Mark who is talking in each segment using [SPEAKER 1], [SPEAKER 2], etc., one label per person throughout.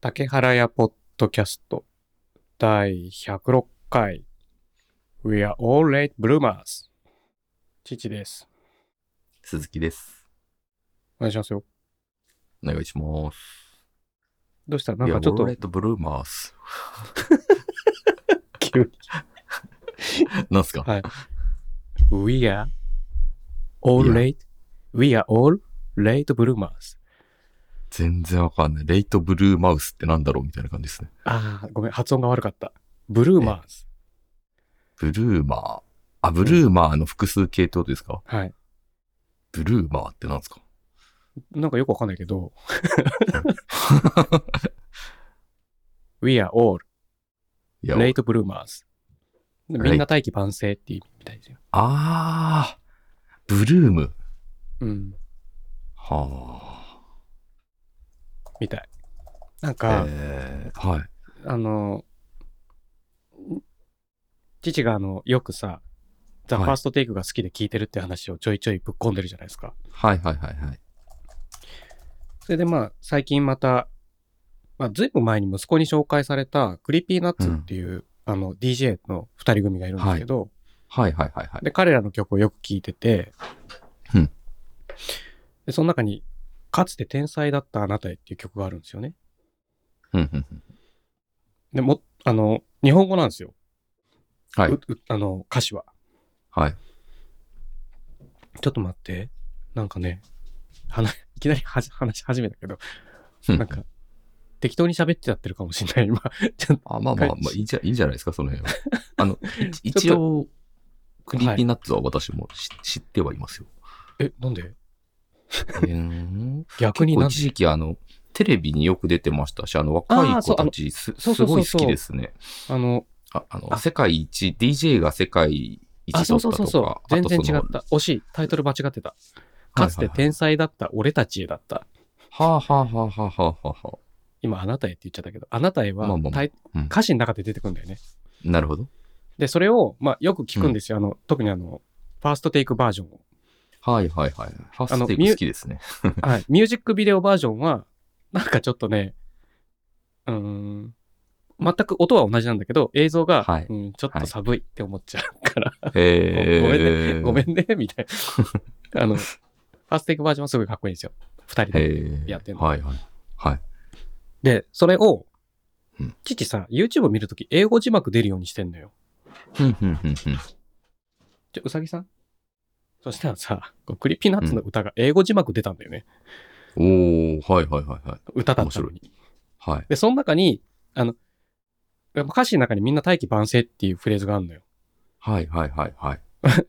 [SPEAKER 1] 竹原屋ポッドキャスト第106回 We are all late bloomers 父です。
[SPEAKER 2] 鈴木です。
[SPEAKER 1] お願いしますよ。
[SPEAKER 2] お願いします。
[SPEAKER 1] どうしたなん
[SPEAKER 2] いや、
[SPEAKER 1] かちょっ
[SPEAKER 2] ウォ
[SPEAKER 1] と
[SPEAKER 2] レットブルーマース。
[SPEAKER 1] 急に。
[SPEAKER 2] なんすか、
[SPEAKER 1] はい We are all late, we are all late bloomers.
[SPEAKER 2] 全然わかんない。レイトブルーマウスってなんだろうみたいな感じですね。
[SPEAKER 1] ああ、ごめん、発音が悪かった。ブルーマーズ。
[SPEAKER 2] ブルーマー。あ、ブルーマーの複数形ってことですか
[SPEAKER 1] はい。
[SPEAKER 2] ブルーマーってなんですか
[SPEAKER 1] なんかよくわかんないけど、We are all
[SPEAKER 2] いや、
[SPEAKER 1] late bloomers. みんな大器晩成っていう意味みたいですよ。
[SPEAKER 2] あー、ブルーム。
[SPEAKER 1] うん、
[SPEAKER 2] は
[SPEAKER 1] みたい。なん
[SPEAKER 2] あ。
[SPEAKER 1] か、
[SPEAKER 2] えー、はい。
[SPEAKER 1] あの、ん父があの、よくさ、ザ・フ
[SPEAKER 2] はい
[SPEAKER 1] ァーストテイクが好きで聞いてるって話をちょいちょいぶっ込んでるじゃないですか。
[SPEAKER 2] はいはいはいはい。
[SPEAKER 1] それでまあ、最近また、まあ、ずいぶん前に息子に紹介された、クリーピーナッツっていう、あの、DJ の二人組がいるんですけど、
[SPEAKER 2] はいはいはいはい。
[SPEAKER 1] で、彼らの曲をよく聴いてて、
[SPEAKER 2] うん
[SPEAKER 1] で、その中に、かつて天才だったあなたへっていう曲があるんですよね。
[SPEAKER 2] うんうんうん
[SPEAKER 1] でも、あの、日本語なんですよ。
[SPEAKER 2] はいう
[SPEAKER 1] うあの、歌詞は。
[SPEAKER 2] はい。
[SPEAKER 1] ちょっと待って。なんかね、話、 いきなりはじ話し始めたけど、
[SPEAKER 2] うん
[SPEAKER 1] なんか、適当に喋っちゃってるかもしれない、今。ちょっと
[SPEAKER 2] あまあまあまあいいじゃ、いいんじゃないですか、その辺 は。あの、い一応、クリーピーナッツは私もし知ってはいますよ。
[SPEAKER 1] え、なんで
[SPEAKER 2] えー
[SPEAKER 1] 逆になんで
[SPEAKER 2] 一時期あの、テレビによく出てましたし、あの、若
[SPEAKER 1] あー
[SPEAKER 2] い
[SPEAKER 1] そ
[SPEAKER 2] 子
[SPEAKER 1] うあの
[SPEAKER 2] たちす、
[SPEAKER 1] そう
[SPEAKER 2] す
[SPEAKER 1] そうそうそ
[SPEAKER 2] ご
[SPEAKER 1] う
[SPEAKER 2] い好きですね。
[SPEAKER 1] あの、
[SPEAKER 2] ああの、
[SPEAKER 1] あ
[SPEAKER 2] 世界一、DJ が世界一だ
[SPEAKER 1] あ、
[SPEAKER 2] った
[SPEAKER 1] そう
[SPEAKER 2] と
[SPEAKER 1] そうそう
[SPEAKER 2] か
[SPEAKER 1] そ、う。全
[SPEAKER 2] あと
[SPEAKER 1] 然
[SPEAKER 2] そ
[SPEAKER 1] 違
[SPEAKER 2] の
[SPEAKER 1] った。惜しい。タイトル間違ってた。かつて天才だった俺たちへだった。
[SPEAKER 2] はあはあはあはあはあはあ。
[SPEAKER 1] 今、あなたへって言っちゃったけど、あなたへは
[SPEAKER 2] まあまあまあ
[SPEAKER 1] タイ
[SPEAKER 2] うん
[SPEAKER 1] 歌詞の中で出てくるんだよね。
[SPEAKER 2] なるほど。
[SPEAKER 1] で、それを、まあ、よく聞くんですよ。あの、特にあの、ファーストテイクバージョンを。
[SPEAKER 2] はいはいはい。ファース
[SPEAKER 1] あの
[SPEAKER 2] トテイ
[SPEAKER 1] ミ
[SPEAKER 2] ク
[SPEAKER 1] ュ
[SPEAKER 2] 好きですね。
[SPEAKER 1] はい。ミュージックビデオバージョンは、なんかちょっとね、うーん、全く音は同じなんだけど、映像が、
[SPEAKER 2] はい
[SPEAKER 1] うん、ちょっと寒いって思っちゃうから、
[SPEAKER 2] へえ。
[SPEAKER 1] ごめんね、ごめ
[SPEAKER 2] ん。
[SPEAKER 1] んね、みたい な。あの、ファーストテイクバージョンはすごいかっこいいんですよ。二人で。
[SPEAKER 2] へえ。
[SPEAKER 1] やってんの
[SPEAKER 2] はいはい。はい。
[SPEAKER 1] で、それを
[SPEAKER 2] うん、
[SPEAKER 1] 父さ、YouTube 見るとき、英語字幕出るようにしてんのよ。
[SPEAKER 2] ふんふんふんふ
[SPEAKER 1] じ
[SPEAKER 2] ん。
[SPEAKER 1] ゃ、うさぎさんそしたらさ、こうクリピーナッツの歌が英語字幕出たんだよね。
[SPEAKER 2] おー、はいはいはいはい。
[SPEAKER 1] 歌だったの
[SPEAKER 2] 面
[SPEAKER 1] に。
[SPEAKER 2] はい。
[SPEAKER 1] で、その中に、あの、やっぱ歌詞の中にみんな大器晩成っていうフレーズがあるのよ。
[SPEAKER 2] はいはいはいはい。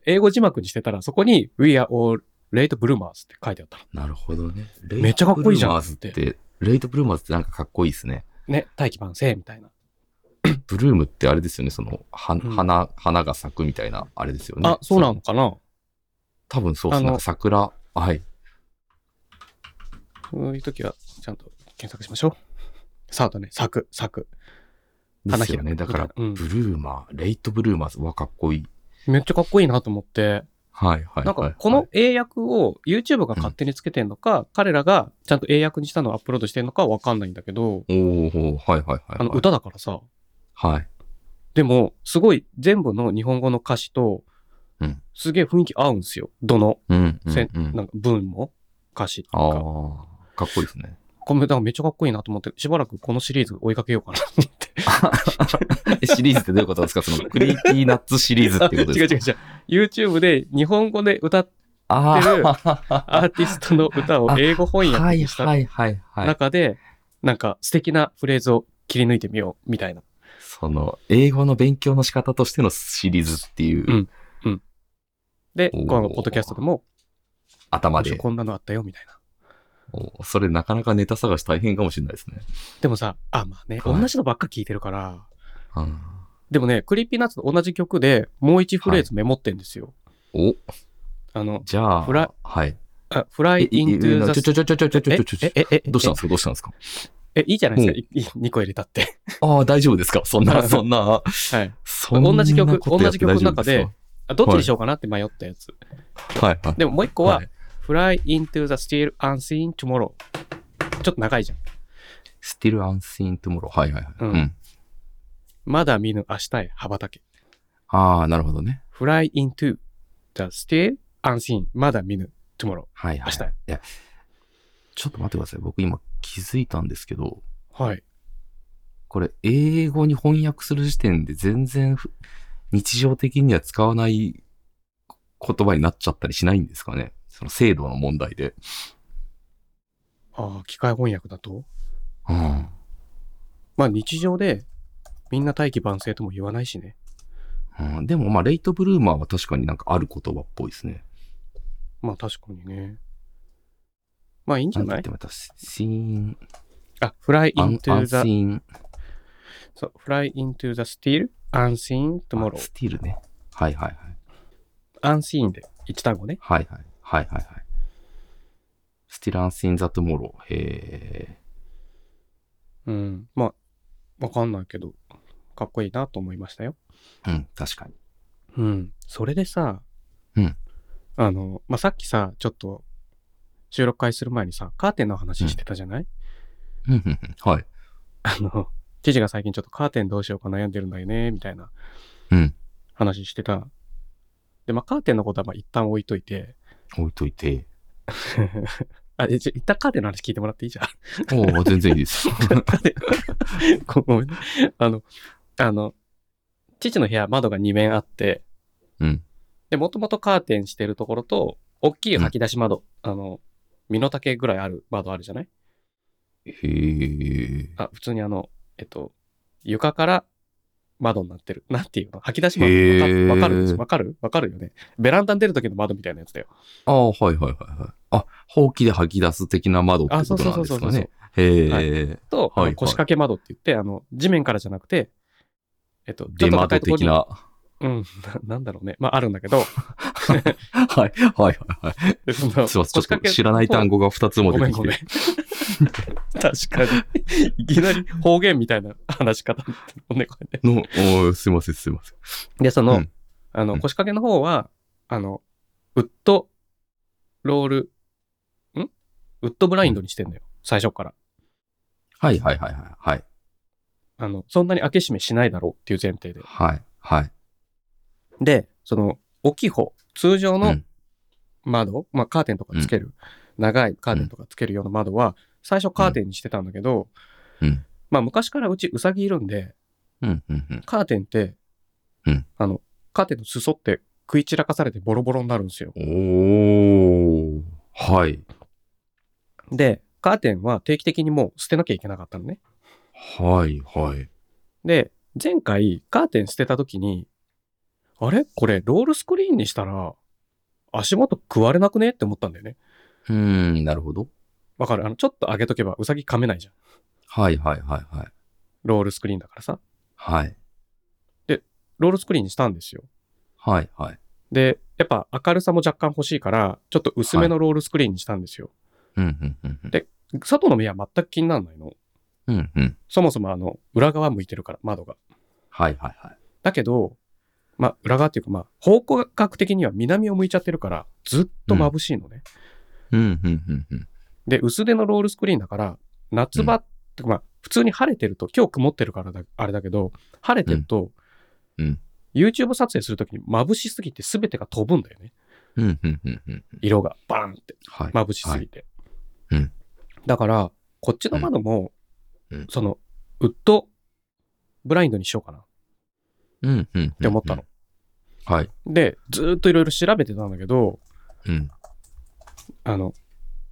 [SPEAKER 1] 英語字幕にしてたら、そこに We are all late bloomers って書いてあったの。
[SPEAKER 2] なるほどね。
[SPEAKER 1] めっちゃかっこいいじゃん
[SPEAKER 2] レイトブルーマーズって、レイトブルーマーズってなんかかっこいいですね。
[SPEAKER 1] ね、大器晩成みたいな。
[SPEAKER 2] ブルームってあれですよね、その、は、
[SPEAKER 1] ん
[SPEAKER 2] 花、花が咲くみたいな、あれですよね。
[SPEAKER 1] あ、そうな
[SPEAKER 2] の
[SPEAKER 1] のかな
[SPEAKER 2] 多分そう
[SPEAKER 1] あ
[SPEAKER 2] です。
[SPEAKER 1] の
[SPEAKER 2] なんか桜、はい。
[SPEAKER 1] そういう時は、ちゃんと検索しましょう。さあとね、咲く、咲く。
[SPEAKER 2] で
[SPEAKER 1] 花
[SPEAKER 2] すよね。
[SPEAKER 1] 開
[SPEAKER 2] だ
[SPEAKER 1] く
[SPEAKER 2] から、
[SPEAKER 1] みたいなうん
[SPEAKER 2] ブルーマー、レイトブルーマーズはかっこいい。
[SPEAKER 1] めっちゃかっこいいなと思って。
[SPEAKER 2] はいはいはい、はい。
[SPEAKER 1] なんか、この、英訳を YouTube が勝手につけてんのか、彼らがちゃんと英訳にしたのをアップロードしてんのかわかんないんだけど、
[SPEAKER 2] おー、はいはいはい、はい。
[SPEAKER 1] あの、歌だからさ、
[SPEAKER 2] はい。
[SPEAKER 1] でも、すごい全部の日本語の歌詞と
[SPEAKER 2] うん、
[SPEAKER 1] すげえ雰囲気合うんですよ。どの、
[SPEAKER 2] うん、うん。
[SPEAKER 1] せん
[SPEAKER 2] うん、
[SPEAKER 1] なんか文も歌詞
[SPEAKER 2] ああ
[SPEAKER 1] が。、
[SPEAKER 2] かっこいいですね。
[SPEAKER 1] これ、だからめっちゃかっこいいなと思って、しばらくこのシリーズ追いかけようかなと思って。
[SPEAKER 2] えシリーズってどういうことですかその、クリーピーナッツシリーズっていうことですか
[SPEAKER 1] 違う違う違う。YouTube で日本語で歌っ
[SPEAKER 2] あ
[SPEAKER 1] 違う違う
[SPEAKER 2] あ
[SPEAKER 1] アーティストの歌を英語翻
[SPEAKER 2] は
[SPEAKER 1] 訳
[SPEAKER 2] い
[SPEAKER 1] にし
[SPEAKER 2] は
[SPEAKER 1] た
[SPEAKER 2] いはいはい。
[SPEAKER 1] 中で、なんか素敵なフレーズを切り抜いてみようみたいな。
[SPEAKER 2] その、英語の勉強の仕方としてのシリーズっていう、
[SPEAKER 1] うんで、
[SPEAKER 2] おー
[SPEAKER 1] このポッドキャストでも、
[SPEAKER 2] 頭
[SPEAKER 1] 今週
[SPEAKER 2] で。
[SPEAKER 1] こんなのあったよみたいな。
[SPEAKER 2] おそれなかなかネタ探し大変かもしれないですね。
[SPEAKER 1] でもさ、あ、まあね、
[SPEAKER 2] はい
[SPEAKER 1] 同じのばっか聞いてるから、
[SPEAKER 2] うん、
[SPEAKER 1] でもね、クリーピーナッツと同じ曲でもう一フレーズメモってんですよ。
[SPEAKER 2] お、
[SPEAKER 1] あの、
[SPEAKER 2] じゃあ、
[SPEAKER 1] フラ
[SPEAKER 2] はい。
[SPEAKER 1] あフライイントゥーザ
[SPEAKER 2] ちょちょちょちょちょちょちょちょちょ
[SPEAKER 1] え、え、え、
[SPEAKER 2] どうしたんですかどうしたんですか
[SPEAKER 1] え、えいいじゃないですか
[SPEAKER 2] うん
[SPEAKER 1] いい。2個入れたって。
[SPEAKER 2] ああ、大丈夫ですかそんな、そんな、
[SPEAKER 1] はい。
[SPEAKER 2] そんなこと
[SPEAKER 1] 同じ曲
[SPEAKER 2] やって
[SPEAKER 1] 同じ曲の中で
[SPEAKER 2] 大丈
[SPEAKER 1] あどっちにしようかなって迷ったやつ。
[SPEAKER 2] 夫ですかはいはい。
[SPEAKER 1] でももう一個は、
[SPEAKER 2] はい
[SPEAKER 1] Fly into the still unseen tomorrow。ちょっと長いじゃん。
[SPEAKER 2] still unseen tomorrow. はいはいはい。
[SPEAKER 1] うん
[SPEAKER 2] うん、
[SPEAKER 1] まだ見ぬ明日へ羽ばたけ。
[SPEAKER 2] ああ、なるほどね。
[SPEAKER 1] fly into the still unseen まだ見ぬ tomorrow
[SPEAKER 2] はいは
[SPEAKER 1] 明
[SPEAKER 2] い。
[SPEAKER 1] 日
[SPEAKER 2] いや、ちょっと待ってください。僕今気づいたんですけど、
[SPEAKER 1] はい。
[SPEAKER 2] これ英語に翻訳する時点で全然ふ日常的には使わない言葉になっちゃったりしないんですかね。その制度の問題で。
[SPEAKER 1] ああ、機械翻訳だと
[SPEAKER 2] うん。
[SPEAKER 1] まあ日常でみんな大器晩成とも言わないしね。
[SPEAKER 2] うん、でもまあ、レイトブルーマーは確かになんかある言葉っぽいですね。
[SPEAKER 1] まあ確かにね。まあいいんじゃな
[SPEAKER 2] なん
[SPEAKER 1] い
[SPEAKER 2] て言ってましたシーン、
[SPEAKER 1] あ、fly
[SPEAKER 2] アン、ア
[SPEAKER 1] into
[SPEAKER 2] ン
[SPEAKER 1] the,
[SPEAKER 2] シーン、
[SPEAKER 1] そう fly into the still unseen
[SPEAKER 2] あ
[SPEAKER 1] tomorrow.
[SPEAKER 2] スティールね。はいはいはい。
[SPEAKER 1] unseen で一単語ね。
[SPEAKER 2] はいはい。はいはいはい。スティランス・イン・ザ・トゥモロー。へえ。
[SPEAKER 1] うん。まあ、わかんないけど、かっこいいなと思いましたよ。
[SPEAKER 2] うん、確かに。
[SPEAKER 1] うん。それでさ、
[SPEAKER 2] うん。
[SPEAKER 1] あの、まあ、さっきさ、ちょっと収録会する前にさ、カーテンの話してたじゃない、
[SPEAKER 2] うんうんうんはい。
[SPEAKER 1] あの、父が最近ちょっとカーテンどうしようか悩んでるんだよね、みたいな
[SPEAKER 2] うん。
[SPEAKER 1] 話してた。で、まあ、カーテンのことはまあ一旦置いといて、
[SPEAKER 2] 置いと いて。
[SPEAKER 1] あ、え、ちょ、一旦カーテンの話聞いてもらっていい じゃん。
[SPEAKER 2] おお、全然いいです。
[SPEAKER 1] カーテンごごめんね。あの、あの、父の部屋窓が2面あって、
[SPEAKER 2] うん。
[SPEAKER 1] で、もともとカーテンしてるところと、大きい吐き出し窓、あの、身の丈ぐらいある窓あるじゃない
[SPEAKER 2] へえ。
[SPEAKER 1] あ、普通にあの、えっと、床から窓になってる。なんていうの吐き出し窓
[SPEAKER 2] へー
[SPEAKER 1] わかるわかるわかるよね。ベランダに出る時の窓みたいなやつだよ。
[SPEAKER 2] ああ、はいはいはいはい。あ、ほうきで吐き出す的な窓って
[SPEAKER 1] あ、
[SPEAKER 2] こ
[SPEAKER 1] そう
[SPEAKER 2] と
[SPEAKER 1] そ
[SPEAKER 2] な
[SPEAKER 1] うそ
[SPEAKER 2] ん
[SPEAKER 1] うそ
[SPEAKER 2] です
[SPEAKER 1] うそ
[SPEAKER 2] か
[SPEAKER 1] う、
[SPEAKER 2] ね。へえ。
[SPEAKER 1] と、あの
[SPEAKER 2] はいはい
[SPEAKER 1] 腰掛け窓って言って、あの、地面からじゃなくて、えっと、ちょ
[SPEAKER 2] 出
[SPEAKER 1] っと高
[SPEAKER 2] 窓
[SPEAKER 1] いとこ
[SPEAKER 2] 的
[SPEAKER 1] ろに、
[SPEAKER 2] な。
[SPEAKER 1] うんな、なんだろうね。まあ、あるんだけ ど、
[SPEAKER 2] はいはいはいはい。
[SPEAKER 1] でその
[SPEAKER 2] すいません、
[SPEAKER 1] 腰
[SPEAKER 2] ちょっ
[SPEAKER 1] 掛
[SPEAKER 2] と
[SPEAKER 1] け
[SPEAKER 2] 知らない単語が2つも
[SPEAKER 1] ご
[SPEAKER 2] 出
[SPEAKER 1] め
[SPEAKER 2] て
[SPEAKER 1] ん
[SPEAKER 2] き
[SPEAKER 1] ご
[SPEAKER 2] て
[SPEAKER 1] めん。。 確かに。いきなり方言みたいな話し方になってるもんね、これね。
[SPEAKER 2] のおーすいません、すいません。
[SPEAKER 1] で、その、
[SPEAKER 2] うん
[SPEAKER 1] あの、
[SPEAKER 2] うん
[SPEAKER 1] 腰掛けの方は、あの、ウッド、ロール、んウッドブラインドにしてんだよ。最初から。
[SPEAKER 2] はいはいはいはい。はい。
[SPEAKER 1] あの、そんなに開け閉めしないだろうっていう前提で。
[SPEAKER 2] はい。はい。
[SPEAKER 1] で、その、大きい方、通常
[SPEAKER 2] う
[SPEAKER 1] の
[SPEAKER 2] ん
[SPEAKER 1] 窓、まあカーテンとかつける、長いカーテンとかつけるような窓は、最初カーテンにしてたんだけど、
[SPEAKER 2] うん
[SPEAKER 1] まあ昔からうちウサギいるんで、
[SPEAKER 2] うんうんうん。
[SPEAKER 1] カーテンって、
[SPEAKER 2] うん
[SPEAKER 1] あの、カーテンの裾って食い散らかされてボロボロになるんですよ。
[SPEAKER 2] おー。はい。
[SPEAKER 1] で、カーテンは定期的にもう捨てなきゃいけなかったのね。
[SPEAKER 2] はい、はい。
[SPEAKER 1] で、前回カーテン捨てた時に、あれこれロールスクリーンにしたら足元食われなくねって思ったんだよね。
[SPEAKER 2] うーん、なるほど。
[SPEAKER 1] わかるあの、ちょっと上げとけばウサギ噛めないじゃん。
[SPEAKER 2] はい、はい、はい、はい。
[SPEAKER 1] ロールスクリーンだからさ。
[SPEAKER 2] はい。
[SPEAKER 1] ロールスクリーンにしたんですよ。
[SPEAKER 2] はい、はい。
[SPEAKER 1] で、やっぱ明るさも若干欲しいから、ちょっと薄めのロールスクリーンにしたんですよ。
[SPEAKER 2] うん、うん、うんうん。
[SPEAKER 1] で外の目は全く気にならないの。
[SPEAKER 2] うん、うん。
[SPEAKER 1] そもそもあの、裏側向いてるから、窓が。
[SPEAKER 2] はい、はい、はい。
[SPEAKER 1] だけど、まあ、裏側っていうか、まあ、方向角的には南を向いちゃってるから、ずっと眩しいのね。
[SPEAKER 2] うん、うん、うん、うん。
[SPEAKER 1] で、薄手のロールスクリーンだから、夏場って、まあ、普通に晴れてると、今日曇ってるからだあれだけど、晴れてると、
[SPEAKER 2] うんうん
[SPEAKER 1] YouTube 撮影するときに眩しすぎて全てが飛ぶんだよね。
[SPEAKER 2] うん、うん、うん、うん。
[SPEAKER 1] 色がバーンって、
[SPEAKER 2] はい。
[SPEAKER 1] 眩しすぎて。
[SPEAKER 2] はいうん
[SPEAKER 1] だから、こっちの窓も、
[SPEAKER 2] うんうん
[SPEAKER 1] その、ウッドブラインドにしようかな。
[SPEAKER 2] うん、うんうん。って
[SPEAKER 1] 思ったの。
[SPEAKER 2] はい。
[SPEAKER 1] で、ずーっといろいろ調べてたんだけど、
[SPEAKER 2] うん。
[SPEAKER 1] あの、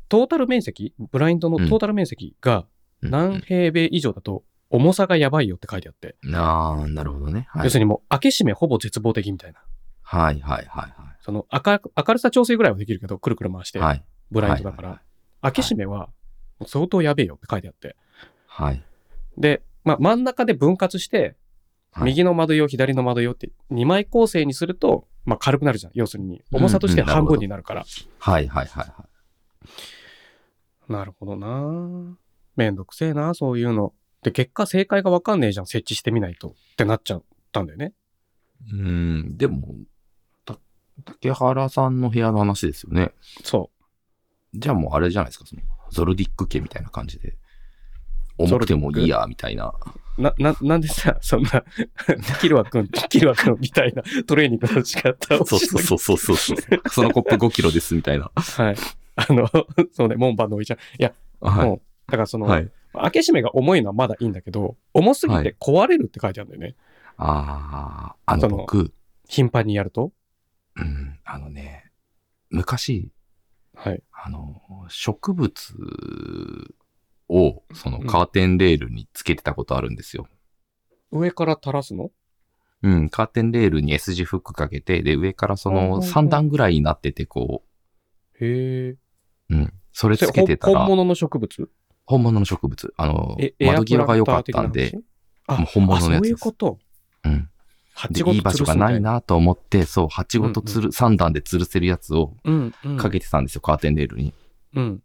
[SPEAKER 1] トータル面積、ブラインドのトータル面積が
[SPEAKER 2] うん
[SPEAKER 1] 何平米以上だと重さがやばいよって書いてあって、
[SPEAKER 2] うんあー、なるほどね。はい。
[SPEAKER 1] 要するにもう開け閉めほぼ絶望的みたいな。
[SPEAKER 2] はい、はい、はい、
[SPEAKER 1] その明明るさ調整ぐらいはできるけど、くるくる回して、
[SPEAKER 2] はい。はい。
[SPEAKER 1] ブラインドだから、
[SPEAKER 2] はい
[SPEAKER 1] 開け閉めは相当やべえよって書いてあって。
[SPEAKER 2] はい。
[SPEAKER 1] で、まあ、真ん中で分割して、
[SPEAKER 2] はい
[SPEAKER 1] 右の窓用、左の窓用って2枚構成にすると、まあ、軽くなるじゃん。要するに、重さとして
[SPEAKER 2] うんうんなる
[SPEAKER 1] 半
[SPEAKER 2] ほど
[SPEAKER 1] 分になるから。
[SPEAKER 2] はい、はい、はい。はい
[SPEAKER 1] なるほどなめんどくせえなそういうの。で、結果正解がわかんねえじゃん、設置してみないと。ってなっちゃったんだよね。
[SPEAKER 2] うーん、でも、た竹原さんの部屋の話ですよね。
[SPEAKER 1] そ
[SPEAKER 2] じゃあもうあれじゃないですか、その、ゾルディック家みたいな感じで。重くてもいいや、みたいな。
[SPEAKER 1] な、な、なんでさ、そんな、 キルワ君、キルワ君みたいなトレーニングの仕方を
[SPEAKER 2] そう
[SPEAKER 1] し
[SPEAKER 2] そ
[SPEAKER 1] て
[SPEAKER 2] うそうそうそうそう。そのコップ5キロです、みたいな。
[SPEAKER 1] はい。あの、そうね、門番のおいちゃん。いや、
[SPEAKER 2] は
[SPEAKER 1] もう、だからそ
[SPEAKER 2] い。
[SPEAKER 1] の、
[SPEAKER 2] はい。
[SPEAKER 1] 開け閉めが重いのはまだいいんだけど、重すぎ
[SPEAKER 2] は
[SPEAKER 1] て
[SPEAKER 2] い
[SPEAKER 1] 壊れるって書いてあるんだよね。
[SPEAKER 2] ああ、あ
[SPEAKER 1] そ
[SPEAKER 2] の
[SPEAKER 1] の
[SPEAKER 2] 僕、
[SPEAKER 1] 頻繁にやると。
[SPEAKER 2] うん、あのね、昔、
[SPEAKER 1] はい。
[SPEAKER 2] あの、植物を、そのカーテンレールにつけてたことあるんですよ。
[SPEAKER 1] 上から垂らすの
[SPEAKER 2] うん、カーテンレールに S 字フックかけて、で、上からそ
[SPEAKER 1] はいはい
[SPEAKER 2] の
[SPEAKER 1] はい
[SPEAKER 2] 3段ぐらいになってて、こ
[SPEAKER 1] へえ。
[SPEAKER 2] う、うん、それ
[SPEAKER 1] そ
[SPEAKER 2] つ
[SPEAKER 1] れ
[SPEAKER 2] けてた
[SPEAKER 1] ほ
[SPEAKER 2] ら
[SPEAKER 1] 本、物の植物
[SPEAKER 2] 本物の植物、あの、窓際が良かったんで、。
[SPEAKER 1] あ
[SPEAKER 2] もう本
[SPEAKER 1] エアプランター的な話あ、
[SPEAKER 2] 物の
[SPEAKER 1] そ
[SPEAKER 2] や
[SPEAKER 1] う
[SPEAKER 2] つ
[SPEAKER 1] いう
[SPEAKER 2] で
[SPEAKER 1] こ
[SPEAKER 2] す。
[SPEAKER 1] と。
[SPEAKER 2] うん。で
[SPEAKER 1] 鉢ご
[SPEAKER 2] いい
[SPEAKER 1] と
[SPEAKER 2] 場
[SPEAKER 1] 吊
[SPEAKER 2] 所
[SPEAKER 1] る
[SPEAKER 2] が
[SPEAKER 1] すみた
[SPEAKER 2] ないい。なと思って、そう、鉢ごとつる、3段で吊るせるやつを
[SPEAKER 1] うん、うん。
[SPEAKER 2] かけてたんですよ、カーテンレールに。
[SPEAKER 1] うん。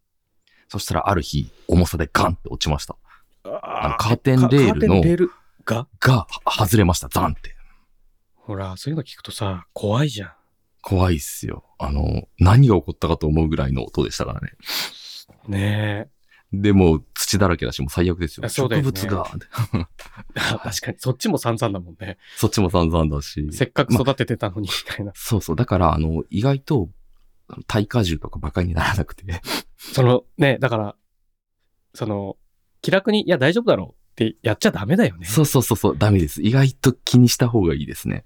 [SPEAKER 2] そしたらある日、重さでガンって落ちました。あ
[SPEAKER 1] あ
[SPEAKER 2] の
[SPEAKER 1] ー
[SPEAKER 2] カーテンレール
[SPEAKER 1] カ
[SPEAKER 2] の
[SPEAKER 1] ーテンレールが
[SPEAKER 2] が、は外れました、ザンって。
[SPEAKER 1] ほら、そういうの聞くとさ、怖いじゃん。
[SPEAKER 2] 怖いっすよ。あの、何が起こったかと思うぐらいの音でしたからね。
[SPEAKER 1] ね
[SPEAKER 2] でも、土だらけだし、もう最悪ですよ。
[SPEAKER 1] あそうだよね
[SPEAKER 2] 植物が、
[SPEAKER 1] え。確かに、そっちも散々だもんね。
[SPEAKER 2] そっちも散々だし。
[SPEAKER 1] せっかく育ててたのに、みたいな。
[SPEAKER 2] そうそう。だから、あの、意外と、耐荷重とかバカにならなくて。
[SPEAKER 1] その、ねだから、その、気楽に、いや、大丈夫だろうってやっちゃダメだよね。
[SPEAKER 2] そうそうそうそう、ダメです。意外と気にした方がいいですね。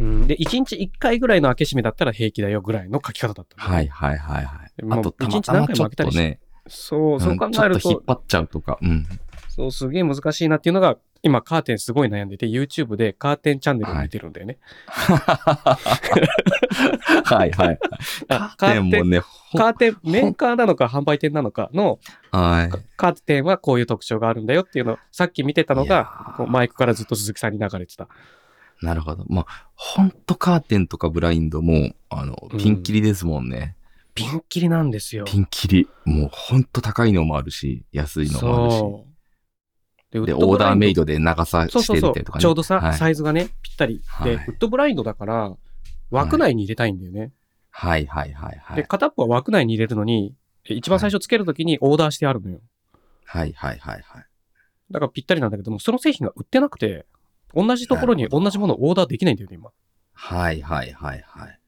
[SPEAKER 1] うん、で、1日1回ぐらいの開け閉めだったら平気だよぐらいの書き方だったのね、
[SPEAKER 2] はいはいはいはい。
[SPEAKER 1] もう
[SPEAKER 2] あと、たま
[SPEAKER 1] 一日
[SPEAKER 2] たま
[SPEAKER 1] 何回
[SPEAKER 2] ち
[SPEAKER 1] も開
[SPEAKER 2] ょっ
[SPEAKER 1] けた
[SPEAKER 2] と
[SPEAKER 1] りし
[SPEAKER 2] ね、
[SPEAKER 1] そう、そう考
[SPEAKER 2] んちょ
[SPEAKER 1] え
[SPEAKER 2] っ
[SPEAKER 1] る
[SPEAKER 2] と引っ
[SPEAKER 1] と、
[SPEAKER 2] 張っちゃうとか、 うん。
[SPEAKER 1] そう、すげえ難しいなっていうのが、今、カーテンすごい悩んでて、YouTube でカーテンチャンネルを見てるんだよね。
[SPEAKER 2] はいはい。
[SPEAKER 1] あ
[SPEAKER 2] カーテンもね、ほん
[SPEAKER 1] カーテン、メーカーなのか販売店なのかの、
[SPEAKER 2] はい。
[SPEAKER 1] カーテンはこういう特徴があるんだよっていうのを、さっき見てたの
[SPEAKER 2] いや
[SPEAKER 1] が
[SPEAKER 2] ー、
[SPEAKER 1] こうマイクからずっと鈴木さんに流れてた。
[SPEAKER 2] なるほど。まあ、ほんとカーテンとかブラインドも、あの
[SPEAKER 1] うん、
[SPEAKER 2] ピンキリですもんね。
[SPEAKER 1] ピンキリなんですよ。
[SPEAKER 2] ピンキリ。もうほんと高いのもあるし、安いのもあるし。
[SPEAKER 1] そう。で、ウ
[SPEAKER 2] で、オ
[SPEAKER 1] ブ
[SPEAKER 2] ー
[SPEAKER 1] ラ
[SPEAKER 2] ダー
[SPEAKER 1] ン
[SPEAKER 2] メイドで長さ
[SPEAKER 1] そう
[SPEAKER 2] し
[SPEAKER 1] そう
[SPEAKER 2] て
[SPEAKER 1] そ
[SPEAKER 2] み
[SPEAKER 1] う
[SPEAKER 2] たりとかね。
[SPEAKER 1] ちょうどさ、
[SPEAKER 2] はい
[SPEAKER 1] サイズがね、ぴったりで、
[SPEAKER 2] はい
[SPEAKER 1] ウッドブラインドだから、枠内に入れたいんだよね。
[SPEAKER 2] はいはいはいは
[SPEAKER 1] で、
[SPEAKER 2] い。
[SPEAKER 1] 片っぽは枠内に入れるのに、一番最初つけるときにオーダーしてあるのよ。
[SPEAKER 2] はいはいはいはい。
[SPEAKER 1] だからぴったりなんだけども、その製品が売ってなくて、同じところに
[SPEAKER 2] なるほ
[SPEAKER 1] 同
[SPEAKER 2] ど
[SPEAKER 1] じものをオーダーできないんだよね、今。
[SPEAKER 2] はいはいはいはい。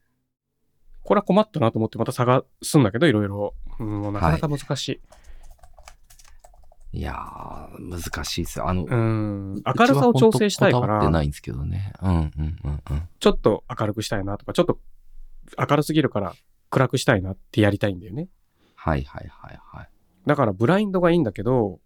[SPEAKER 1] これは困ったなと思ってまた探すんだけど、いろいろ。うん、もうなかなか難しい。
[SPEAKER 2] いやー、難しいですよ。あの、
[SPEAKER 1] うん。明るさを調整したいか
[SPEAKER 2] うちはほんとこだわって
[SPEAKER 1] ら、
[SPEAKER 2] ないんですけどね。うんうんうんうん。
[SPEAKER 1] ちょっと明るくしたいなとか、ちょっと明るすぎるから暗くしたいなってやりたいんだよね。
[SPEAKER 2] はいはいはいはい。
[SPEAKER 1] だからブラインドがいいんだけど、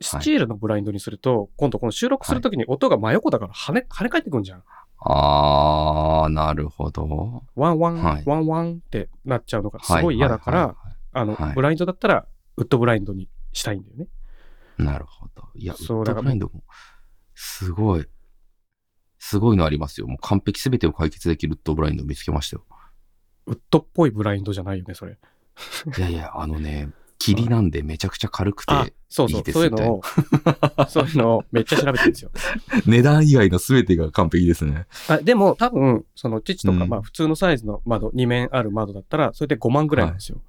[SPEAKER 1] スチールのブラインドにすると、今度この収録するときに音が真横だから跳ね、跳ね返ってくんじゃん。
[SPEAKER 2] あー、なるほど。
[SPEAKER 1] ワンワン、
[SPEAKER 2] はい
[SPEAKER 1] ワンワンってなっちゃうのがすごい嫌だから、
[SPEAKER 2] はははいは
[SPEAKER 1] あの、
[SPEAKER 2] はい
[SPEAKER 1] ブラインドだったら、ウッドブラインドにしたいんだよね。
[SPEAKER 2] いなるほど。いや、ウ
[SPEAKER 1] そう
[SPEAKER 2] ッ
[SPEAKER 1] だか
[SPEAKER 2] ド
[SPEAKER 1] ら
[SPEAKER 2] ブラインドも、すごい、すごいのありますよ。もう完璧すべてを解決できるウッドブラインドを見つけまし たよ。
[SPEAKER 1] ウッドっぽいブラインドじゃないよね、それ。
[SPEAKER 2] いやいや、あのね、霧なんでめちゃくちゃ軽くて、
[SPEAKER 1] あ、そうそう、
[SPEAKER 2] いいです
[SPEAKER 1] そういう
[SPEAKER 2] ね
[SPEAKER 1] のを、そういうのをめっちゃ調べてるんですよ。
[SPEAKER 2] 値段以外のすべてが完璧ですね。
[SPEAKER 1] あでも多分、その父とか、
[SPEAKER 2] うん
[SPEAKER 1] まあ普通のサイズの窓、2面ある窓だったら、それで5万ぐらいなんですよ。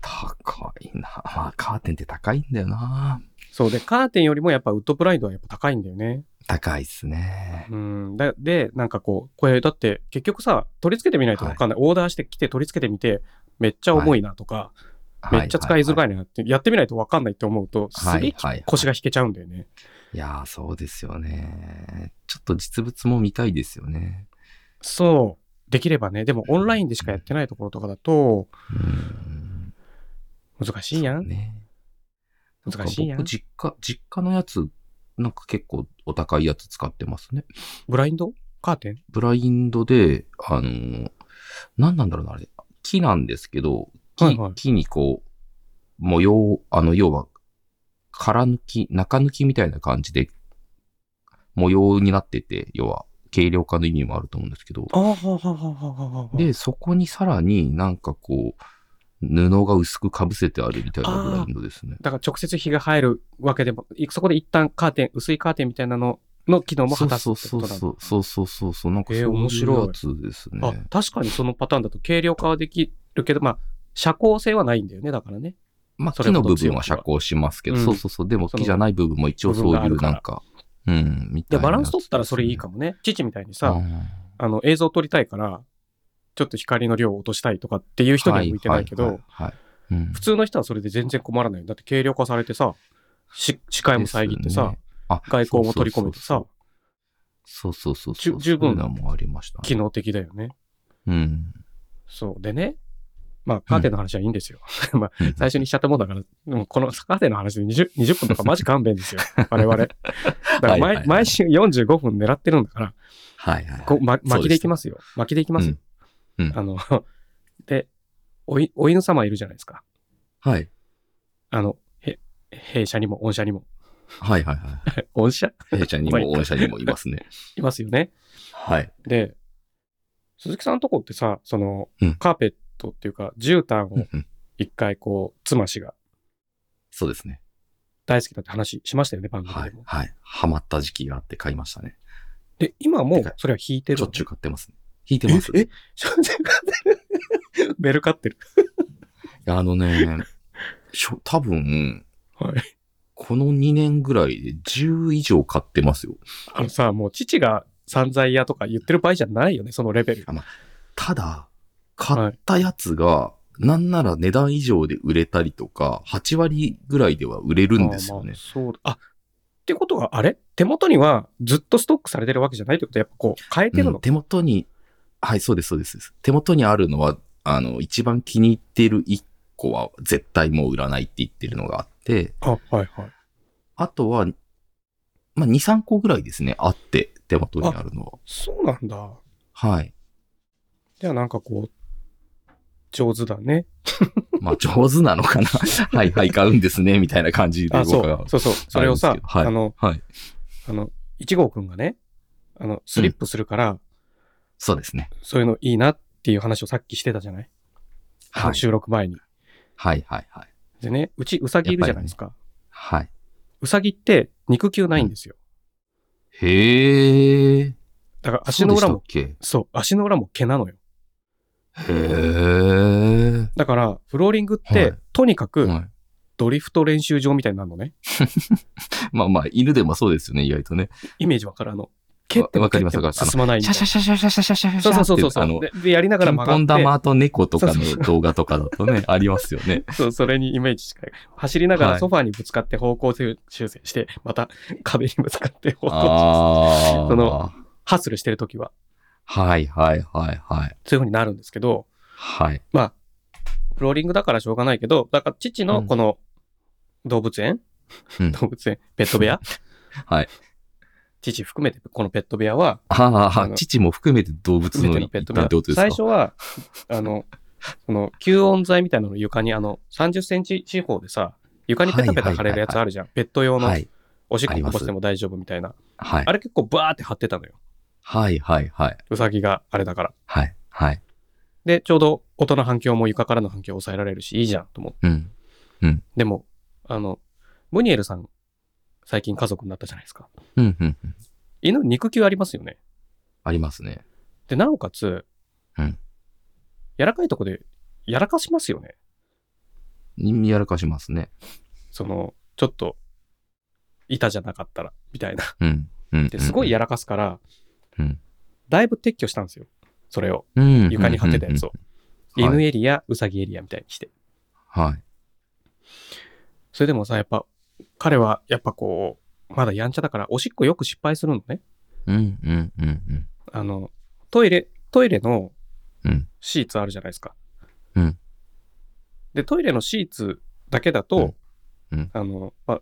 [SPEAKER 2] 高いな。まあ、カーテンって高いんだよな。
[SPEAKER 1] そうで、カーテンよりもやっぱウッドブラインドはやっぱ高いんだよね。
[SPEAKER 2] 高いっすね。
[SPEAKER 1] うん。だで、なんかこう、これだって結局さ、取り付けてみないとわかんない。オーダーしてきて取り付けてみて、めっちゃ重いなとか、めっちゃ使いづ
[SPEAKER 2] ははは
[SPEAKER 1] らいなって、やってみないとわかんないって思うと、
[SPEAKER 2] は
[SPEAKER 1] す
[SPEAKER 2] い
[SPEAKER 1] げえ
[SPEAKER 2] はいはい
[SPEAKER 1] 腰が引けちゃうんだよね。
[SPEAKER 2] いやー、そうですよね。ちょっと実物も見たいですよね。
[SPEAKER 1] そう。できればね。でもオンラインでしかやってないところとかだと、
[SPEAKER 2] うん。
[SPEAKER 1] 難しいやん。
[SPEAKER 2] ね。
[SPEAKER 1] 難しいやん
[SPEAKER 2] なんか僕、実家、実家のやつ、なんか結構お高いやつ使ってますね。
[SPEAKER 1] ブラインドカーテン
[SPEAKER 2] ブラインドで、あのー、何なんだろうな、あれ。木なんですけど、木,、
[SPEAKER 1] はいはい
[SPEAKER 2] 木にこう、模様、あの、要は、空抜き、中抜きみたいな感じで、模様になってて、要は、軽量化の意味もあると思うんですけど、
[SPEAKER 1] ああ、はあはあはあはあはあ。
[SPEAKER 2] で、そこにさらになんかこう、布が薄くかぶせてあるみたいなブラインドですね。
[SPEAKER 1] だから直接日が入るわけでも、いそこで一旦カーテン、薄いカーテンみたいなのの機能も
[SPEAKER 2] そ
[SPEAKER 1] 果
[SPEAKER 2] う
[SPEAKER 1] たす
[SPEAKER 2] そ
[SPEAKER 1] っ
[SPEAKER 2] う
[SPEAKER 1] て
[SPEAKER 2] そ
[SPEAKER 1] こ
[SPEAKER 2] う
[SPEAKER 1] となんだ
[SPEAKER 2] そうそうそうそうそう、なんかそ
[SPEAKER 1] え
[SPEAKER 2] うい
[SPEAKER 1] ー面白
[SPEAKER 2] う
[SPEAKER 1] い
[SPEAKER 2] やつですね。
[SPEAKER 1] あ、確かにそのパターンだと軽量化はできるけど、まあ、遮光性はないんだよね、だからね。
[SPEAKER 2] まあ、
[SPEAKER 1] そ
[SPEAKER 2] 木
[SPEAKER 1] れほ
[SPEAKER 2] の
[SPEAKER 1] ど
[SPEAKER 2] 部
[SPEAKER 1] 強
[SPEAKER 2] 分
[SPEAKER 1] くは
[SPEAKER 2] は遮光しますけど、
[SPEAKER 1] うん
[SPEAKER 2] そうそうそう。でも
[SPEAKER 1] そ
[SPEAKER 2] 木
[SPEAKER 1] の
[SPEAKER 2] じゃない部分も一応そうい
[SPEAKER 1] 部
[SPEAKER 2] う
[SPEAKER 1] 分があ
[SPEAKER 2] な
[SPEAKER 1] る
[SPEAKER 2] んか、うん、み
[SPEAKER 1] で、
[SPEAKER 2] たいなやつ。
[SPEAKER 1] バランス取ったらそれいいかもね。父みたいにさ、
[SPEAKER 2] うん。
[SPEAKER 1] あの、映像撮りたいから、ちょっと光の量を落としたいとかっていう人には向いてないけど、
[SPEAKER 2] ははいはいはいうん
[SPEAKER 1] 普通の人はそれで全然困らない。だって軽量化されてさ、し視界も遮ってさ、
[SPEAKER 2] ですねあ
[SPEAKER 1] 外交も取り込めてさ、
[SPEAKER 2] そうそうそう
[SPEAKER 1] じ
[SPEAKER 2] そ
[SPEAKER 1] ゅ
[SPEAKER 2] う。
[SPEAKER 1] 十分
[SPEAKER 2] そういうのもありましたね、
[SPEAKER 1] 機能的だよね。
[SPEAKER 2] うん。
[SPEAKER 1] そう。でね、まあ、カーテンの話はいいんですよ。まあ、最初にしちゃったもんだから、でもこのカーテンの話で 20, 20分とかマジ勘弁 ですよ。我々。だから
[SPEAKER 2] は
[SPEAKER 1] 毎
[SPEAKER 2] いはいはい
[SPEAKER 1] 毎週45分狙ってるんだから、
[SPEAKER 2] はいはい、はい。
[SPEAKER 1] こうま、
[SPEAKER 2] そう
[SPEAKER 1] 巻きでいきますよ。巻きでいきますよ。
[SPEAKER 2] うんうん
[SPEAKER 1] あの、で、おいお犬様いるじゃないですか。
[SPEAKER 2] はい。
[SPEAKER 1] あの、へ、弊社にも、御社にも。
[SPEAKER 2] はいはいはい。
[SPEAKER 1] 御社
[SPEAKER 2] 弊社に
[SPEAKER 1] まあいい
[SPEAKER 2] も、
[SPEAKER 1] か
[SPEAKER 2] 御社にもいますね。
[SPEAKER 1] いますよね。
[SPEAKER 2] はい。
[SPEAKER 1] で、鈴木さんのとこってさ、その
[SPEAKER 2] うん、
[SPEAKER 1] カーペットっていうか、絨毯
[SPEAKER 2] う
[SPEAKER 1] を
[SPEAKER 2] んうん
[SPEAKER 1] 一回こう、妻氏が
[SPEAKER 2] そうですね。
[SPEAKER 1] 大好きだって話しましたよね、番組
[SPEAKER 2] は
[SPEAKER 1] で
[SPEAKER 2] い
[SPEAKER 1] も。。
[SPEAKER 2] はい。ハマった時期があって買いましたね。
[SPEAKER 1] で、今も
[SPEAKER 2] てか
[SPEAKER 1] それは引いてる
[SPEAKER 2] ちょ
[SPEAKER 1] の
[SPEAKER 2] っちゅう買ってますね。引いてます。
[SPEAKER 1] ええしょっちゅう買ってる メル買ってる。
[SPEAKER 2] あのね、しょ、多分、
[SPEAKER 1] はい。
[SPEAKER 2] この2年ぐらいで10以上買ってますよ。
[SPEAKER 1] あのさ、もう父が散財屋とか言ってる場合じゃないよね、そのレベル。
[SPEAKER 2] ただ、買ったやつが、なんなら値段以上で売れたりとか、8割ぐらいでは売れるんですよ
[SPEAKER 1] まあま
[SPEAKER 2] ね
[SPEAKER 1] あ。そうだ。あ、ってことは、あれ手元にはずっとストックされてるわけじゃないってことは、やっぱこう、変えてる
[SPEAKER 2] う
[SPEAKER 1] の
[SPEAKER 2] ん。手元に、はい、そうです、そうです。そうです手元にあるのは、あの、一番気に入ってる1個は絶対もう売らないって言ってるのがあって、
[SPEAKER 1] あ、はいはい。
[SPEAKER 2] あとは、まあ、2、3個ぐらいですね、あって、手元にあるのは。
[SPEAKER 1] そうなんだ。
[SPEAKER 2] はい。
[SPEAKER 1] じゃあなんかこう、上手だね。
[SPEAKER 2] まあ、上手なの かな。はいはい、買うんですね、みたいな感じで
[SPEAKER 1] あ、そ
[SPEAKER 2] 僕は
[SPEAKER 1] う、。そうそう。それをさ、
[SPEAKER 2] はい
[SPEAKER 1] あの、
[SPEAKER 2] はい。
[SPEAKER 1] あの、1号くんがね、あの、スリップするから、
[SPEAKER 2] そうですね。
[SPEAKER 1] そういうのいいなっていう話をさっきしてたじゃない、あ
[SPEAKER 2] は
[SPEAKER 1] の
[SPEAKER 2] い。
[SPEAKER 1] 収録前に。
[SPEAKER 2] はいはいはい。
[SPEAKER 1] でね、うち、うさぎいるじゃないですか。
[SPEAKER 2] はい。
[SPEAKER 1] うさぎって肉球ないんですよ。
[SPEAKER 2] へえ。
[SPEAKER 1] だから足の裏も、
[SPEAKER 2] そうでし
[SPEAKER 1] そう足の裏も毛なのよ。
[SPEAKER 2] たっけ。へえ。
[SPEAKER 1] だから、フローリングって、
[SPEAKER 2] はい
[SPEAKER 1] とにかく
[SPEAKER 2] はい。
[SPEAKER 1] ドリフト練習場みたいになるのね。
[SPEAKER 2] まあまあ、犬でもそうですよね、意外とね。
[SPEAKER 1] イメージわかるあの、毛って
[SPEAKER 2] わかりま
[SPEAKER 1] 蹴
[SPEAKER 2] す
[SPEAKER 1] っても
[SPEAKER 2] わかります
[SPEAKER 1] 進まないみた
[SPEAKER 2] シャ
[SPEAKER 1] い
[SPEAKER 2] シャ
[SPEAKER 1] な。
[SPEAKER 2] シャシャシャシャシャシャシャ
[SPEAKER 1] そうそうそう
[SPEAKER 2] っていあ
[SPEAKER 1] そう。
[SPEAKER 2] の、
[SPEAKER 1] ででやりなが
[SPEAKER 2] ピ
[SPEAKER 1] ら
[SPEAKER 2] ン
[SPEAKER 1] 曲が
[SPEAKER 2] ポ
[SPEAKER 1] っ
[SPEAKER 2] ン
[SPEAKER 1] て。
[SPEAKER 2] 玉と猫とか
[SPEAKER 1] そうそう
[SPEAKER 2] の動画とかだとね、ありますよね。
[SPEAKER 1] そう、それにイメージ近い。走りなが
[SPEAKER 2] は
[SPEAKER 1] ら
[SPEAKER 2] い
[SPEAKER 1] ソファーにぶつかって方向修正して、また壁にぶつかって方向修正。
[SPEAKER 2] ああ。
[SPEAKER 1] その、ハッスルしてるときは、
[SPEAKER 2] はいはいはいはい。
[SPEAKER 1] そういう風になるんですけど、
[SPEAKER 2] はい。
[SPEAKER 1] まあ、フローリングだからしょうがないけど、だから父
[SPEAKER 2] う
[SPEAKER 1] の
[SPEAKER 2] ん
[SPEAKER 1] この動物園、
[SPEAKER 2] うん
[SPEAKER 1] 動物園、ペット部屋
[SPEAKER 2] はい。
[SPEAKER 1] 父含めてこのペット部屋は、
[SPEAKER 2] あ
[SPEAKER 1] あ
[SPEAKER 2] あ
[SPEAKER 1] の、
[SPEAKER 2] 父も含めて動物
[SPEAKER 1] 含め
[SPEAKER 2] の
[SPEAKER 1] て
[SPEAKER 2] 一
[SPEAKER 1] のペット部
[SPEAKER 2] 端って
[SPEAKER 1] 屋
[SPEAKER 2] ことですか
[SPEAKER 1] 最初は、あの、その吸音材みたいなのを床にあの30センチ四方でさ、床にペタペタ貼れるやつあるじゃん。ペット用の
[SPEAKER 2] はい。
[SPEAKER 1] おしっここぼしても大丈夫みたいな。
[SPEAKER 2] はい
[SPEAKER 1] あ。れ結構バーって貼ってたのよ。
[SPEAKER 2] はいはいはい。
[SPEAKER 1] うさぎがあれだから。
[SPEAKER 2] はい。はい。
[SPEAKER 1] で、ちょうど音の反響も床からの反響を抑えられるし、いいじゃんと思って。
[SPEAKER 2] うん。
[SPEAKER 1] でも、あの、ムニエルさん、最近家族になったじゃないですか。
[SPEAKER 2] うんうんうん。
[SPEAKER 1] 犬、肉球ありますよね。
[SPEAKER 2] ありますね。
[SPEAKER 1] で、なおかつ、
[SPEAKER 2] うん
[SPEAKER 1] 柔らかいとこで、やらかしますよね。
[SPEAKER 2] にやらかしますね。
[SPEAKER 1] その、ちょっと、板じゃなかったら、みたいな。
[SPEAKER 2] うん。うん。
[SPEAKER 1] で、すごいやらかすから、
[SPEAKER 2] うん
[SPEAKER 1] だいぶ撤去したんですよ。それを。
[SPEAKER 2] うん
[SPEAKER 1] 床に貼ってたやつを。。
[SPEAKER 2] うんうんうん
[SPEAKER 1] 犬エリア、ウサギエリアみたいにして。
[SPEAKER 2] はい。
[SPEAKER 1] それでもさ、やっぱ、彼は、やっぱこう、まだやんちゃだから、おしっこよく失敗するのね。
[SPEAKER 2] うんうんうんうん。
[SPEAKER 1] あの、トイレ、トイレの
[SPEAKER 2] うん
[SPEAKER 1] シーツあるじゃないですか。
[SPEAKER 2] うん
[SPEAKER 1] で、トイレのシーツだけだと、
[SPEAKER 2] うんうん
[SPEAKER 1] あの、まあ、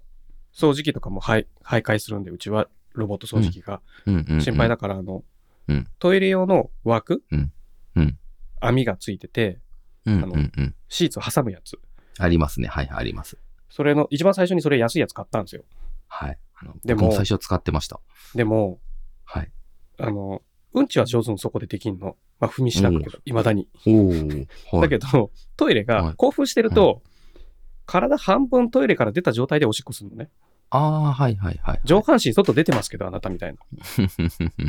[SPEAKER 1] 掃除機とかもはい徘徊するんで、うちはロボット掃除機が
[SPEAKER 2] うんうんうん。
[SPEAKER 1] 心配だから、あの、
[SPEAKER 2] うん
[SPEAKER 1] トイレ用の枠、
[SPEAKER 2] うんうん
[SPEAKER 1] 網がついてて、
[SPEAKER 2] うん
[SPEAKER 1] あの
[SPEAKER 2] うんうん。
[SPEAKER 1] シーツを挟むやつ。
[SPEAKER 2] ありますね。はいはい、あります。
[SPEAKER 1] それの、一番最初にそれ安いやつ買ったんですよ。
[SPEAKER 2] はい。あの
[SPEAKER 1] でも
[SPEAKER 2] 僕も最初使ってました。
[SPEAKER 1] でも、
[SPEAKER 2] はい。
[SPEAKER 1] あの、うんちは上手にそこでできんの。まあ、踏みしなくけど、いまだに。
[SPEAKER 2] おお。
[SPEAKER 1] だけど、 トイレ
[SPEAKER 2] は
[SPEAKER 1] が
[SPEAKER 2] い
[SPEAKER 1] 興奮してると、体半分トイレから出た状態でおしっこするのね。
[SPEAKER 2] ああー、はいはいはい。
[SPEAKER 1] 上半身外出てますけど、あなたみたいな。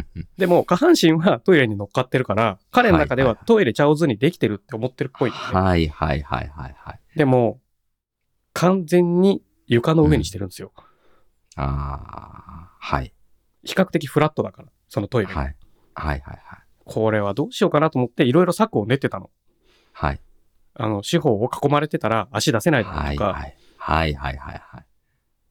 [SPEAKER 2] っ
[SPEAKER 1] でも、下半身はトイレに乗っかってるから、彼の中で
[SPEAKER 2] は
[SPEAKER 1] はい
[SPEAKER 2] はいはい
[SPEAKER 1] トイレちゃうずにできてるって思ってるっぽいのね、
[SPEAKER 2] はいはいはいはいはい。
[SPEAKER 1] でも、完全に床の上にしてるんですよ。
[SPEAKER 2] ああ、はい。
[SPEAKER 1] 比較的フラットだから、そのトイレが。
[SPEAKER 2] はい。はいはいはい。
[SPEAKER 1] これはどうしようかなと思って、いろいろ策を練ってたの。
[SPEAKER 2] はい。
[SPEAKER 1] あの、四方を囲まれてたら足出せないとか、
[SPEAKER 2] はいはい。はいはいはいはい。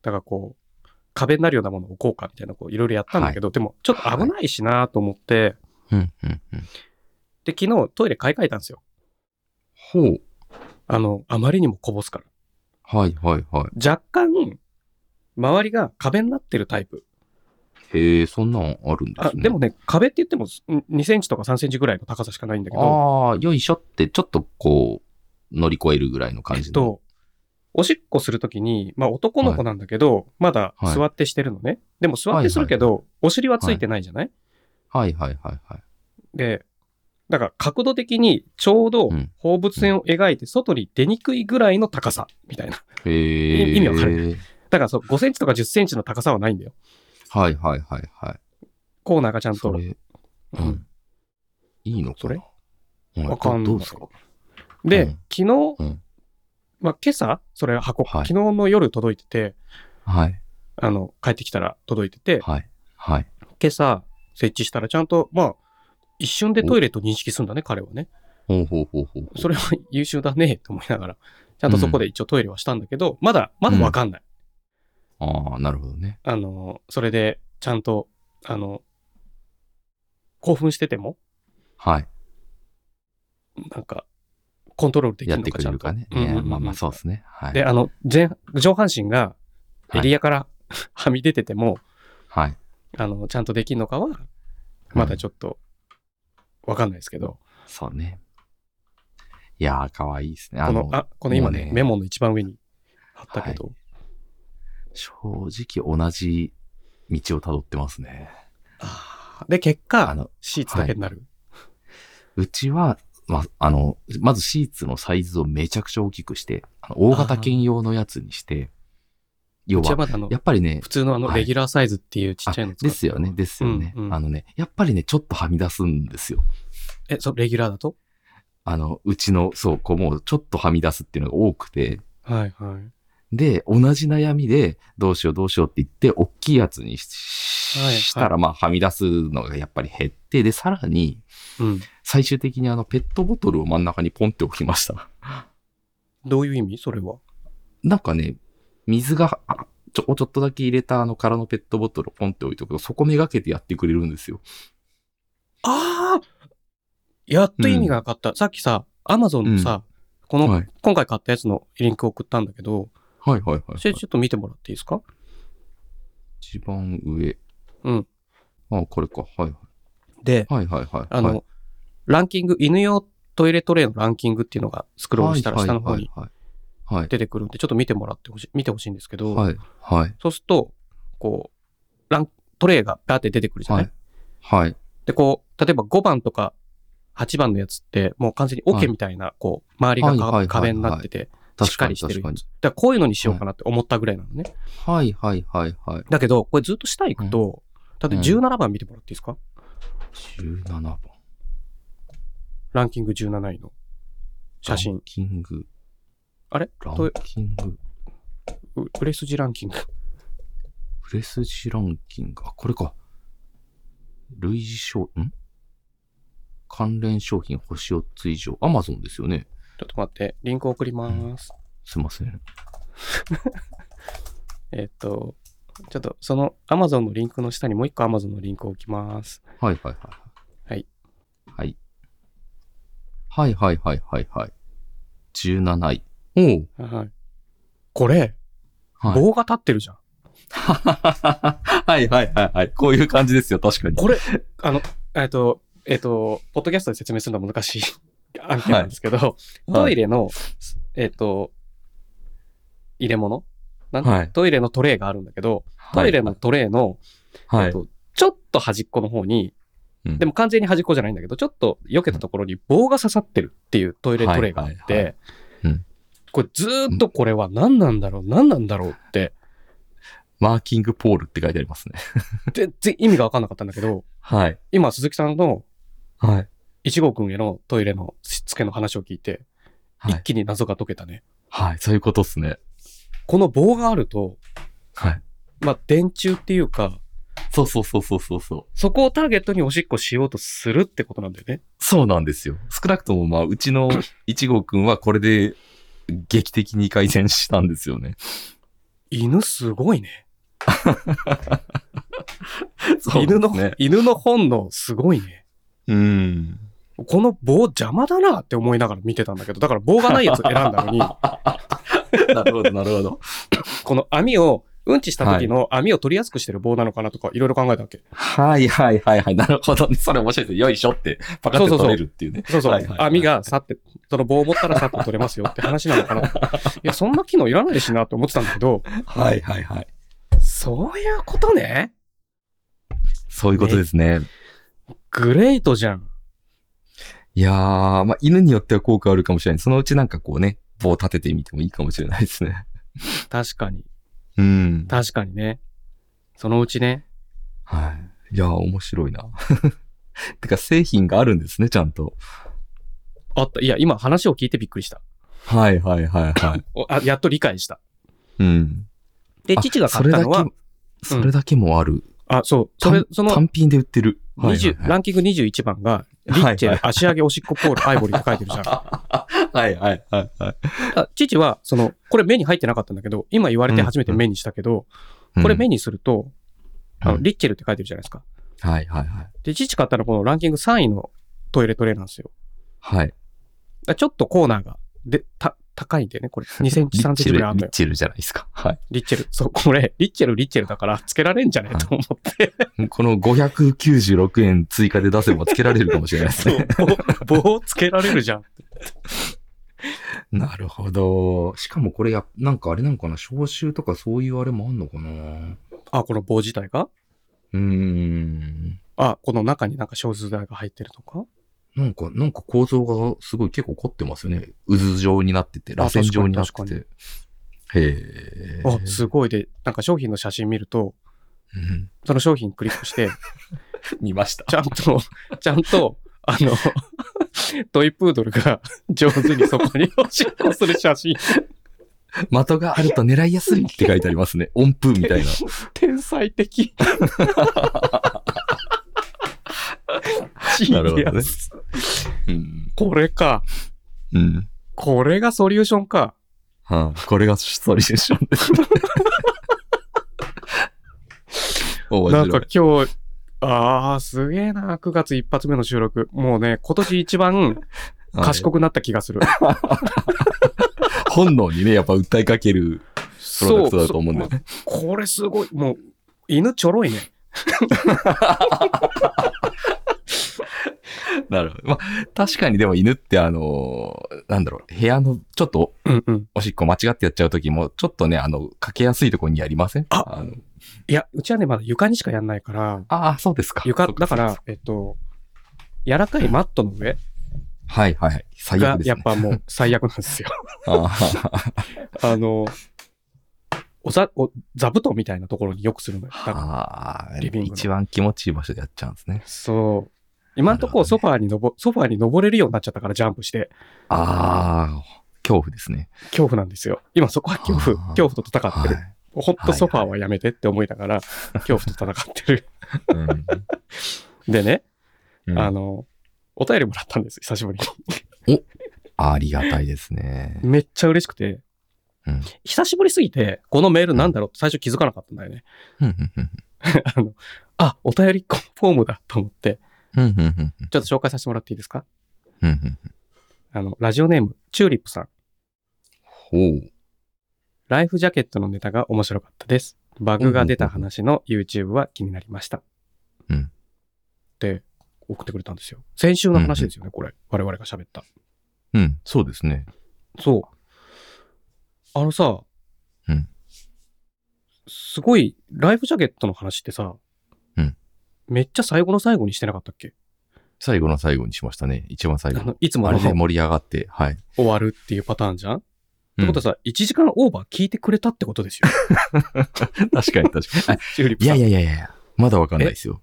[SPEAKER 1] だからこう、壁になるようなものを置こうかみたいな、こう、いろいろやったんだけど、でも、ちょっと危ないしなと思って、
[SPEAKER 2] うんうんうん。
[SPEAKER 1] で、昨日トイレ買い替えたんですよ。
[SPEAKER 2] ほう。
[SPEAKER 1] あの、あまりにもこぼすから。
[SPEAKER 2] はいはいは
[SPEAKER 1] 若干、周りが壁になってるタイプ。
[SPEAKER 2] い。へえ、そんなんあるんで
[SPEAKER 1] あ
[SPEAKER 2] すね。
[SPEAKER 1] でもね、壁って言ってもん2センチとか3センチぐらいの高さしかないんだけど、
[SPEAKER 2] ああ、よいしょって、ちょっとこう、乗り越えるぐらいの感
[SPEAKER 1] えっ
[SPEAKER 2] じの。
[SPEAKER 1] と、おしっこするときに、まあ男の子なんだけど、まだ
[SPEAKER 2] はい
[SPEAKER 1] 座ってしてるのね。でも座ってするけど、お尻はついてないじゃない、
[SPEAKER 2] はいはいはいはい。
[SPEAKER 1] で、だから角度的にちょうど
[SPEAKER 2] うん
[SPEAKER 1] 放物線を描いて外に出にくいぐらいの高さみたいな。
[SPEAKER 2] へえ。
[SPEAKER 1] 意味わか
[SPEAKER 2] る。
[SPEAKER 1] だからそう5センチとか10センチの高さはないんだよ。
[SPEAKER 2] はいはいはいはい。
[SPEAKER 1] コーナーがちゃん
[SPEAKER 2] そ
[SPEAKER 1] と。
[SPEAKER 2] れ、
[SPEAKER 1] う
[SPEAKER 2] うんん。いいの
[SPEAKER 1] そ
[SPEAKER 2] こ
[SPEAKER 1] れ
[SPEAKER 2] れ
[SPEAKER 1] わかんない
[SPEAKER 2] どうですか
[SPEAKER 1] で、
[SPEAKER 2] うん
[SPEAKER 1] 昨日、
[SPEAKER 2] うん
[SPEAKER 1] まあ今朝、それ箱、
[SPEAKER 2] はい
[SPEAKER 1] 昨日の夜届いてて、
[SPEAKER 2] はい。
[SPEAKER 1] あの、帰ってきたら届いてて、
[SPEAKER 2] はい。はい。
[SPEAKER 1] 今朝設置したらちゃんと、まあ、一瞬でトイレと認識するんだね、彼はね。
[SPEAKER 2] ほうほうほうほうほう。
[SPEAKER 1] それは優秀だね、と思いながら、ちゃんとそこで一応トイレはしたんだけど、まだ、まだわかんない。
[SPEAKER 2] ああ、なるほどね。
[SPEAKER 1] あの、それで、ちゃんと、あの、興奮してても、
[SPEAKER 2] はい。
[SPEAKER 1] なんか、コントロールでき
[SPEAKER 2] や
[SPEAKER 1] るの
[SPEAKER 2] ってく
[SPEAKER 1] か、ち
[SPEAKER 2] れ
[SPEAKER 1] ゃん
[SPEAKER 2] る
[SPEAKER 1] と。
[SPEAKER 2] かね。
[SPEAKER 1] うんうんうん
[SPEAKER 2] ねまあまあ、そうですね。はい。
[SPEAKER 1] で、あの、前、上半身がエリアから、はみ出てても、
[SPEAKER 2] はい。
[SPEAKER 1] あの、ちゃんとできるのかは、まだ
[SPEAKER 2] ょっと
[SPEAKER 1] ちょっと、わかんないですけど、
[SPEAKER 2] そうね。いやー、かわいいですね。
[SPEAKER 1] こ
[SPEAKER 2] あ
[SPEAKER 1] の
[SPEAKER 2] の、、
[SPEAKER 1] あ、この今ね
[SPEAKER 2] もうね
[SPEAKER 1] メモの一番上に貼ったけど、
[SPEAKER 2] 正直同じ道をたどってますね。
[SPEAKER 1] あーで、結
[SPEAKER 2] あ
[SPEAKER 1] 果、
[SPEAKER 2] の、
[SPEAKER 1] シーツだけになる。
[SPEAKER 2] うちは、ま、あの、まずシーツのサイズをめちゃくちゃ大きくして、あの大型犬用のやつにして、要
[SPEAKER 1] うちは
[SPEAKER 2] は、
[SPEAKER 1] まだあの
[SPEAKER 2] や、っぱりね、
[SPEAKER 1] 普通のあの、
[SPEAKER 2] はい
[SPEAKER 1] レギュラーサイズっていうちっちゃいの
[SPEAKER 2] あ
[SPEAKER 1] 使
[SPEAKER 2] で
[SPEAKER 1] う。
[SPEAKER 2] すよね、ですよね、
[SPEAKER 1] うんうん
[SPEAKER 2] あのね、やっぱりね、ちょっとはみ出すんですよ。
[SPEAKER 1] え、そう、レギュラーだと
[SPEAKER 2] あの、うちの、そう、こう、もうちょっとはみ出すっていうのが多くて、
[SPEAKER 1] はいはい。
[SPEAKER 2] で、同じ悩みで、どうしようどうしようって言って、大きいやつにし
[SPEAKER 1] はいはい
[SPEAKER 2] したら、まあ、はみ出すのがやっぱり減って、で、さらに、
[SPEAKER 1] うん。
[SPEAKER 2] 最終的にあの、ペットボトルを真ん中にポンって置きました。
[SPEAKER 1] どういう意味それは。
[SPEAKER 2] なんかね、水が、あちょ、ちょっとだけ入れたあの空のペットボトルをポンって置いとくと、そこめがけてやってくれるんですよ。
[SPEAKER 1] ああやっと意味が分かった。さっきさ、アマゾンのさ、この、
[SPEAKER 2] はい。
[SPEAKER 1] 今回買ったやつのリンク送ったんだけど、
[SPEAKER 2] はいはいはい、
[SPEAKER 1] それちょっと見てもらっていいですか
[SPEAKER 2] 一番上。
[SPEAKER 1] うん。
[SPEAKER 2] あこれか。はい
[SPEAKER 1] で、
[SPEAKER 2] はいはいはいはい。
[SPEAKER 1] あの、
[SPEAKER 2] はい、
[SPEAKER 1] ランキング、犬用トイレトレイのランキングっていうのがスクロールしたら下の方に
[SPEAKER 2] はいはいはい。
[SPEAKER 1] 出てくるんで、ちょっと見てもらってほしい、見てほしいんですけど、
[SPEAKER 2] はい。はい。
[SPEAKER 1] そうすると、こう、ラン、トレイがバーって出てくるじゃ
[SPEAKER 2] は
[SPEAKER 1] ない、
[SPEAKER 2] い。はい。
[SPEAKER 1] で、こう、例えば5番とか8番のやつって、もう完全にオケみたいな、こう、周りがか、
[SPEAKER 2] はいはいはいはい
[SPEAKER 1] 壁になってて、しっ
[SPEAKER 2] 確
[SPEAKER 1] か
[SPEAKER 2] か
[SPEAKER 1] り
[SPEAKER 2] に
[SPEAKER 1] してる
[SPEAKER 2] 確
[SPEAKER 1] や
[SPEAKER 2] か
[SPEAKER 1] つ。
[SPEAKER 2] に
[SPEAKER 1] だ。からこういうのにしようかなって思ったぐらいなのね。
[SPEAKER 2] はいはいはいはい。
[SPEAKER 1] だけど、これずっと下行くと、例えば17番見てもらっていいですか
[SPEAKER 2] 17番。
[SPEAKER 1] ランキング17位の写
[SPEAKER 2] ラン
[SPEAKER 1] 真。
[SPEAKER 2] キング。
[SPEAKER 1] あれ
[SPEAKER 2] ラ
[SPEAKER 1] と
[SPEAKER 2] ンキング。
[SPEAKER 1] う売れ筋ランキング。
[SPEAKER 2] 売れ筋ランキング。あ、これか。類似商ん関連商品星4つ以上。アマゾンですよね。
[SPEAKER 1] ちょっと待って、リンク送ります。
[SPEAKER 2] すいません。
[SPEAKER 1] えっと、ちょっとその Amazon のリンクの下にもう一個 Amazon のリンクを置きます。
[SPEAKER 2] はいはいはい。
[SPEAKER 1] はい。
[SPEAKER 2] はい。はいはいはいはいはい。17位。おう。
[SPEAKER 1] はい。これ、
[SPEAKER 2] はい
[SPEAKER 1] 棒が立ってるじゃん。
[SPEAKER 2] はいはいはいはい。こういう感じですよ、確かに。
[SPEAKER 1] これ、あの、えっと、えっと、ポッドキャストで説明するのは難しい 案件なんですけど、トイ
[SPEAKER 2] レ。
[SPEAKER 1] レの、えっと、入れ物なん
[SPEAKER 2] はい
[SPEAKER 1] トイレのトレイがあるんだけど、トイレのトレイの、
[SPEAKER 2] は
[SPEAKER 1] え
[SPEAKER 2] い
[SPEAKER 1] っ。とちょっと端っこの方に、
[SPEAKER 2] うん
[SPEAKER 1] でも完全に端っこじゃないんだけど、ちょっと避けたところに棒が刺さってるっていうトイレトレイがあっ
[SPEAKER 2] はいはいは
[SPEAKER 1] て
[SPEAKER 2] うん、
[SPEAKER 1] これずーっとこれは何なんだろう、何なんだろうって、
[SPEAKER 2] マーキングポールって書いてありますね。
[SPEAKER 1] 全然意味がわかんなかったんだけど、
[SPEAKER 2] はい。
[SPEAKER 1] 今鈴木さんの
[SPEAKER 2] はい。
[SPEAKER 1] 一号くんへのトイレのしつけの話を聞いて、
[SPEAKER 2] はい
[SPEAKER 1] 一気に謎が解けたね。
[SPEAKER 2] はい。そういうことっすね。
[SPEAKER 1] この棒があると、
[SPEAKER 2] はい。
[SPEAKER 1] まあ、電柱っていうか、
[SPEAKER 2] そうそうそうそうそうそう。
[SPEAKER 1] そこをターゲットにおしっこしようとするってことなんだよね。
[SPEAKER 2] そうなんですよ。少なくとも、まあ、うち の一号くんはこれで劇的に改善したんですよね。
[SPEAKER 1] 犬すごいね。
[SPEAKER 2] そう
[SPEAKER 1] 犬
[SPEAKER 2] で
[SPEAKER 1] の
[SPEAKER 2] すね。、
[SPEAKER 1] 犬の本能すごいね。
[SPEAKER 2] うん。
[SPEAKER 1] この棒邪魔だなって思いながら見てたんだけど、だから棒がないやつを選んだの に、
[SPEAKER 2] なるほど、なるほど。
[SPEAKER 1] この網を、うんちした時の網を取りやすくしてる棒なのかなとかいろいろ考えたわけ。
[SPEAKER 2] はいはいはいはい。なるほどね。それ面白いですよ。よいしょって、パカッ
[SPEAKER 1] そ
[SPEAKER 2] て
[SPEAKER 1] うそうそう
[SPEAKER 2] 取れるっていうね。
[SPEAKER 1] そうそう。
[SPEAKER 2] はいはいはい
[SPEAKER 1] 網が去って、その棒を持ったら去って取れますよって話なの かな。いや、そんな機能いらないしなって思ってたんだけど、
[SPEAKER 2] はいはいはい。
[SPEAKER 1] そういうことね。
[SPEAKER 2] そういうことですね。
[SPEAKER 1] グレートじゃん。
[SPEAKER 2] いやー、まあ、犬によっては効果あるかもしれない。そのうちなんかこうね、棒立ててみてもいいかもしれないですね。
[SPEAKER 1] 確かに。
[SPEAKER 2] うん。
[SPEAKER 1] 確かにね。そのうちね。
[SPEAKER 2] はい。いやー、面白いな。 てか、製品があるんですね、ちゃんと。
[SPEAKER 1] あった。いや、今話を聞いてびっくりした。
[SPEAKER 2] はいはいはいはい。
[SPEAKER 1] おあやっと理解した。
[SPEAKER 2] うん。
[SPEAKER 1] で、
[SPEAKER 2] あ
[SPEAKER 1] 父が買ったのは、、
[SPEAKER 2] それだけ、それだけもある。
[SPEAKER 1] あ、そう。それ、その
[SPEAKER 2] 単品で売ってる。
[SPEAKER 1] 20、ラン キング21番が、リッチェ
[SPEAKER 2] はいは
[SPEAKER 1] ル、
[SPEAKER 2] い
[SPEAKER 1] 足上げおしっこポール、アイボリーって書いてるじゃん。
[SPEAKER 2] はいはいはいはい。
[SPEAKER 1] あ父は、その、これ目に入ってなかったんだけど、今言われて初めて目にしたけど、これ目
[SPEAKER 2] に、
[SPEAKER 1] にすると、あの、
[SPEAKER 2] うん
[SPEAKER 1] リッチェルって書いてるじゃないですか。
[SPEAKER 2] はいはいはい。
[SPEAKER 1] で、父買ったのはこのランキング3位のトイレトレーなんですよ。
[SPEAKER 2] はい。
[SPEAKER 1] あちょっとコーナーが、で、た、高いんだよね、これ。2センチ、
[SPEAKER 2] リッ
[SPEAKER 1] 3セン
[SPEAKER 2] チ
[SPEAKER 1] チ
[SPEAKER 2] ェル、
[SPEAKER 1] ぐ
[SPEAKER 2] リ
[SPEAKER 1] らいあるんだ
[SPEAKER 2] ッ
[SPEAKER 1] よ。
[SPEAKER 2] チェルじゃないですか。はい。
[SPEAKER 1] リッチェル。そう、これ、リッチェル、リッチェルだから、つけられんじゃねえと思って。
[SPEAKER 2] この596円追加で出せばつけられるかもしれないです
[SPEAKER 1] そう
[SPEAKER 2] ね。、
[SPEAKER 1] 棒、棒つけられるじゃん。
[SPEAKER 2] なるほど。しかもこれや、なんかあれなんかな、消臭とかそういうあれもあんのかなう
[SPEAKER 1] あ、この棒自体が
[SPEAKER 2] ーん。
[SPEAKER 1] あ、この中になんか消臭剤が入ってるとか
[SPEAKER 2] なんか、なんか構造がすごい結構凝ってますよね。渦状になってて、螺旋状になって
[SPEAKER 1] 確かに
[SPEAKER 2] て。へー
[SPEAKER 1] あ、すごいで、なんか商品の写真見ると、
[SPEAKER 2] うん
[SPEAKER 1] その商品クリックして、
[SPEAKER 2] 見ました。
[SPEAKER 1] ちゃんと、ちゃんと、あの、トイプードルが上手にそこにおしっこする写真。
[SPEAKER 2] 的があると狙いやすいって書いてあ りますね。音符みたいな。
[SPEAKER 1] 天才的。
[SPEAKER 2] なるほどね
[SPEAKER 1] シリアス
[SPEAKER 2] うん。
[SPEAKER 1] これか。
[SPEAKER 2] うん。
[SPEAKER 1] これがソリューションか。
[SPEAKER 2] はいこれがソリューシ ョンですね。面白
[SPEAKER 1] ないんか今日、ああ、すげえな。9月一発目の収録。もうね、今年一 番賢くなった気がする。
[SPEAKER 2] はい本能にね、やっぱ訴えかけるプ
[SPEAKER 1] そ
[SPEAKER 2] ロダクトだと思うんだよね。
[SPEAKER 1] これすごい。もう、犬ちょろいね。
[SPEAKER 2] なるほど。まあ、確かにでも犬ってあのーなんだろう、部屋のちょっと
[SPEAKER 1] うんうん。
[SPEAKER 2] おしっこ間違ってやっちゃう時も、ちょっとね、あの、かけやすいところにやりません
[SPEAKER 1] あ
[SPEAKER 2] あの
[SPEAKER 1] いや、うちはね、まだ床にしかやんないから、
[SPEAKER 2] ああ、そうですか。
[SPEAKER 1] 床、
[SPEAKER 2] そう
[SPEAKER 1] だか、
[SPEAKER 2] そ
[SPEAKER 1] ら
[SPEAKER 2] う、
[SPEAKER 1] えっと、柔らかいマットの上
[SPEAKER 2] はいはいはい。最
[SPEAKER 1] が
[SPEAKER 2] 悪で
[SPEAKER 1] やっ
[SPEAKER 2] すね。
[SPEAKER 1] ぱもう最悪なんです よ。
[SPEAKER 2] あー
[SPEAKER 1] あの、おざ、お、座布団みたいなところによくするのよ。だから
[SPEAKER 2] あ ー
[SPEAKER 1] リビングの
[SPEAKER 2] 一番気持ちいい場所でやっちゃうんですね。
[SPEAKER 1] そう。今んとこソファーに登、ソファーに登れるようになっちゃったからジャンプして、
[SPEAKER 2] ああ、恐怖ですね。
[SPEAKER 1] 恐怖なんですよ。今そこは恐怖
[SPEAKER 2] あ、ー
[SPEAKER 1] 恐怖と戦ってる。
[SPEAKER 2] い。
[SPEAKER 1] ほんとソファーはやめてって思いながら、恐怖と戦ってる。
[SPEAKER 2] うん
[SPEAKER 1] でね、
[SPEAKER 2] うん
[SPEAKER 1] あの、お便りもらったんです、久しぶり
[SPEAKER 2] ありがたいですね
[SPEAKER 1] に。。めっちゃ嬉しくて
[SPEAKER 2] うん、
[SPEAKER 1] 久しぶりすぎて、このメールなんだろうって最初気づかなかったんだよね。
[SPEAKER 2] うんうんうん
[SPEAKER 1] あの、あ、お便りフォームだと思って、
[SPEAKER 2] うんうんうん
[SPEAKER 1] ちょっと紹介させてもらっていいですか
[SPEAKER 2] うんうん
[SPEAKER 1] あの、ラジオネーム、チューリップさん。
[SPEAKER 2] ほう。
[SPEAKER 1] ライフジャケットのネタが面白かったです。バグが出た話の YouTube は気になりました。
[SPEAKER 2] うん
[SPEAKER 1] って送ってくれたんですよ。先週の話ですよね、これ。我々が喋った。
[SPEAKER 2] うん、そうですね。
[SPEAKER 1] そう。あのさ、
[SPEAKER 2] うん
[SPEAKER 1] すごい、ライフジャケットの話ってさ、
[SPEAKER 2] うん
[SPEAKER 1] めっちゃ最後の最後にしてなかったっけ
[SPEAKER 2] 最後の最後にしましたね。一番
[SPEAKER 1] あ
[SPEAKER 2] 最後。
[SPEAKER 1] のいつも
[SPEAKER 2] あ
[SPEAKER 1] の
[SPEAKER 2] れで盛り上がって、はい。
[SPEAKER 1] 終わるっていうパターンじゃん、ってことは
[SPEAKER 2] うん
[SPEAKER 1] さ、1時間オーバー聞いてくれたってこと ですよ。
[SPEAKER 2] 確かに確かに。あ
[SPEAKER 1] チューリップ
[SPEAKER 2] い
[SPEAKER 1] さ
[SPEAKER 2] や
[SPEAKER 1] ん
[SPEAKER 2] いやいやいや、まだわかんないですよ。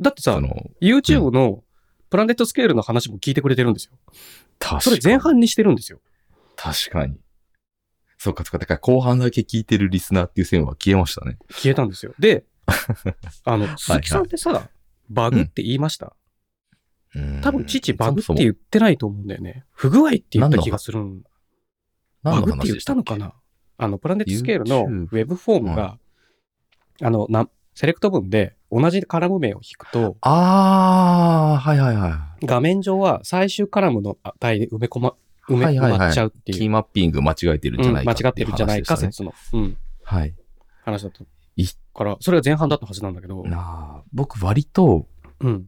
[SPEAKER 1] だってさ
[SPEAKER 2] そ、の、
[SPEAKER 1] YouTube のプラネットスケールの話も聞いてくれてるんですよ。
[SPEAKER 2] 確かに。
[SPEAKER 1] それ前半にしてるんですよ。
[SPEAKER 2] 確かに。そうか、そうか。だから後半だけ聞いてるリスナーっていう線は消えましたね。
[SPEAKER 1] 消えたんですよ。 で、あの、鈴木さんってさ、バグって言いました、
[SPEAKER 2] うん
[SPEAKER 1] 多分、父バグって言ってないと思うんだよね。不具合って言った気がするん。バグって言ったのかなあの、プラネットスケールの
[SPEAKER 2] YouTube
[SPEAKER 1] ウェブフォームが、あの、な、セレクト文で同じカラム名を引くと、
[SPEAKER 2] あー、はいはいはい。
[SPEAKER 1] 画面上は最終カラムの値で埋め込ま、埋め
[SPEAKER 2] はいはいはい
[SPEAKER 1] 埋まっちゃうっていう。
[SPEAKER 2] キーマッピング間違えてるんじ
[SPEAKER 1] う
[SPEAKER 2] ゃ
[SPEAKER 1] ん
[SPEAKER 2] ない
[SPEAKER 1] 間
[SPEAKER 2] か
[SPEAKER 1] 違ってるんじゃないか
[SPEAKER 2] っていう
[SPEAKER 1] 説
[SPEAKER 2] 話でし
[SPEAKER 1] の、うん、
[SPEAKER 2] たねはい。
[SPEAKER 1] 話だった
[SPEAKER 2] い
[SPEAKER 1] から、それが前半だったはずなんだけど、
[SPEAKER 2] なあ、僕割と、
[SPEAKER 1] うん。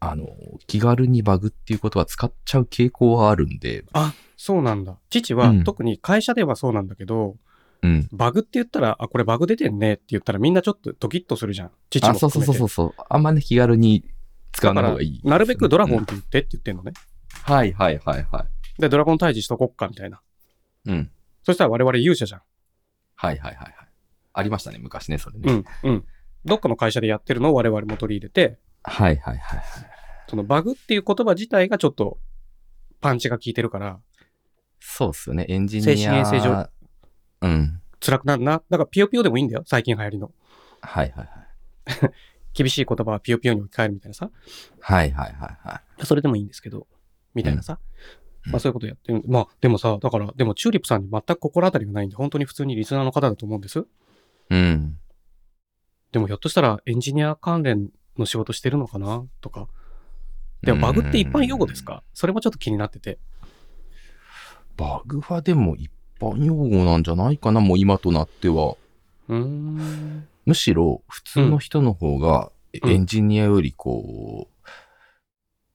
[SPEAKER 2] あの、気軽にバグっていうことは使っちゃう傾向はあるんで、
[SPEAKER 1] あ、そうなんだ。父は、
[SPEAKER 2] うん
[SPEAKER 1] 特に会社ではそうなんだけど、
[SPEAKER 2] うん。
[SPEAKER 1] バグって言ったら、あ、これバグ出てんねって言ったらみんなちょっとドキッとするじゃん。父も
[SPEAKER 2] あ、そ
[SPEAKER 1] 含
[SPEAKER 2] う
[SPEAKER 1] めて。
[SPEAKER 2] そうそうそうそう。あんまね、気軽に使わ
[SPEAKER 1] だから
[SPEAKER 2] ない方がいい、
[SPEAKER 1] なるべくドラゴンっ
[SPEAKER 2] うん
[SPEAKER 1] て言ってって言ってんのね。
[SPEAKER 2] はいはいはいは
[SPEAKER 1] で、ドラゴン退治しとこっかみたいな。
[SPEAKER 2] い。うん。
[SPEAKER 1] そしたら我々勇者じゃん。
[SPEAKER 2] はいはいはいはい。ありましたね、昔ね、それ
[SPEAKER 1] う
[SPEAKER 2] ね。
[SPEAKER 1] ん、うん。どっかの会社でやってるのを我々も取り入れて、
[SPEAKER 2] はいはいはいはい。
[SPEAKER 1] そのバグっていう言葉自体がちょっとパンチが効いてるから、
[SPEAKER 2] そうっすよね、エンジニア。
[SPEAKER 1] 精神衛生上。
[SPEAKER 2] うん。
[SPEAKER 1] 辛くなるな。だから、ピヨピヨでもいいんだよ。最近流行りの。
[SPEAKER 2] はいはいはい。
[SPEAKER 1] 厳しい言葉はピヨピヨに置き換えるみたいなさ。
[SPEAKER 2] はいはいはいはい。
[SPEAKER 1] それでもいいんですけど、みたいなさ。
[SPEAKER 2] うん
[SPEAKER 1] まあそういうことやってる。まあでもさ、だから、でもチューリップさんに全く心当たりがないんで、本当に普通にリスナーの方だと思うんです。
[SPEAKER 2] うん。
[SPEAKER 1] でもひょっとしたらエンジニア関連の仕事してるのかなとか。でもバグって一般用語ですかそれもちょっと気になってて。
[SPEAKER 2] バグはでも一般用語なんじゃないかな、もう今となっては。
[SPEAKER 1] うーん。
[SPEAKER 2] むしろ普通の人の方が
[SPEAKER 1] うん
[SPEAKER 2] エンジニアよりこう、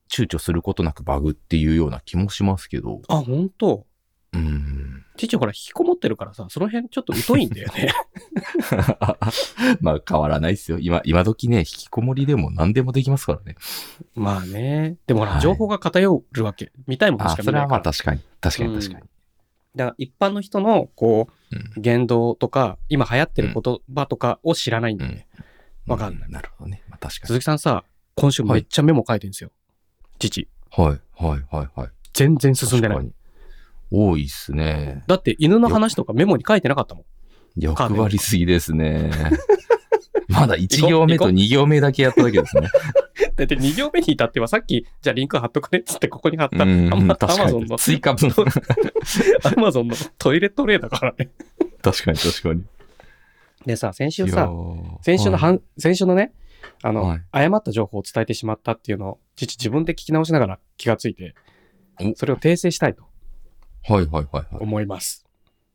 [SPEAKER 2] 躊躇することなくバグっていうような気もしますけど。
[SPEAKER 1] あ、本当
[SPEAKER 2] うん。
[SPEAKER 1] 父ほら引きこもってるからさ、その辺ちょっと疎いんだよね。
[SPEAKER 2] まあ変わらないですよ。今、今時ね、引きこもりでも何でもできますからね。
[SPEAKER 1] まあね。でもほ
[SPEAKER 2] は
[SPEAKER 1] ら、
[SPEAKER 2] い
[SPEAKER 1] 情報が偏るわけ。見たいもの
[SPEAKER 2] あ
[SPEAKER 1] し
[SPEAKER 2] あ、
[SPEAKER 1] か
[SPEAKER 2] そ
[SPEAKER 1] 見
[SPEAKER 2] れ
[SPEAKER 1] な
[SPEAKER 2] はい
[SPEAKER 1] か
[SPEAKER 2] まあ
[SPEAKER 1] ら。
[SPEAKER 2] 確かに。確かに確かに。
[SPEAKER 1] だから一般の人の、こう、
[SPEAKER 2] うん
[SPEAKER 1] 言動とか、今流行ってる言葉とかを知らないんだよね。わかんない
[SPEAKER 2] なるほどね。まあ確かに。
[SPEAKER 1] 鈴木さんさ、今週めっちゃメモ書いてるんですよ。父。
[SPEAKER 2] はい、はい、はい、はい。
[SPEAKER 1] 全然進んでな
[SPEAKER 2] 確
[SPEAKER 1] い。
[SPEAKER 2] かに。多いっすね。
[SPEAKER 1] だって犬の話とかメモに書いてなかったもん。
[SPEAKER 2] 欲張りすぎですね。 まだ1行目と2行目だけやっただけですね。
[SPEAKER 1] だって2行目に至ってはさっき、じゃあリンク貼っとくねっつってここに貼った。ア
[SPEAKER 2] うん
[SPEAKER 1] マ
[SPEAKER 2] 確か
[SPEAKER 1] ゾン
[SPEAKER 2] に。
[SPEAKER 1] の、
[SPEAKER 2] 追加分。確か
[SPEAKER 1] アマゾンのトイレットレーだからね。
[SPEAKER 2] に確かに。
[SPEAKER 1] でさ、先週
[SPEAKER 2] いや
[SPEAKER 1] さ、
[SPEAKER 2] ー
[SPEAKER 1] 先週の、
[SPEAKER 2] は
[SPEAKER 1] は
[SPEAKER 2] い
[SPEAKER 1] ん先週のね、あの、
[SPEAKER 2] はい
[SPEAKER 1] 誤った情報を伝えてしまったっていうのを、父自分で聞き直しながら気がついて
[SPEAKER 2] お、
[SPEAKER 1] それを訂正したいと
[SPEAKER 2] はいはいはいはい。
[SPEAKER 1] 思います。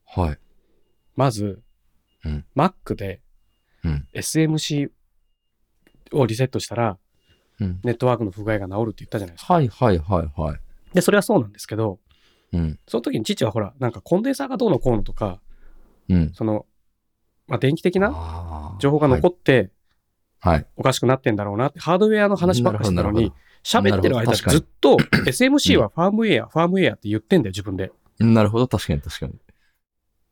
[SPEAKER 2] はい。
[SPEAKER 1] まず、
[SPEAKER 2] うん
[SPEAKER 1] Mac で
[SPEAKER 2] うん
[SPEAKER 1] SMC をリセットしたら、
[SPEAKER 2] うん
[SPEAKER 1] ネットワークの不具合が治るって言ったじゃないですか。
[SPEAKER 2] はいはいはいは
[SPEAKER 1] で、それはそうなんですけど、
[SPEAKER 2] い。うん。
[SPEAKER 1] その時に父はほら、なんかコンデンサーがどうのこうのとか、
[SPEAKER 2] うん。
[SPEAKER 1] その、まあ、電気的な
[SPEAKER 2] な
[SPEAKER 1] 情報が残
[SPEAKER 2] っ
[SPEAKER 1] って
[SPEAKER 2] はい。はい
[SPEAKER 1] おかしくなってんだろうなって、ハードウェアの話ばっかりしてたの
[SPEAKER 2] なる
[SPEAKER 1] に
[SPEAKER 2] ほ、
[SPEAKER 1] 喋ってる
[SPEAKER 2] なるほ
[SPEAKER 1] 間
[SPEAKER 2] ど確かに
[SPEAKER 1] ずっ と SMC はファームウェア、ファームウェアって言ってんだよ、自分で。
[SPEAKER 2] なるほど、確かに確かに。
[SPEAKER 1] で、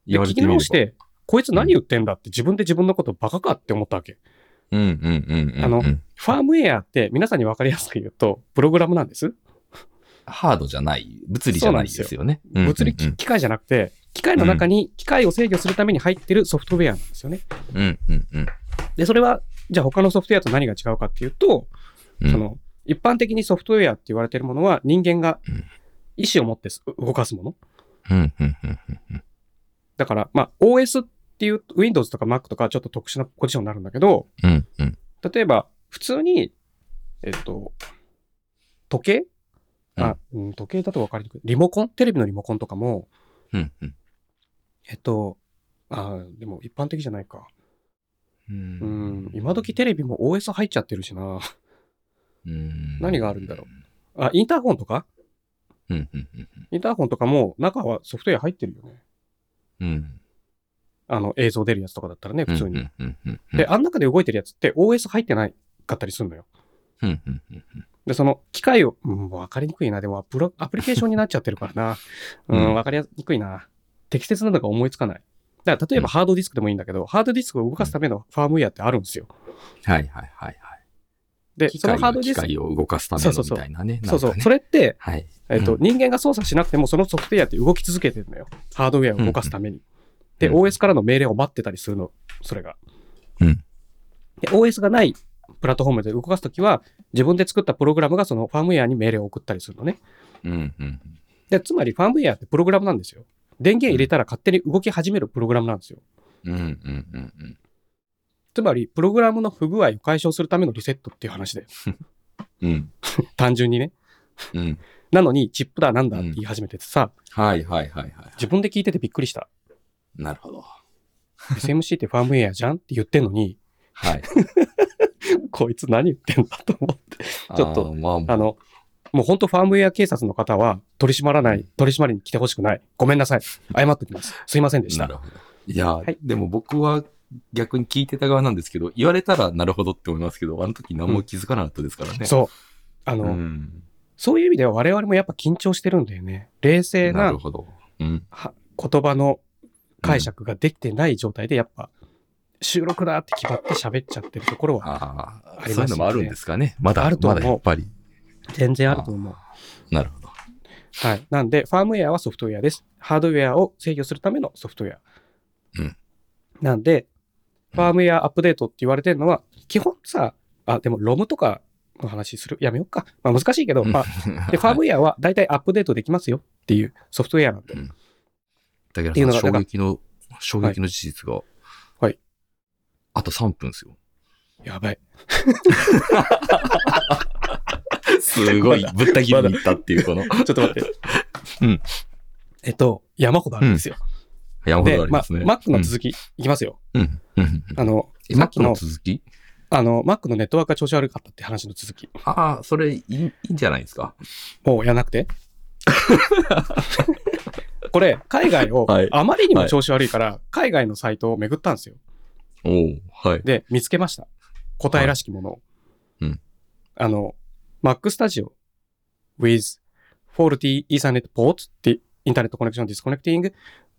[SPEAKER 2] 言わ
[SPEAKER 1] 聞
[SPEAKER 2] れ
[SPEAKER 1] き
[SPEAKER 2] てみれ
[SPEAKER 1] 直
[SPEAKER 2] ば
[SPEAKER 1] して、こいつ何言ってんだって自分で自分のことバカかって思ったわけ。
[SPEAKER 2] うんうんうんうんうん。
[SPEAKER 1] あの、ファームウェアって皆さんに分かりやすく言うと、プログラムなんです。
[SPEAKER 2] ハードじゃない、物理じゃないですよね。
[SPEAKER 1] 物理
[SPEAKER 2] うん
[SPEAKER 1] 機機械じゃなくて、機械の中に機械を制御するために入ってるソフトウェアなんですよね。
[SPEAKER 2] うんうんうん
[SPEAKER 1] で、それは、じゃあ他のソフトウェアと何が違うかっていうと、
[SPEAKER 2] うん。
[SPEAKER 1] その、一般的にソフトウェアって言われてるものは人間が
[SPEAKER 2] うん
[SPEAKER 1] 意思を持ってす動かすもの。
[SPEAKER 2] うんうんうんうんうん。
[SPEAKER 1] だから、まあ、OS っていう、Windows とか Mac とかはちょっと特殊なポジションになるんだけど、
[SPEAKER 2] うんうん。
[SPEAKER 1] 例えば、普通に、えっと、時計、あうん、時計だと分かりにくい。リモコンテレビのリモコンとかも、
[SPEAKER 2] うんうん
[SPEAKER 1] えっと、あでも一般的じゃないか。
[SPEAKER 2] う
[SPEAKER 1] うん、今時テレビも OS 入っちゃってるしな。
[SPEAKER 2] うん
[SPEAKER 1] 何があるんだろあ、インターホンとか
[SPEAKER 2] う。うんうんうん
[SPEAKER 1] インターホンとかも中はソフトウェア入ってるよね。
[SPEAKER 2] うん。
[SPEAKER 1] あの、映像出るやつとかだったらね、普通に。
[SPEAKER 2] うんうんうんうん。
[SPEAKER 1] で、あん中で動いてるやつって OS 入ってないかったりするのよ。
[SPEAKER 2] うんうんうん
[SPEAKER 1] で、その機械を、うん、わかりにくいな。でもアプロ、アプリケーションになっちゃってるからな。 う
[SPEAKER 2] うん
[SPEAKER 1] ん、わかりにくいな。適切なのが思いつかない。だから、例え
[SPEAKER 2] うん
[SPEAKER 1] ばハードディスクでもいいんだけど、ハードディスクを動かすためのファームウェアってあるんですよ。
[SPEAKER 2] はいはいはいはい。
[SPEAKER 1] で、
[SPEAKER 2] 機
[SPEAKER 1] その
[SPEAKER 2] 械
[SPEAKER 1] ハー
[SPEAKER 2] が
[SPEAKER 1] ドデ
[SPEAKER 2] 機
[SPEAKER 1] ィスク、
[SPEAKER 2] 械を動かすためのみたいなね。
[SPEAKER 1] そうそ
[SPEAKER 2] なんか
[SPEAKER 1] う、
[SPEAKER 2] ね
[SPEAKER 1] それって、
[SPEAKER 2] はい。
[SPEAKER 1] えっ、と、
[SPEAKER 2] う
[SPEAKER 1] 人間が操作しなくてもそのソフトウェアって動き続けてるのよ。ハードウェアを動かすために。で、
[SPEAKER 2] うん
[SPEAKER 1] OS からの命令を待ってたりするの、それが。
[SPEAKER 2] うん
[SPEAKER 1] で、OS がないプラットフォームで動かすときは、自分で作ったプログラムがそのファームウェアに命令を送ったりするのね。
[SPEAKER 2] うん、うん。
[SPEAKER 1] で、つまりファームウェアってプログラムなんですよ。電源入れたら勝手に動き始めるプログラムなんですよ。
[SPEAKER 2] うん、うん、うん、うん。
[SPEAKER 1] つまり、プログラムの不具合を解消するためのリセットっていう話で、
[SPEAKER 2] うん、
[SPEAKER 1] 単純にね。
[SPEAKER 2] うん。
[SPEAKER 1] なのに、チップだなんだって言い始めててさ、
[SPEAKER 2] はい、はい、はい、はい。
[SPEAKER 1] 自分で聞いててびっくり した。
[SPEAKER 2] なるほど。
[SPEAKER 1] SMC ってファームウェアじゃんって言ってんのに、
[SPEAKER 2] はい。
[SPEAKER 1] こいつ何言ってんだと思って。ちょっと
[SPEAKER 2] あー、まあま
[SPEAKER 1] あの、もう本当ファームウェア警察の方は取り締まらない、取り締まりに来てほしくない。ごめんなさい。謝ってきます。すいませんでし
[SPEAKER 2] な
[SPEAKER 1] た。
[SPEAKER 2] るほど。いや、
[SPEAKER 1] はい
[SPEAKER 2] でも僕は逆に聞いてた側なんですけど、言われたらなるほどって思いますけど、あの時何も気づかなかったですからね。
[SPEAKER 1] そう。あの、
[SPEAKER 2] うん。
[SPEAKER 1] そういう意味では我々もやっぱ緊張してるんだよね。冷静
[SPEAKER 2] な
[SPEAKER 1] な
[SPEAKER 2] るほど。うん。
[SPEAKER 1] は言葉の解釈ができてない状態でやっぱ収録だって決まって喋っちゃってるところは
[SPEAKER 2] ああ、
[SPEAKER 1] ありますよね
[SPEAKER 2] そういうのもあるんですかね。まだ、
[SPEAKER 1] あると思う
[SPEAKER 2] まだやっぱり。
[SPEAKER 1] 全然あると思う。
[SPEAKER 2] なるほど。
[SPEAKER 1] はい。なんで、ファームウェアはソフトウェアです。ハードウェアを制御するためのソフトウェア。
[SPEAKER 2] うん
[SPEAKER 1] なんで、ファームウェアアップデートって言われてるのは、基本さ、あ、でも ROM とかの話する。やめようか。まあ難しいけど、まあ、 で、ファームウェアは大体アップデートできますよっていうソフトウェアなんで。
[SPEAKER 2] だけ
[SPEAKER 1] っていう
[SPEAKER 2] ど
[SPEAKER 1] のが
[SPEAKER 2] 衝
[SPEAKER 1] なんか
[SPEAKER 2] 撃の、衝撃の事実が、
[SPEAKER 1] はい。
[SPEAKER 2] あと3分ですよ。
[SPEAKER 1] やばい。
[SPEAKER 2] すごい、ぶった切りに行ったっていう、この、
[SPEAKER 1] ちょっと待って。
[SPEAKER 2] うん。
[SPEAKER 1] えっと、山ほどあるんですよ。
[SPEAKER 2] 山ほ
[SPEAKER 1] で
[SPEAKER 2] どあ、り
[SPEAKER 1] まあ
[SPEAKER 2] ますね。
[SPEAKER 1] Mac の続き、いきますよ。
[SPEAKER 2] き。うん。うん。
[SPEAKER 1] あの、
[SPEAKER 2] え
[SPEAKER 1] さ
[SPEAKER 2] マ
[SPEAKER 1] っ
[SPEAKER 2] ッ
[SPEAKER 1] き
[SPEAKER 2] ク
[SPEAKER 1] の
[SPEAKER 2] の続き
[SPEAKER 1] あの、Mac のネットワークが調子悪かったって話の続き。
[SPEAKER 2] ああ、それいい、いいんじゃないですか。
[SPEAKER 1] もうやらなくて。 これ、海外を
[SPEAKER 2] はい、
[SPEAKER 1] あまりにも調子悪いから、海外のサイトを巡ったんですよ。
[SPEAKER 2] おおはい。
[SPEAKER 1] で、見つけました。答えらしきものを。
[SPEAKER 2] はいうん
[SPEAKER 1] あの、Mac Studio with faulty Ethernet ports って、インターネットコネクションディスコネクティング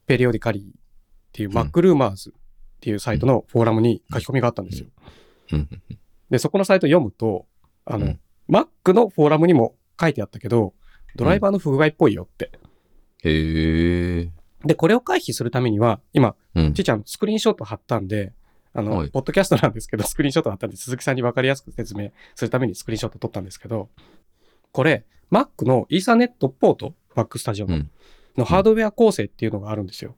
[SPEAKER 1] ペリオディカリーっていう Mac Rumors っていうサイトのフォーラムに書き込みがあったんですよ。
[SPEAKER 2] うん。
[SPEAKER 1] で、そこのサイト読むと、あの、
[SPEAKER 2] うん
[SPEAKER 1] Mac のフォーラムにも書いてあったけど、ドライバーの不具合っぽいよって。
[SPEAKER 2] へえ。
[SPEAKER 1] で、これを回避するためには、今、
[SPEAKER 2] うん
[SPEAKER 1] ちいちゃんスクリーンショット貼ったんで、あの、
[SPEAKER 2] はい
[SPEAKER 1] ポッドキャストなんですけど、スクリーンショット貼ったんで、鈴木さんに分かりやすく説明するためにスクリーンショット撮ったんですけど、これ、Mac のイーサネットポート、Mac スタジオ
[SPEAKER 2] う
[SPEAKER 1] の
[SPEAKER 2] ん
[SPEAKER 1] のハードウェア構成っていうのがあるんですよ。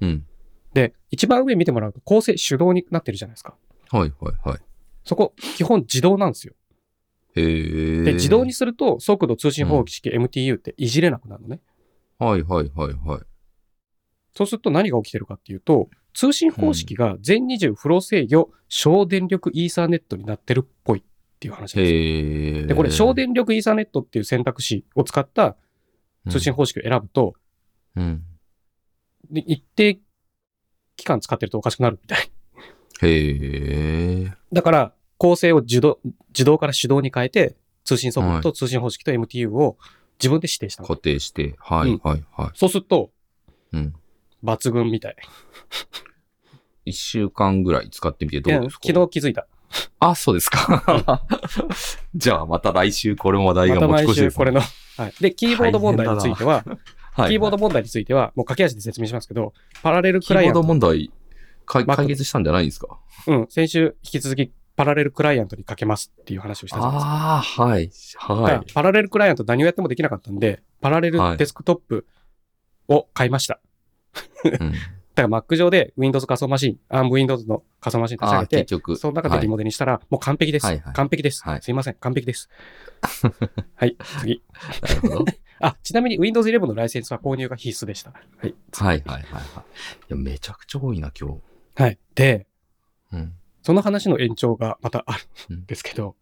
[SPEAKER 2] うん。
[SPEAKER 1] で、一番上見てもらうと構成手動になってるじゃないですか。
[SPEAKER 2] はいはいはい。
[SPEAKER 1] そこ、基本自動なんですよ。
[SPEAKER 2] へえ。
[SPEAKER 1] で、自動に。すると速度通信方式 MTU っていじれなくなるのね。
[SPEAKER 2] はいはいはいはい。
[SPEAKER 1] そうすると何が起きてるかっていうと、通信方式が全20フロー制御省電力イーサーネットになってるっぽいっていう話なんですよ。
[SPEAKER 2] へえ。
[SPEAKER 1] で、これ省電力イーサーネットっていう選択肢を使った通信方式を選ぶと、
[SPEAKER 2] うん。うん。
[SPEAKER 1] で一定期間使ってるとおかしくなるみたい。
[SPEAKER 2] へえ。
[SPEAKER 1] だから、構成を自動、自動から手動に変えて、通信速度と通信方式と MTU を自分で指定したの。
[SPEAKER 2] 固定して。はいはいは
[SPEAKER 1] そうすると、
[SPEAKER 2] い。うん。
[SPEAKER 1] 抜群みたい。
[SPEAKER 2] 一週間ぐらい使ってみてどうですか
[SPEAKER 1] いや昨日気づいた。
[SPEAKER 2] あ、そうです か。じゃあまた来週これも話題
[SPEAKER 1] ま
[SPEAKER 2] が
[SPEAKER 1] た
[SPEAKER 2] 持ち
[SPEAKER 1] 毎
[SPEAKER 2] 越しで
[SPEAKER 1] 週
[SPEAKER 2] す、
[SPEAKER 1] これの。はい。で、キーボード問題については、
[SPEAKER 2] はい。
[SPEAKER 1] キーボード
[SPEAKER 2] はい
[SPEAKER 1] 問題については、もう駆け足で説明しますけど、パラレル
[SPEAKER 2] キ
[SPEAKER 1] クラ
[SPEAKER 2] ー
[SPEAKER 1] イ
[SPEAKER 2] ボ
[SPEAKER 1] アント
[SPEAKER 2] ード、問題解
[SPEAKER 1] マック
[SPEAKER 2] 解決したんじゃないんですか
[SPEAKER 1] うん、先週引き続きパラレルクライアントにかけますっていう話をしたじゃないですか。
[SPEAKER 2] ああ、はい。
[SPEAKER 1] だから
[SPEAKER 2] は
[SPEAKER 1] パラレルクライアント何をやってもできなかったんで、パラレルデスクトップを買いました。
[SPEAKER 2] い。 うん
[SPEAKER 1] だから Mac 上で Windows 仮想マシン、ARM Windows の仮想マシン立ち
[SPEAKER 2] あ
[SPEAKER 1] 上
[SPEAKER 2] あ、
[SPEAKER 1] げ
[SPEAKER 2] 結
[SPEAKER 1] て、
[SPEAKER 2] 局。
[SPEAKER 1] その中でリモデルにしたら、もう完璧です。
[SPEAKER 2] はいはい
[SPEAKER 1] 完璧です、
[SPEAKER 2] はい
[SPEAKER 1] すいません、完璧 です。はい、次。
[SPEAKER 2] はいなるほど。
[SPEAKER 1] あ、ちなみに Windows 11のライセンスは購入が必須でした。はい。
[SPEAKER 2] はいはいはいはい。いや、めちゃくちゃ多いな、今日。
[SPEAKER 1] はい。で、
[SPEAKER 2] うん。
[SPEAKER 1] その話の延長がまたあるんですけど、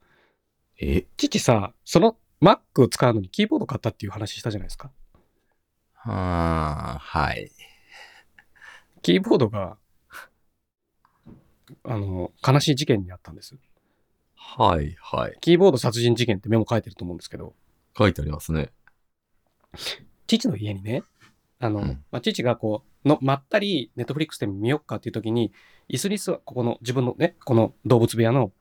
[SPEAKER 2] え
[SPEAKER 1] 父さ、その Mac を使うのにキーボード買ったっていう話したじゃないですか。
[SPEAKER 2] はあ、はい。
[SPEAKER 1] キーボードが、あの、悲しい事件にあったんです。
[SPEAKER 2] はいはい。
[SPEAKER 1] キーボード殺人事件ってメモ書いてると思うんですけど、
[SPEAKER 2] 書いてありますね。
[SPEAKER 1] 父の家にね、あの、
[SPEAKER 2] うん
[SPEAKER 1] まあ、父がこうの、まったり、ネットフリックスで見よっかっていう時に、椅子に座、ここの自分のね、この動物部屋の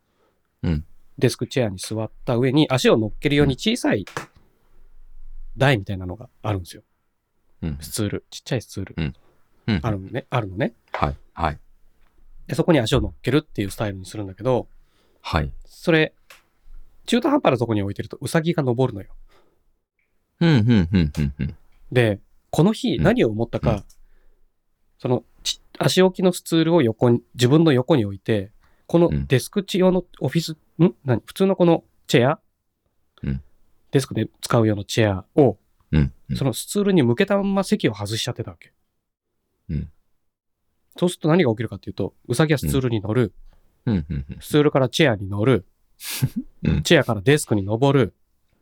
[SPEAKER 2] うん
[SPEAKER 1] デスクチェアに座った上に、足を乗っけるように小さい台みたいなのがあるんですよ。
[SPEAKER 2] うん。
[SPEAKER 1] スツール、ちっちゃいスツール。
[SPEAKER 2] ううん
[SPEAKER 1] あるのね、あるのね。
[SPEAKER 2] はい。はい。
[SPEAKER 1] で、そこに足を乗っけるっていうスタイルにするんだけど、
[SPEAKER 2] はい。
[SPEAKER 1] それ、中途半端なとこに置いてるとウサギが登るのよ。
[SPEAKER 2] うん、うん、うん、うん、うん。
[SPEAKER 1] で、この日
[SPEAKER 2] うん
[SPEAKER 1] 何を思ったか、
[SPEAKER 2] うん
[SPEAKER 1] そのち足置きのスツールを横に、自分の横に置いて、この
[SPEAKER 2] うん
[SPEAKER 1] デスク用のオフィス、ん何普通のこのチェア、
[SPEAKER 2] うん
[SPEAKER 1] デスクで使う用のチェアを、
[SPEAKER 2] うん。うん
[SPEAKER 1] そのスツールに向けたまま席を外しちゃってたわけ。
[SPEAKER 2] うん
[SPEAKER 1] そうすると何が起きるかっていうと、ウサギはスツールに乗る、
[SPEAKER 2] うん、うん、うん
[SPEAKER 1] スツールからチェアに乗る、
[SPEAKER 2] うん
[SPEAKER 1] チェアからデスクに登る、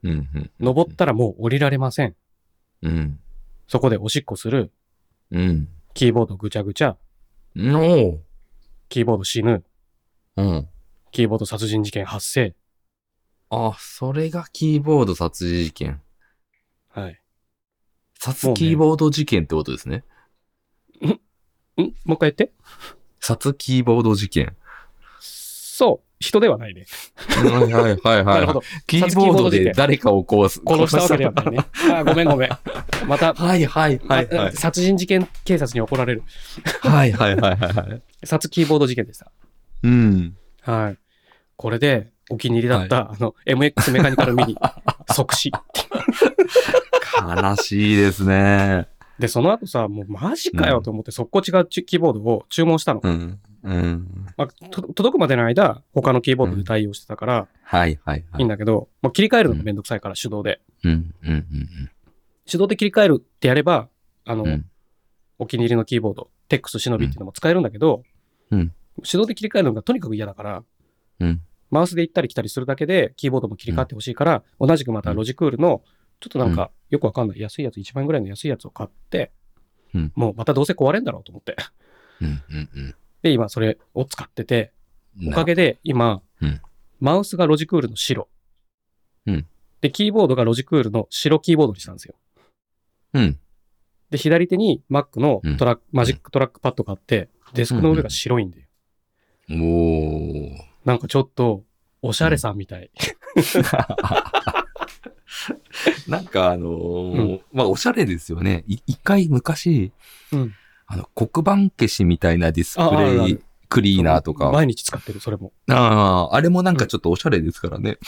[SPEAKER 2] うん、うん。
[SPEAKER 1] 登ったらもう降りられません。
[SPEAKER 2] うん。
[SPEAKER 1] そこでおしっこする、
[SPEAKER 2] うん。
[SPEAKER 1] キーボードぐちゃぐちゃ、
[SPEAKER 2] のう。
[SPEAKER 1] キーボード死ぬ、
[SPEAKER 2] うん。
[SPEAKER 1] キーボード殺人事件発生。
[SPEAKER 2] あ、それがキーボード殺人事件。
[SPEAKER 1] はい。
[SPEAKER 2] 殺キーボード事件ってことですね。
[SPEAKER 1] んもう一回言って。
[SPEAKER 2] 殺キーボード事件。
[SPEAKER 1] そう。人ではないね。
[SPEAKER 2] はいはいはい
[SPEAKER 1] なるほど。
[SPEAKER 2] キーボードで誰かを殺す。
[SPEAKER 1] 殺したわけでは ないね。あーごめんごめん。また、
[SPEAKER 2] はいはいはいは
[SPEAKER 1] あ
[SPEAKER 2] い。
[SPEAKER 1] 殺人事件警察に怒られる。
[SPEAKER 2] はいはいはいはい。
[SPEAKER 1] 殺キーボード事件でした。
[SPEAKER 2] うん。
[SPEAKER 1] はい。これで、お気に入りだった、あの、MX メカニカルミニ、即死。
[SPEAKER 2] 悲しいですね。
[SPEAKER 1] で、その後さ、もうマジかよと思って、速攻違うチキーボードを注文したの。
[SPEAKER 2] うん。うん。
[SPEAKER 1] まあ、と届くまでの間、他のキーボードで対応してたから、
[SPEAKER 2] はいはいはい
[SPEAKER 1] いん
[SPEAKER 2] い。
[SPEAKER 1] だけど、もう切り替えるのもめんどくさいから、手動で。
[SPEAKER 2] うんうんうん
[SPEAKER 1] 手動で切り替えるってやれば、あの、
[SPEAKER 2] うん
[SPEAKER 1] お気に入りのキーボード、テックス忍びっていうのも使えるんだけど、
[SPEAKER 2] うん
[SPEAKER 1] 手動で切り替えるのがとにかく嫌だから、
[SPEAKER 2] うん
[SPEAKER 1] マウスで行ったり来たりするだけで、キーボードも切り替わってほしいから、同じくまたロジクールの、ちょっとなんか、よくわかんない、安いやつ、1万円ぐらいの安いやつを買って、
[SPEAKER 2] うん
[SPEAKER 1] もうまたどうせ壊れんだろうと思って。
[SPEAKER 2] うんうんうん
[SPEAKER 1] で、今それを使ってて、
[SPEAKER 2] うん。
[SPEAKER 1] おかげで今、
[SPEAKER 2] うん
[SPEAKER 1] マウスがロジクールの白。
[SPEAKER 2] うん
[SPEAKER 1] で、キーボードがロジクールの白キーボードにしたんですよ。
[SPEAKER 2] うん。
[SPEAKER 1] で、左手に Mac のトラック、マジックトラックパッドがあって、デスクの上が白いんだよ。
[SPEAKER 2] おー。
[SPEAKER 1] なんかちょっと、おしゃれさんみたい。
[SPEAKER 2] なんかあのーまあおしゃれですよね。い一回昔、
[SPEAKER 1] うん
[SPEAKER 2] あの黒板消しみたいなディス
[SPEAKER 1] あ
[SPEAKER 2] プ
[SPEAKER 1] あるあ
[SPEAKER 2] レイ
[SPEAKER 1] る
[SPEAKER 2] クリーナーとか。
[SPEAKER 1] 毎日使ってる、それも。
[SPEAKER 2] ああ、あれもなんかちょっとおしゃれですからね。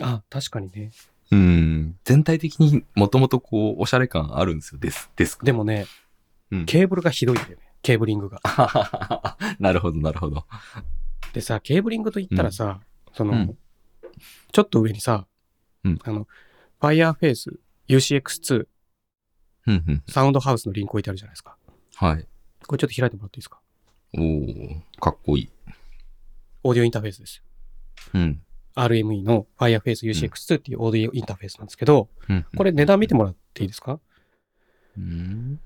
[SPEAKER 1] あ、確かにね。
[SPEAKER 2] うん。全体的にもともとこう、おしゃれ感あるんですよ。です、です。
[SPEAKER 1] でもね、
[SPEAKER 2] うん
[SPEAKER 1] ケーブルがひどいんだよね。ケーブリングが。
[SPEAKER 2] なるほど、なるほど。
[SPEAKER 1] でさ、ケーブリングと言ったらさ、その、
[SPEAKER 2] うん
[SPEAKER 1] ちょっと上にさ、
[SPEAKER 2] うん
[SPEAKER 1] あの、Fireface UCX2
[SPEAKER 2] うんうん。
[SPEAKER 1] サウンドハウスのリンク置いてあるじゃないですか。
[SPEAKER 2] はい。
[SPEAKER 1] これちょっと開いてもらっていいですか。
[SPEAKER 2] おー、かっこいい。
[SPEAKER 1] オーディオインターフェースです。
[SPEAKER 2] うん。
[SPEAKER 1] RME の Fireface UCX2 っていうオーディオインターフェースなんですけど、
[SPEAKER 2] うん
[SPEAKER 1] これ値段見てもらっていいですか
[SPEAKER 2] うん。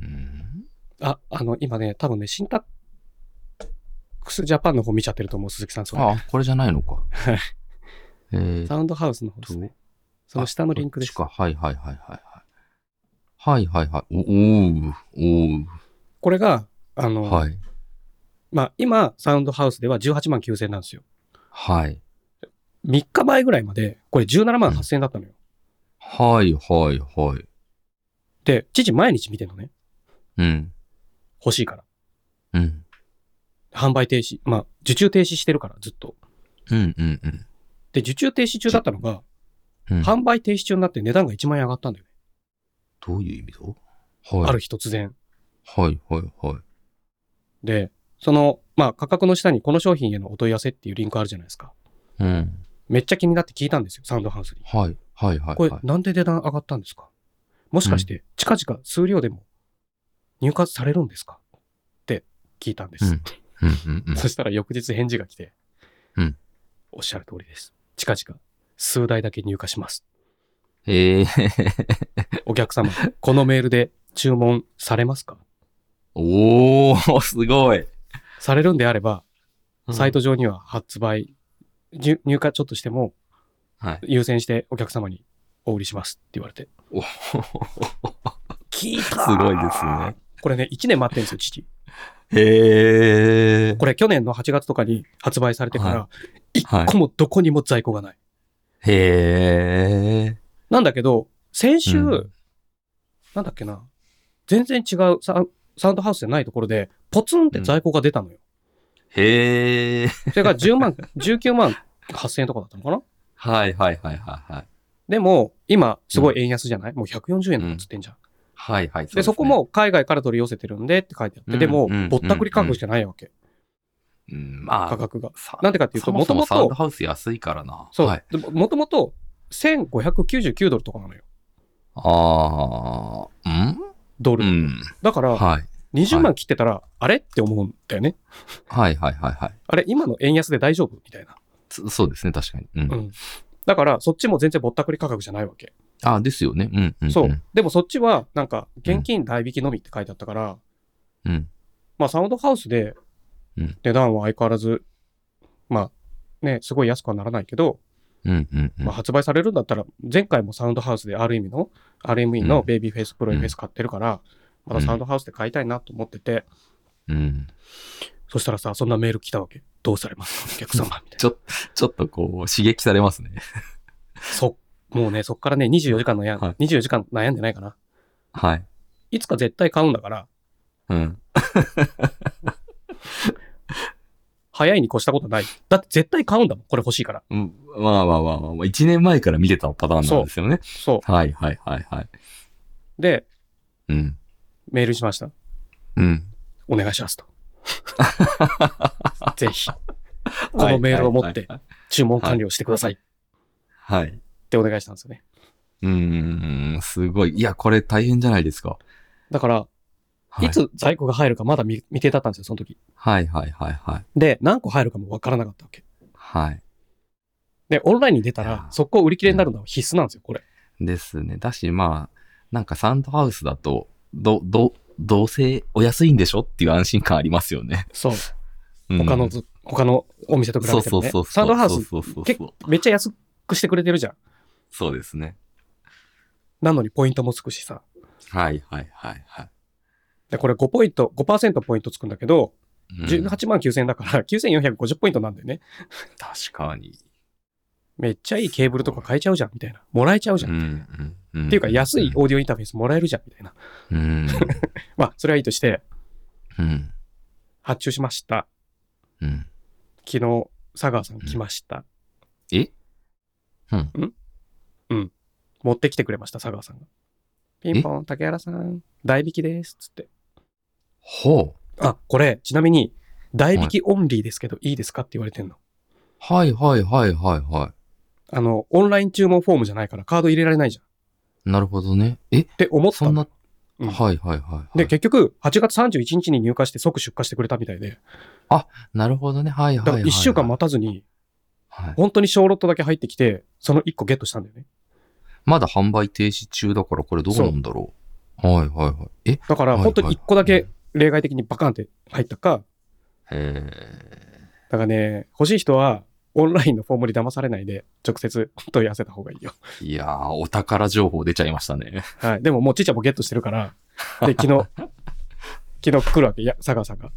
[SPEAKER 2] うん。
[SPEAKER 1] あ、あの、今ね、多分ね、シンタックスジャパンの方見ちゃってると思う、鈴木さん。それ
[SPEAKER 2] ああ、これじゃないのか。
[SPEAKER 1] はい
[SPEAKER 2] えー、
[SPEAKER 1] サウンドハウスの方ですね。その下のリンクです。
[SPEAKER 2] こっちか。はいはいはいはいはい。はいはいはい。おおー
[SPEAKER 1] これが、あの、
[SPEAKER 2] おーはい。
[SPEAKER 1] まあ、今、サウンドハウスでは18万9000円なんですよ。
[SPEAKER 2] はい。
[SPEAKER 1] 3日前ぐらいまで、これ17万8000円だったのよ。
[SPEAKER 2] はいはいはい。
[SPEAKER 1] で、父毎日見てんのね。
[SPEAKER 2] うん。
[SPEAKER 1] 欲しいから。
[SPEAKER 2] うん。
[SPEAKER 1] 販売停止。まあ、受注停止してるから、ずっと。
[SPEAKER 2] うんうんうん
[SPEAKER 1] で、受注停止中だったのが、
[SPEAKER 2] うん。
[SPEAKER 1] 販売停止中になって値段が1万円上がったんだよね。
[SPEAKER 2] どういう意味だはい。
[SPEAKER 1] ある日突然。
[SPEAKER 2] はいはいはい。
[SPEAKER 1] で、その、まあ、価格の下にこの商品へのお問い合わせっていうリンクあるじゃないですか。
[SPEAKER 2] うん。
[SPEAKER 1] めっちゃ気になって聞いたんですよ、サウンドハウスに。
[SPEAKER 2] はいはいはい、
[SPEAKER 1] こ
[SPEAKER 2] は
[SPEAKER 1] れ
[SPEAKER 2] い。、
[SPEAKER 1] なんで値段上がったんですかもしかして、近々数量でも入荷されるんですかって聞いたんです。
[SPEAKER 2] うんうんうんうん。
[SPEAKER 1] そしたら翌日返事が来て、
[SPEAKER 2] うん
[SPEAKER 1] おっしゃる通りです。近々、数台だけ入荷します。
[SPEAKER 2] ええー。
[SPEAKER 1] お客様、このメールで注文されますか
[SPEAKER 2] おー、すごい。
[SPEAKER 1] されるんであれば、サイ
[SPEAKER 2] ト。
[SPEAKER 1] ト上には発売、じゅ入荷ちょっとしても
[SPEAKER 2] はい。
[SPEAKER 1] 優先してお客様にお売りしますって言われて。
[SPEAKER 2] おー
[SPEAKER 1] 聞いた
[SPEAKER 2] すごいですね。
[SPEAKER 1] これね、1年待ってるんですよ、父。
[SPEAKER 2] へえ。
[SPEAKER 1] これ去年の8月とかに発売されてから
[SPEAKER 2] は、
[SPEAKER 1] 一
[SPEAKER 2] はい
[SPEAKER 1] 個もどこにも在庫がない。
[SPEAKER 2] へえ。
[SPEAKER 1] なんだけど、先週、
[SPEAKER 2] うん
[SPEAKER 1] なんだっけな、全然違うサウンサウンドハウスじゃないところで、ポツンって在庫が出たのよ。
[SPEAKER 2] へえ。
[SPEAKER 1] それが10万、19万8000円とかだったのかな
[SPEAKER 2] はいはいはいはいはい。
[SPEAKER 1] でも、今、すごい円安じゃない、もう140円とかつってんじゃん。
[SPEAKER 2] はいはい。うです
[SPEAKER 1] で、
[SPEAKER 2] ね
[SPEAKER 1] そこ、も海外から取り寄せてるんでって書いてあって、でも
[SPEAKER 2] うんうん、
[SPEAKER 1] ぼったくり価格じゃないわけ、
[SPEAKER 2] うん、まあ、
[SPEAKER 1] 価格が。
[SPEAKER 2] さ
[SPEAKER 1] なんでかっていうと、
[SPEAKER 2] そも
[SPEAKER 1] も
[SPEAKER 2] そ
[SPEAKER 1] と
[SPEAKER 2] も
[SPEAKER 1] も
[SPEAKER 2] サウン
[SPEAKER 1] と
[SPEAKER 2] ド、ハウス安いからな。
[SPEAKER 1] そう、
[SPEAKER 2] はい、
[SPEAKER 1] でももともと1599ドルとかなのよ、
[SPEAKER 2] ああ、ん
[SPEAKER 1] ドル。
[SPEAKER 2] うん。
[SPEAKER 1] だから、
[SPEAKER 2] はい。
[SPEAKER 1] 20万切ってたら、あれって思うんだよね。
[SPEAKER 2] はいはいはいはい。
[SPEAKER 1] あれ、今の円安で大丈夫みたいな。
[SPEAKER 2] そそうですね、確かに。うん。
[SPEAKER 1] うんだから、そっちも全然ぼったくり価格じゃないわけ。
[SPEAKER 2] あですよね。うんうん、うん。
[SPEAKER 1] そう。。でもそっちは、なんか、現金代引きのみって書いてあったから、
[SPEAKER 2] うん。
[SPEAKER 1] まあ、サウンドハウスで
[SPEAKER 2] うん
[SPEAKER 1] 値段は相変わらず、まあ、ね、すごい安くはならないけど、
[SPEAKER 2] うんうんうん。
[SPEAKER 1] まあ、発売されるんだったら、前回もサウンドハウスである意味の、RME
[SPEAKER 2] う
[SPEAKER 1] の
[SPEAKER 2] ん
[SPEAKER 1] ベイビーフェイスプロイフェイス買ってるから、またサウンドハウスで買いたいなと思ってて、
[SPEAKER 2] うん。
[SPEAKER 1] そしたらさ、そんなメール来たわけ。どうされますかお客様みたい
[SPEAKER 2] ちょちょっとこう、刺激されますね。
[SPEAKER 1] な。 そ、もうね、そっからね、24時間悩ん、
[SPEAKER 2] はい
[SPEAKER 1] 24時間悩んでないかな。
[SPEAKER 2] はい。
[SPEAKER 1] いつか絶対買うんだから、
[SPEAKER 2] うん。
[SPEAKER 1] 早いに越したことない。だって絶対買うんだもん、これ欲しいから。
[SPEAKER 2] うんまあまあまあまあまあ、1年前から見てたパターンなんですよね。
[SPEAKER 1] そ
[SPEAKER 2] はいはいはいはい。
[SPEAKER 1] う。で、
[SPEAKER 2] うん。
[SPEAKER 1] メールしました。
[SPEAKER 2] うん。
[SPEAKER 1] お願いします と。ぜひ、このメールを持って
[SPEAKER 2] はい
[SPEAKER 1] 注文完了してくださいっ
[SPEAKER 2] はいはい。はい。
[SPEAKER 1] てお願いしたんですよね。
[SPEAKER 2] うーん、すごい。いや、これ大変じゃないですか。
[SPEAKER 1] だから、
[SPEAKER 2] はい
[SPEAKER 1] つ在庫が入るかまだ未未定だったんですよ、その時。
[SPEAKER 2] はいはいはいはい。
[SPEAKER 1] で、何個入るかもわからなかったわけ。
[SPEAKER 2] はい。
[SPEAKER 1] で、オンラインに出た
[SPEAKER 2] いや
[SPEAKER 1] ら
[SPEAKER 2] ー、
[SPEAKER 1] 速攻売り切れになるのは必須なんですよ、これ。
[SPEAKER 2] ですね。だし、まあ、なんかサウンドハウスだと、ど、ど、どうせお安いんでしょっていう安心感ありますよね。
[SPEAKER 1] そう。
[SPEAKER 2] うん
[SPEAKER 1] 他のず、他のお店と比べ
[SPEAKER 2] そう
[SPEAKER 1] て
[SPEAKER 2] そ
[SPEAKER 1] も
[SPEAKER 2] う
[SPEAKER 1] ね
[SPEAKER 2] そうそう。。
[SPEAKER 1] サウンドハウス、
[SPEAKER 2] そうそう
[SPEAKER 1] 結
[SPEAKER 2] そ
[SPEAKER 1] 構
[SPEAKER 2] う。
[SPEAKER 1] めっちゃ安くしてくれてるじゃん。
[SPEAKER 2] そうですね。
[SPEAKER 1] なのにポイントもつくしさ。
[SPEAKER 2] はいはいはいはい。
[SPEAKER 1] で、これ5ポイント、5%ポイントつくんだけど、
[SPEAKER 2] うん
[SPEAKER 1] 18万9000円だから9450ポイントなんだよね。
[SPEAKER 2] 確かに。
[SPEAKER 1] めっちゃいいケーブルとか買えちゃうじゃん、みたいな。もらえちゃうじゃん。っ
[SPEAKER 2] んうん。って
[SPEAKER 1] いうか、安いオーディオインターフェースもらえるじゃん、みたいな。
[SPEAKER 2] うん。
[SPEAKER 1] まあ、それはいいとして、
[SPEAKER 2] うん。
[SPEAKER 1] 発注しました。
[SPEAKER 2] うん。
[SPEAKER 1] 昨日、佐川さん来ました。
[SPEAKER 2] え
[SPEAKER 1] 持ってきてくれました、佐川さんが。ピンポン、竹原さん、代引きです、つって。
[SPEAKER 2] ほう。
[SPEAKER 1] あ、これ、ちなみに、代引きオンリーですけど、いいですかって言われてんの。
[SPEAKER 2] はいはいはいはいは
[SPEAKER 1] あの、オンライン注文フォームじゃないから、カード入れられないじゃん。っ
[SPEAKER 2] い。なるほどね。え
[SPEAKER 1] て思った
[SPEAKER 2] そん
[SPEAKER 1] の。う
[SPEAKER 2] な、
[SPEAKER 1] ん
[SPEAKER 2] はいはいはいはい。
[SPEAKER 1] で、結局、8月31日に入荷して即出荷してくれたみたいで、
[SPEAKER 2] なるほどね。はいはい
[SPEAKER 1] だか
[SPEAKER 2] はい。
[SPEAKER 1] ら1週間待たずに、
[SPEAKER 2] はい。
[SPEAKER 1] 本当に小ロットだけ入ってきて、その1個ゲットしたんだよね。
[SPEAKER 2] まだ販売停止中だから、これどうなんだろう。はいはいはい。え
[SPEAKER 1] だから、
[SPEAKER 2] はい
[SPEAKER 1] 本当に1個だけ例外的にバカンって入ったか、
[SPEAKER 2] へ
[SPEAKER 1] だからね、欲しい人は、オンラインのフォームに騙されないで、直接問い合わせた方がいいよ。
[SPEAKER 2] え。いやー、お宝情報出ちゃいましたね。
[SPEAKER 1] はい。でももうちっちゃもゲットしてるから、で、昨 日、昨日来るわけ、いや、佐川さんが。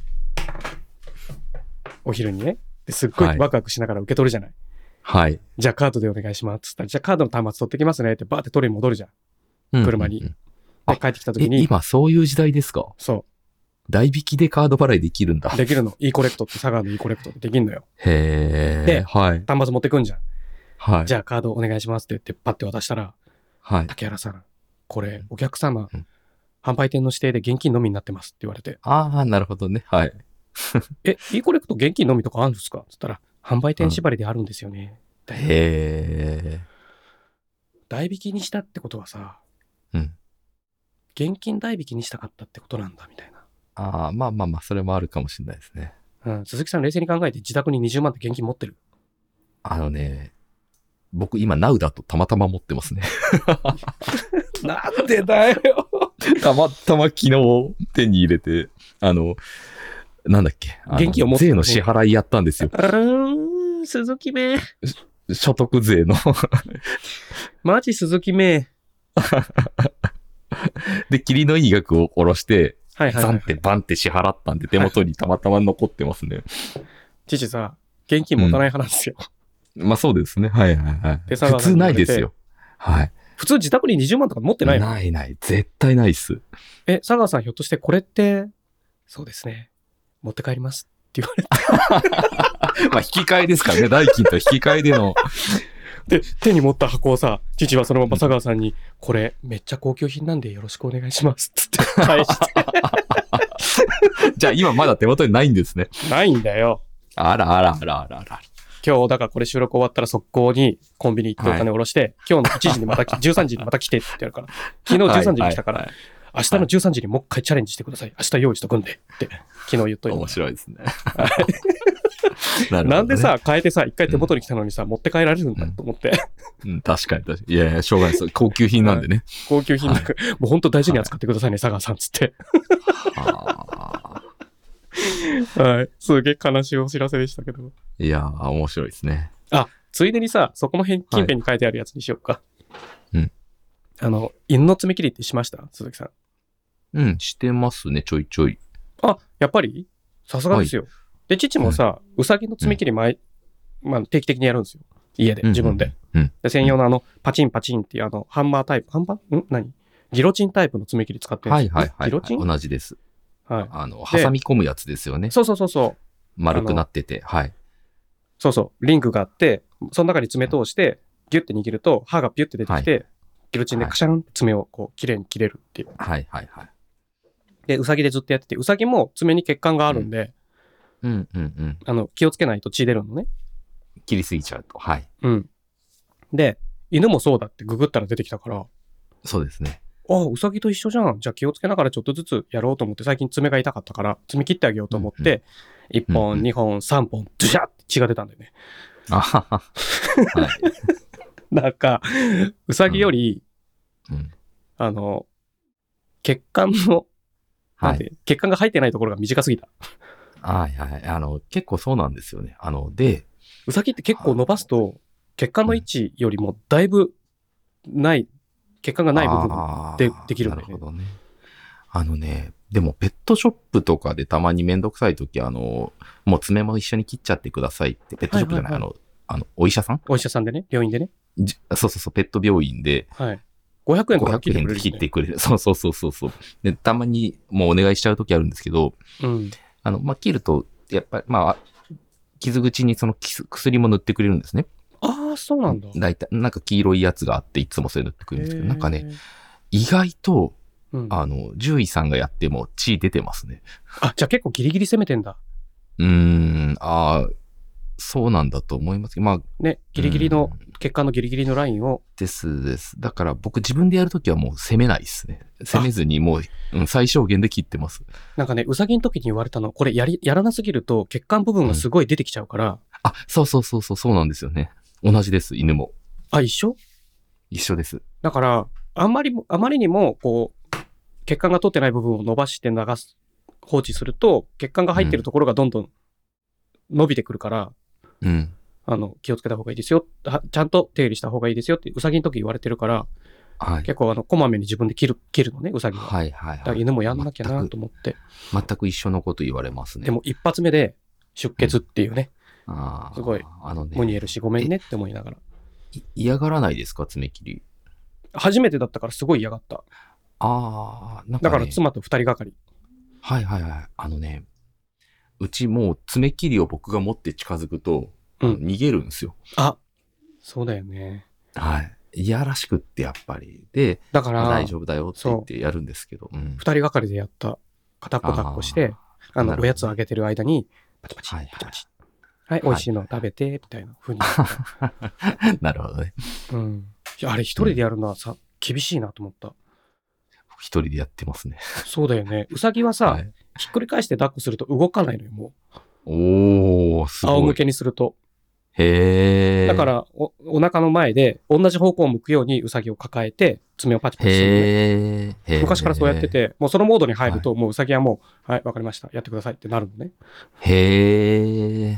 [SPEAKER 1] お昼にね。ですっご
[SPEAKER 2] はいい
[SPEAKER 1] ワクワクしながら受け取るじゃない。
[SPEAKER 2] はい。
[SPEAKER 1] じゃあカードでお願いします。つったら、じゃあカードの端末取ってきますねってバーって取りに戻るじゃん。
[SPEAKER 2] うん
[SPEAKER 1] 車に
[SPEAKER 2] うんうん
[SPEAKER 1] で
[SPEAKER 2] あ
[SPEAKER 1] 帰ってきた
[SPEAKER 2] え
[SPEAKER 1] 時に、
[SPEAKER 2] 今そういう時代ですか
[SPEAKER 1] そ
[SPEAKER 2] 代引きでカード払いできるんだ
[SPEAKER 1] う、。できるの。e コレクトって佐川の e コレクトってできるのよ。
[SPEAKER 2] へ
[SPEAKER 1] で
[SPEAKER 2] え。はい。
[SPEAKER 1] 端末持ってくんじゃん。
[SPEAKER 2] はい。
[SPEAKER 1] じ
[SPEAKER 2] ゃ
[SPEAKER 1] ゃあカードお願いしますって言ってパッて渡したら、
[SPEAKER 2] はい。
[SPEAKER 1] 竹原さん、これお客様
[SPEAKER 2] うん、
[SPEAKER 1] 販売店の指定で現金のみになってますって言われて、
[SPEAKER 2] ああ、なるほどね。はい。
[SPEAKER 1] え、e コレクト現金のみとかあるんですかつったら、販売店縛りであるんですよね。だよね
[SPEAKER 2] へえ。
[SPEAKER 1] 代引きにしたってことはさ、
[SPEAKER 2] うん
[SPEAKER 1] 現金代引きにしたかったってことなんだみたい
[SPEAKER 2] ああ、まあまあまあ、それもあるかもしれないですね。
[SPEAKER 1] な、うん、鈴木さん冷静に考えて自宅に20万って現金持ってる
[SPEAKER 2] あのね、僕今、ナウだとたまたま持ってますね。
[SPEAKER 1] なんでだよ
[SPEAKER 2] たまたま昨日手に入れて、あの、なんだっけ、あの
[SPEAKER 1] 現金を持つ
[SPEAKER 2] 税の支払いやったんですよ。
[SPEAKER 1] うーん鈴木め
[SPEAKER 2] 所得税の。
[SPEAKER 1] マジ鈴木め
[SPEAKER 2] で、霧のいい額を下ろして、
[SPEAKER 1] はいはい、
[SPEAKER 2] ザ
[SPEAKER 1] は
[SPEAKER 2] ンっ
[SPEAKER 1] い、
[SPEAKER 2] てバンって支払ったんで、手元にたまたま残ってますね。
[SPEAKER 1] 父さ現金持たない派なんですよ、
[SPEAKER 2] まあそうですね。はいはいはい。
[SPEAKER 1] 手探り
[SPEAKER 2] 普通ないですよ。はい。
[SPEAKER 1] 普通自宅に20万とか持ってないの
[SPEAKER 2] ないない。絶対ないっす。
[SPEAKER 1] え、佐川さんひょっとしてこれって、そうですね。持って帰りますって言われ
[SPEAKER 2] まあ、引き換えですからね。代金と引き換えでの。
[SPEAKER 1] て、 手に持った箱をさ、父はそのまま佐川さんに、これめっちゃ高級品なんでよろしくお願いしますっつ って返して。
[SPEAKER 2] じゃあ今まだ手元にないんですね。
[SPEAKER 1] ないんだよ。
[SPEAKER 2] あらあらあらあらあら。
[SPEAKER 1] 今日、だからこれ収録終わったら速攻にコンビニ行ってお金下ろして、今日の1時にまた 来、13時にまた来てって言われるから、昨
[SPEAKER 2] はい
[SPEAKER 1] 日13時に来たから、
[SPEAKER 2] はい
[SPEAKER 1] 明日の13時にもう一回チャレンジしてください。明日用意しとくんでって、昨日言っといた
[SPEAKER 2] 面白い ですね。 なるほどね
[SPEAKER 1] なんで、さ、変えてさ、一回手元に来たのにさ、持って帰られるんだと思って、
[SPEAKER 2] うん、確かに確かに。いやいや、しょうがないです。高級品なんでね。
[SPEAKER 1] 高級品だからもう本当大事に扱ってくださいね、佐川さんっつって。
[SPEAKER 2] はあ
[SPEAKER 1] はい。すげえ悲しいお知らせでしたけど。
[SPEAKER 2] いやー、面白いですね。
[SPEAKER 1] あ、ついでにさ、そこの辺、近辺に書いてあるやつにしようか。
[SPEAKER 2] うん。
[SPEAKER 1] あの、犬の爪切りってしました鈴木さん。
[SPEAKER 2] うん、してますね、ちょいちょい。
[SPEAKER 1] あ、やっぱりさすがですよ。で、父もさ、うさぎの爪切り毎、まあ、定期的にやるんですよ。家で、自分で。。
[SPEAKER 2] うん。
[SPEAKER 1] で専用のあの、パチンパチンっていうあの、ハンマータイプ、ハンマーん何ギロチンタイプの爪切り使ってるん
[SPEAKER 2] は
[SPEAKER 1] で
[SPEAKER 2] い
[SPEAKER 1] すよ
[SPEAKER 2] はいはい。
[SPEAKER 1] ギロチン
[SPEAKER 2] 同じです。
[SPEAKER 1] はい。
[SPEAKER 2] あの、挟み込むやつですよね。
[SPEAKER 1] そうそうそうそう。
[SPEAKER 2] 丸くなってて。はい。
[SPEAKER 1] そうそう。リングがあって、その中に爪通して、ギュッて握ると、歯がピュッて出てきて、ギロチンでカシャンって爪をこう、綺麗に切れるっていう。
[SPEAKER 2] はいはいはい。
[SPEAKER 1] で、ウサギでずっとやってて、ウサギも爪に血管があるんで、
[SPEAKER 2] うんうんうん。
[SPEAKER 1] あの、気をつけないと血出るのね。
[SPEAKER 2] 切りすぎちゃうと。はい。
[SPEAKER 1] うん。で、犬もそうだってググったら出てきたから、
[SPEAKER 2] そうです ね。
[SPEAKER 1] あ、ウサギと一緒じゃん。じゃあ気をつけながらちょっとずつやろうと思って、最近爪が痛かったから、爪切ってあげようと思って、1
[SPEAKER 2] う
[SPEAKER 1] 本、
[SPEAKER 2] んうん
[SPEAKER 1] 2本、3本、ズシャって血が出たんだよね。
[SPEAKER 2] あはは。はい。
[SPEAKER 1] なんか、ウサギより、
[SPEAKER 2] うん。
[SPEAKER 1] あの、血管の、な
[SPEAKER 2] は
[SPEAKER 1] ん
[SPEAKER 2] い
[SPEAKER 1] て、。血管が入ってないところが短すぎた。
[SPEAKER 2] はいはい。あの、結構そうなんですよね。あの、で、
[SPEAKER 1] ウサギって結構伸ばすと、血管の位置よりもだいぶない、血管がない部分。で
[SPEAKER 2] あー
[SPEAKER 1] できるんだよね
[SPEAKER 2] なるほどね。あのね、でもペットショップとかでたまにめんどくさいとき、あの、もう爪も一緒に切っちゃってくださいって、ペットショップじゃない、
[SPEAKER 1] はいは
[SPEAKER 2] あの、あの、お医者さん
[SPEAKER 1] お医者さんでね、病院でね。
[SPEAKER 2] じそうそうそう、ペット病院で
[SPEAKER 1] はい。500円とか切って
[SPEAKER 2] 500円
[SPEAKER 1] くれ
[SPEAKER 2] で
[SPEAKER 1] る
[SPEAKER 2] 切
[SPEAKER 1] しね
[SPEAKER 2] ってくれる。そうそうそうそうそう。で、たまにもうお願いしちゃうときあるんですけど、
[SPEAKER 1] うん。
[SPEAKER 2] あの、まあ、切ると、やっぱり、まあ、傷口にそのキス薬も塗ってくれるんですね。
[SPEAKER 1] ああ、そうなんだ。
[SPEAKER 2] 大体、なんか黄色いやつがあって、いつもそれ塗ってくれるんですけど、なんかね、
[SPEAKER 1] へ
[SPEAKER 2] 意外と、
[SPEAKER 1] ー、うんあ
[SPEAKER 2] あの、獣医さんがやっても血出てますね。
[SPEAKER 1] じゃあ結構ギリギリ攻めてんだ。
[SPEAKER 2] うーん、ああ、そうなんだと思いますけど、まあ、
[SPEAKER 1] ね、ギリギリの
[SPEAKER 2] う、ん
[SPEAKER 1] 血管のギリギリのラインを、
[SPEAKER 2] ですです。だから僕自分でやるときはもう攻めないですね。攻めずにもう、うん、最小限で切ってます。
[SPEAKER 1] なんかね、うさぎの時に言われたの、これやり、やらなすぎると血管部分がすごい出てきちゃうから、
[SPEAKER 2] あ、そうそうそうそう、そうなんですよね。同じです、犬も。
[SPEAKER 1] あ、一緒
[SPEAKER 2] 一緒です。
[SPEAKER 1] だから、あんまりも、あまりにも、こう、血管が通ってない部分を伸ばして流す、放置すると、血管が入ってるところがどんどん伸びてくるから、
[SPEAKER 2] うん。
[SPEAKER 1] あの、気をつけた方がいいですよ。はちゃんと手入れした方がいいですよって、うさぎの時言われてるから、
[SPEAKER 2] はい。
[SPEAKER 1] 結構、あの、こまめに自分で切る、切るのね、うさぎは。
[SPEAKER 2] はいはい
[SPEAKER 1] だか
[SPEAKER 2] は
[SPEAKER 1] ら
[SPEAKER 2] い。
[SPEAKER 1] 犬もやんなきゃなと思って。
[SPEAKER 2] 全く一緒のこと言われますね。
[SPEAKER 1] でも一発目で出血っていうね、
[SPEAKER 2] あー
[SPEAKER 1] すごい。
[SPEAKER 2] あの
[SPEAKER 1] ムニ
[SPEAKER 2] ね、
[SPEAKER 1] エル氏ごめんねって思いながら。
[SPEAKER 2] い嫌がらないですか、爪切り。
[SPEAKER 1] 初めてだったからすごい嫌がった。
[SPEAKER 2] ああ、なん
[SPEAKER 1] だ
[SPEAKER 2] か、ね、
[SPEAKER 1] から妻と二人がかり。
[SPEAKER 2] はいはいはい。あのね、うちもう爪切りを僕が持って近づくと、あの
[SPEAKER 1] うん
[SPEAKER 2] 逃げるんですよ。
[SPEAKER 1] あそうだよね。
[SPEAKER 2] はい。いやらしくってやっぱり。で、
[SPEAKER 1] だから、
[SPEAKER 2] 大丈夫だよって言ってやるんですけど。うん
[SPEAKER 1] 二人がかりでやった。片っぽ抱っこして、あの
[SPEAKER 2] な、るほど
[SPEAKER 1] おやつあげてる間に、パチパチ、
[SPEAKER 2] はいはい
[SPEAKER 1] パチパチ。はい、美味しいの食べて、みたいな 風に。
[SPEAKER 2] なるほどね。
[SPEAKER 1] うん。いやあれ一人でやるのはさ、厳しいなと思った。
[SPEAKER 2] 一人でやってますね。
[SPEAKER 1] そうだよね。うさぎはさ、
[SPEAKER 2] はい。
[SPEAKER 1] ひっくり返して抱っこすると動かないのよ、も
[SPEAKER 2] おー、
[SPEAKER 1] う。
[SPEAKER 2] す
[SPEAKER 1] 仰
[SPEAKER 2] ご
[SPEAKER 1] 向
[SPEAKER 2] い。
[SPEAKER 1] けにすると。
[SPEAKER 2] へー。
[SPEAKER 1] だか、らお、お腹の前で、同じ方向を向くようにウサギを抱えて、爪をパチパチするのね、
[SPEAKER 2] へー。へー
[SPEAKER 1] 昔からそうやって。て、もうそのモードに入ると、もうウサギはもう、はい、わかりました。やってくださいってなるのね。
[SPEAKER 2] へー。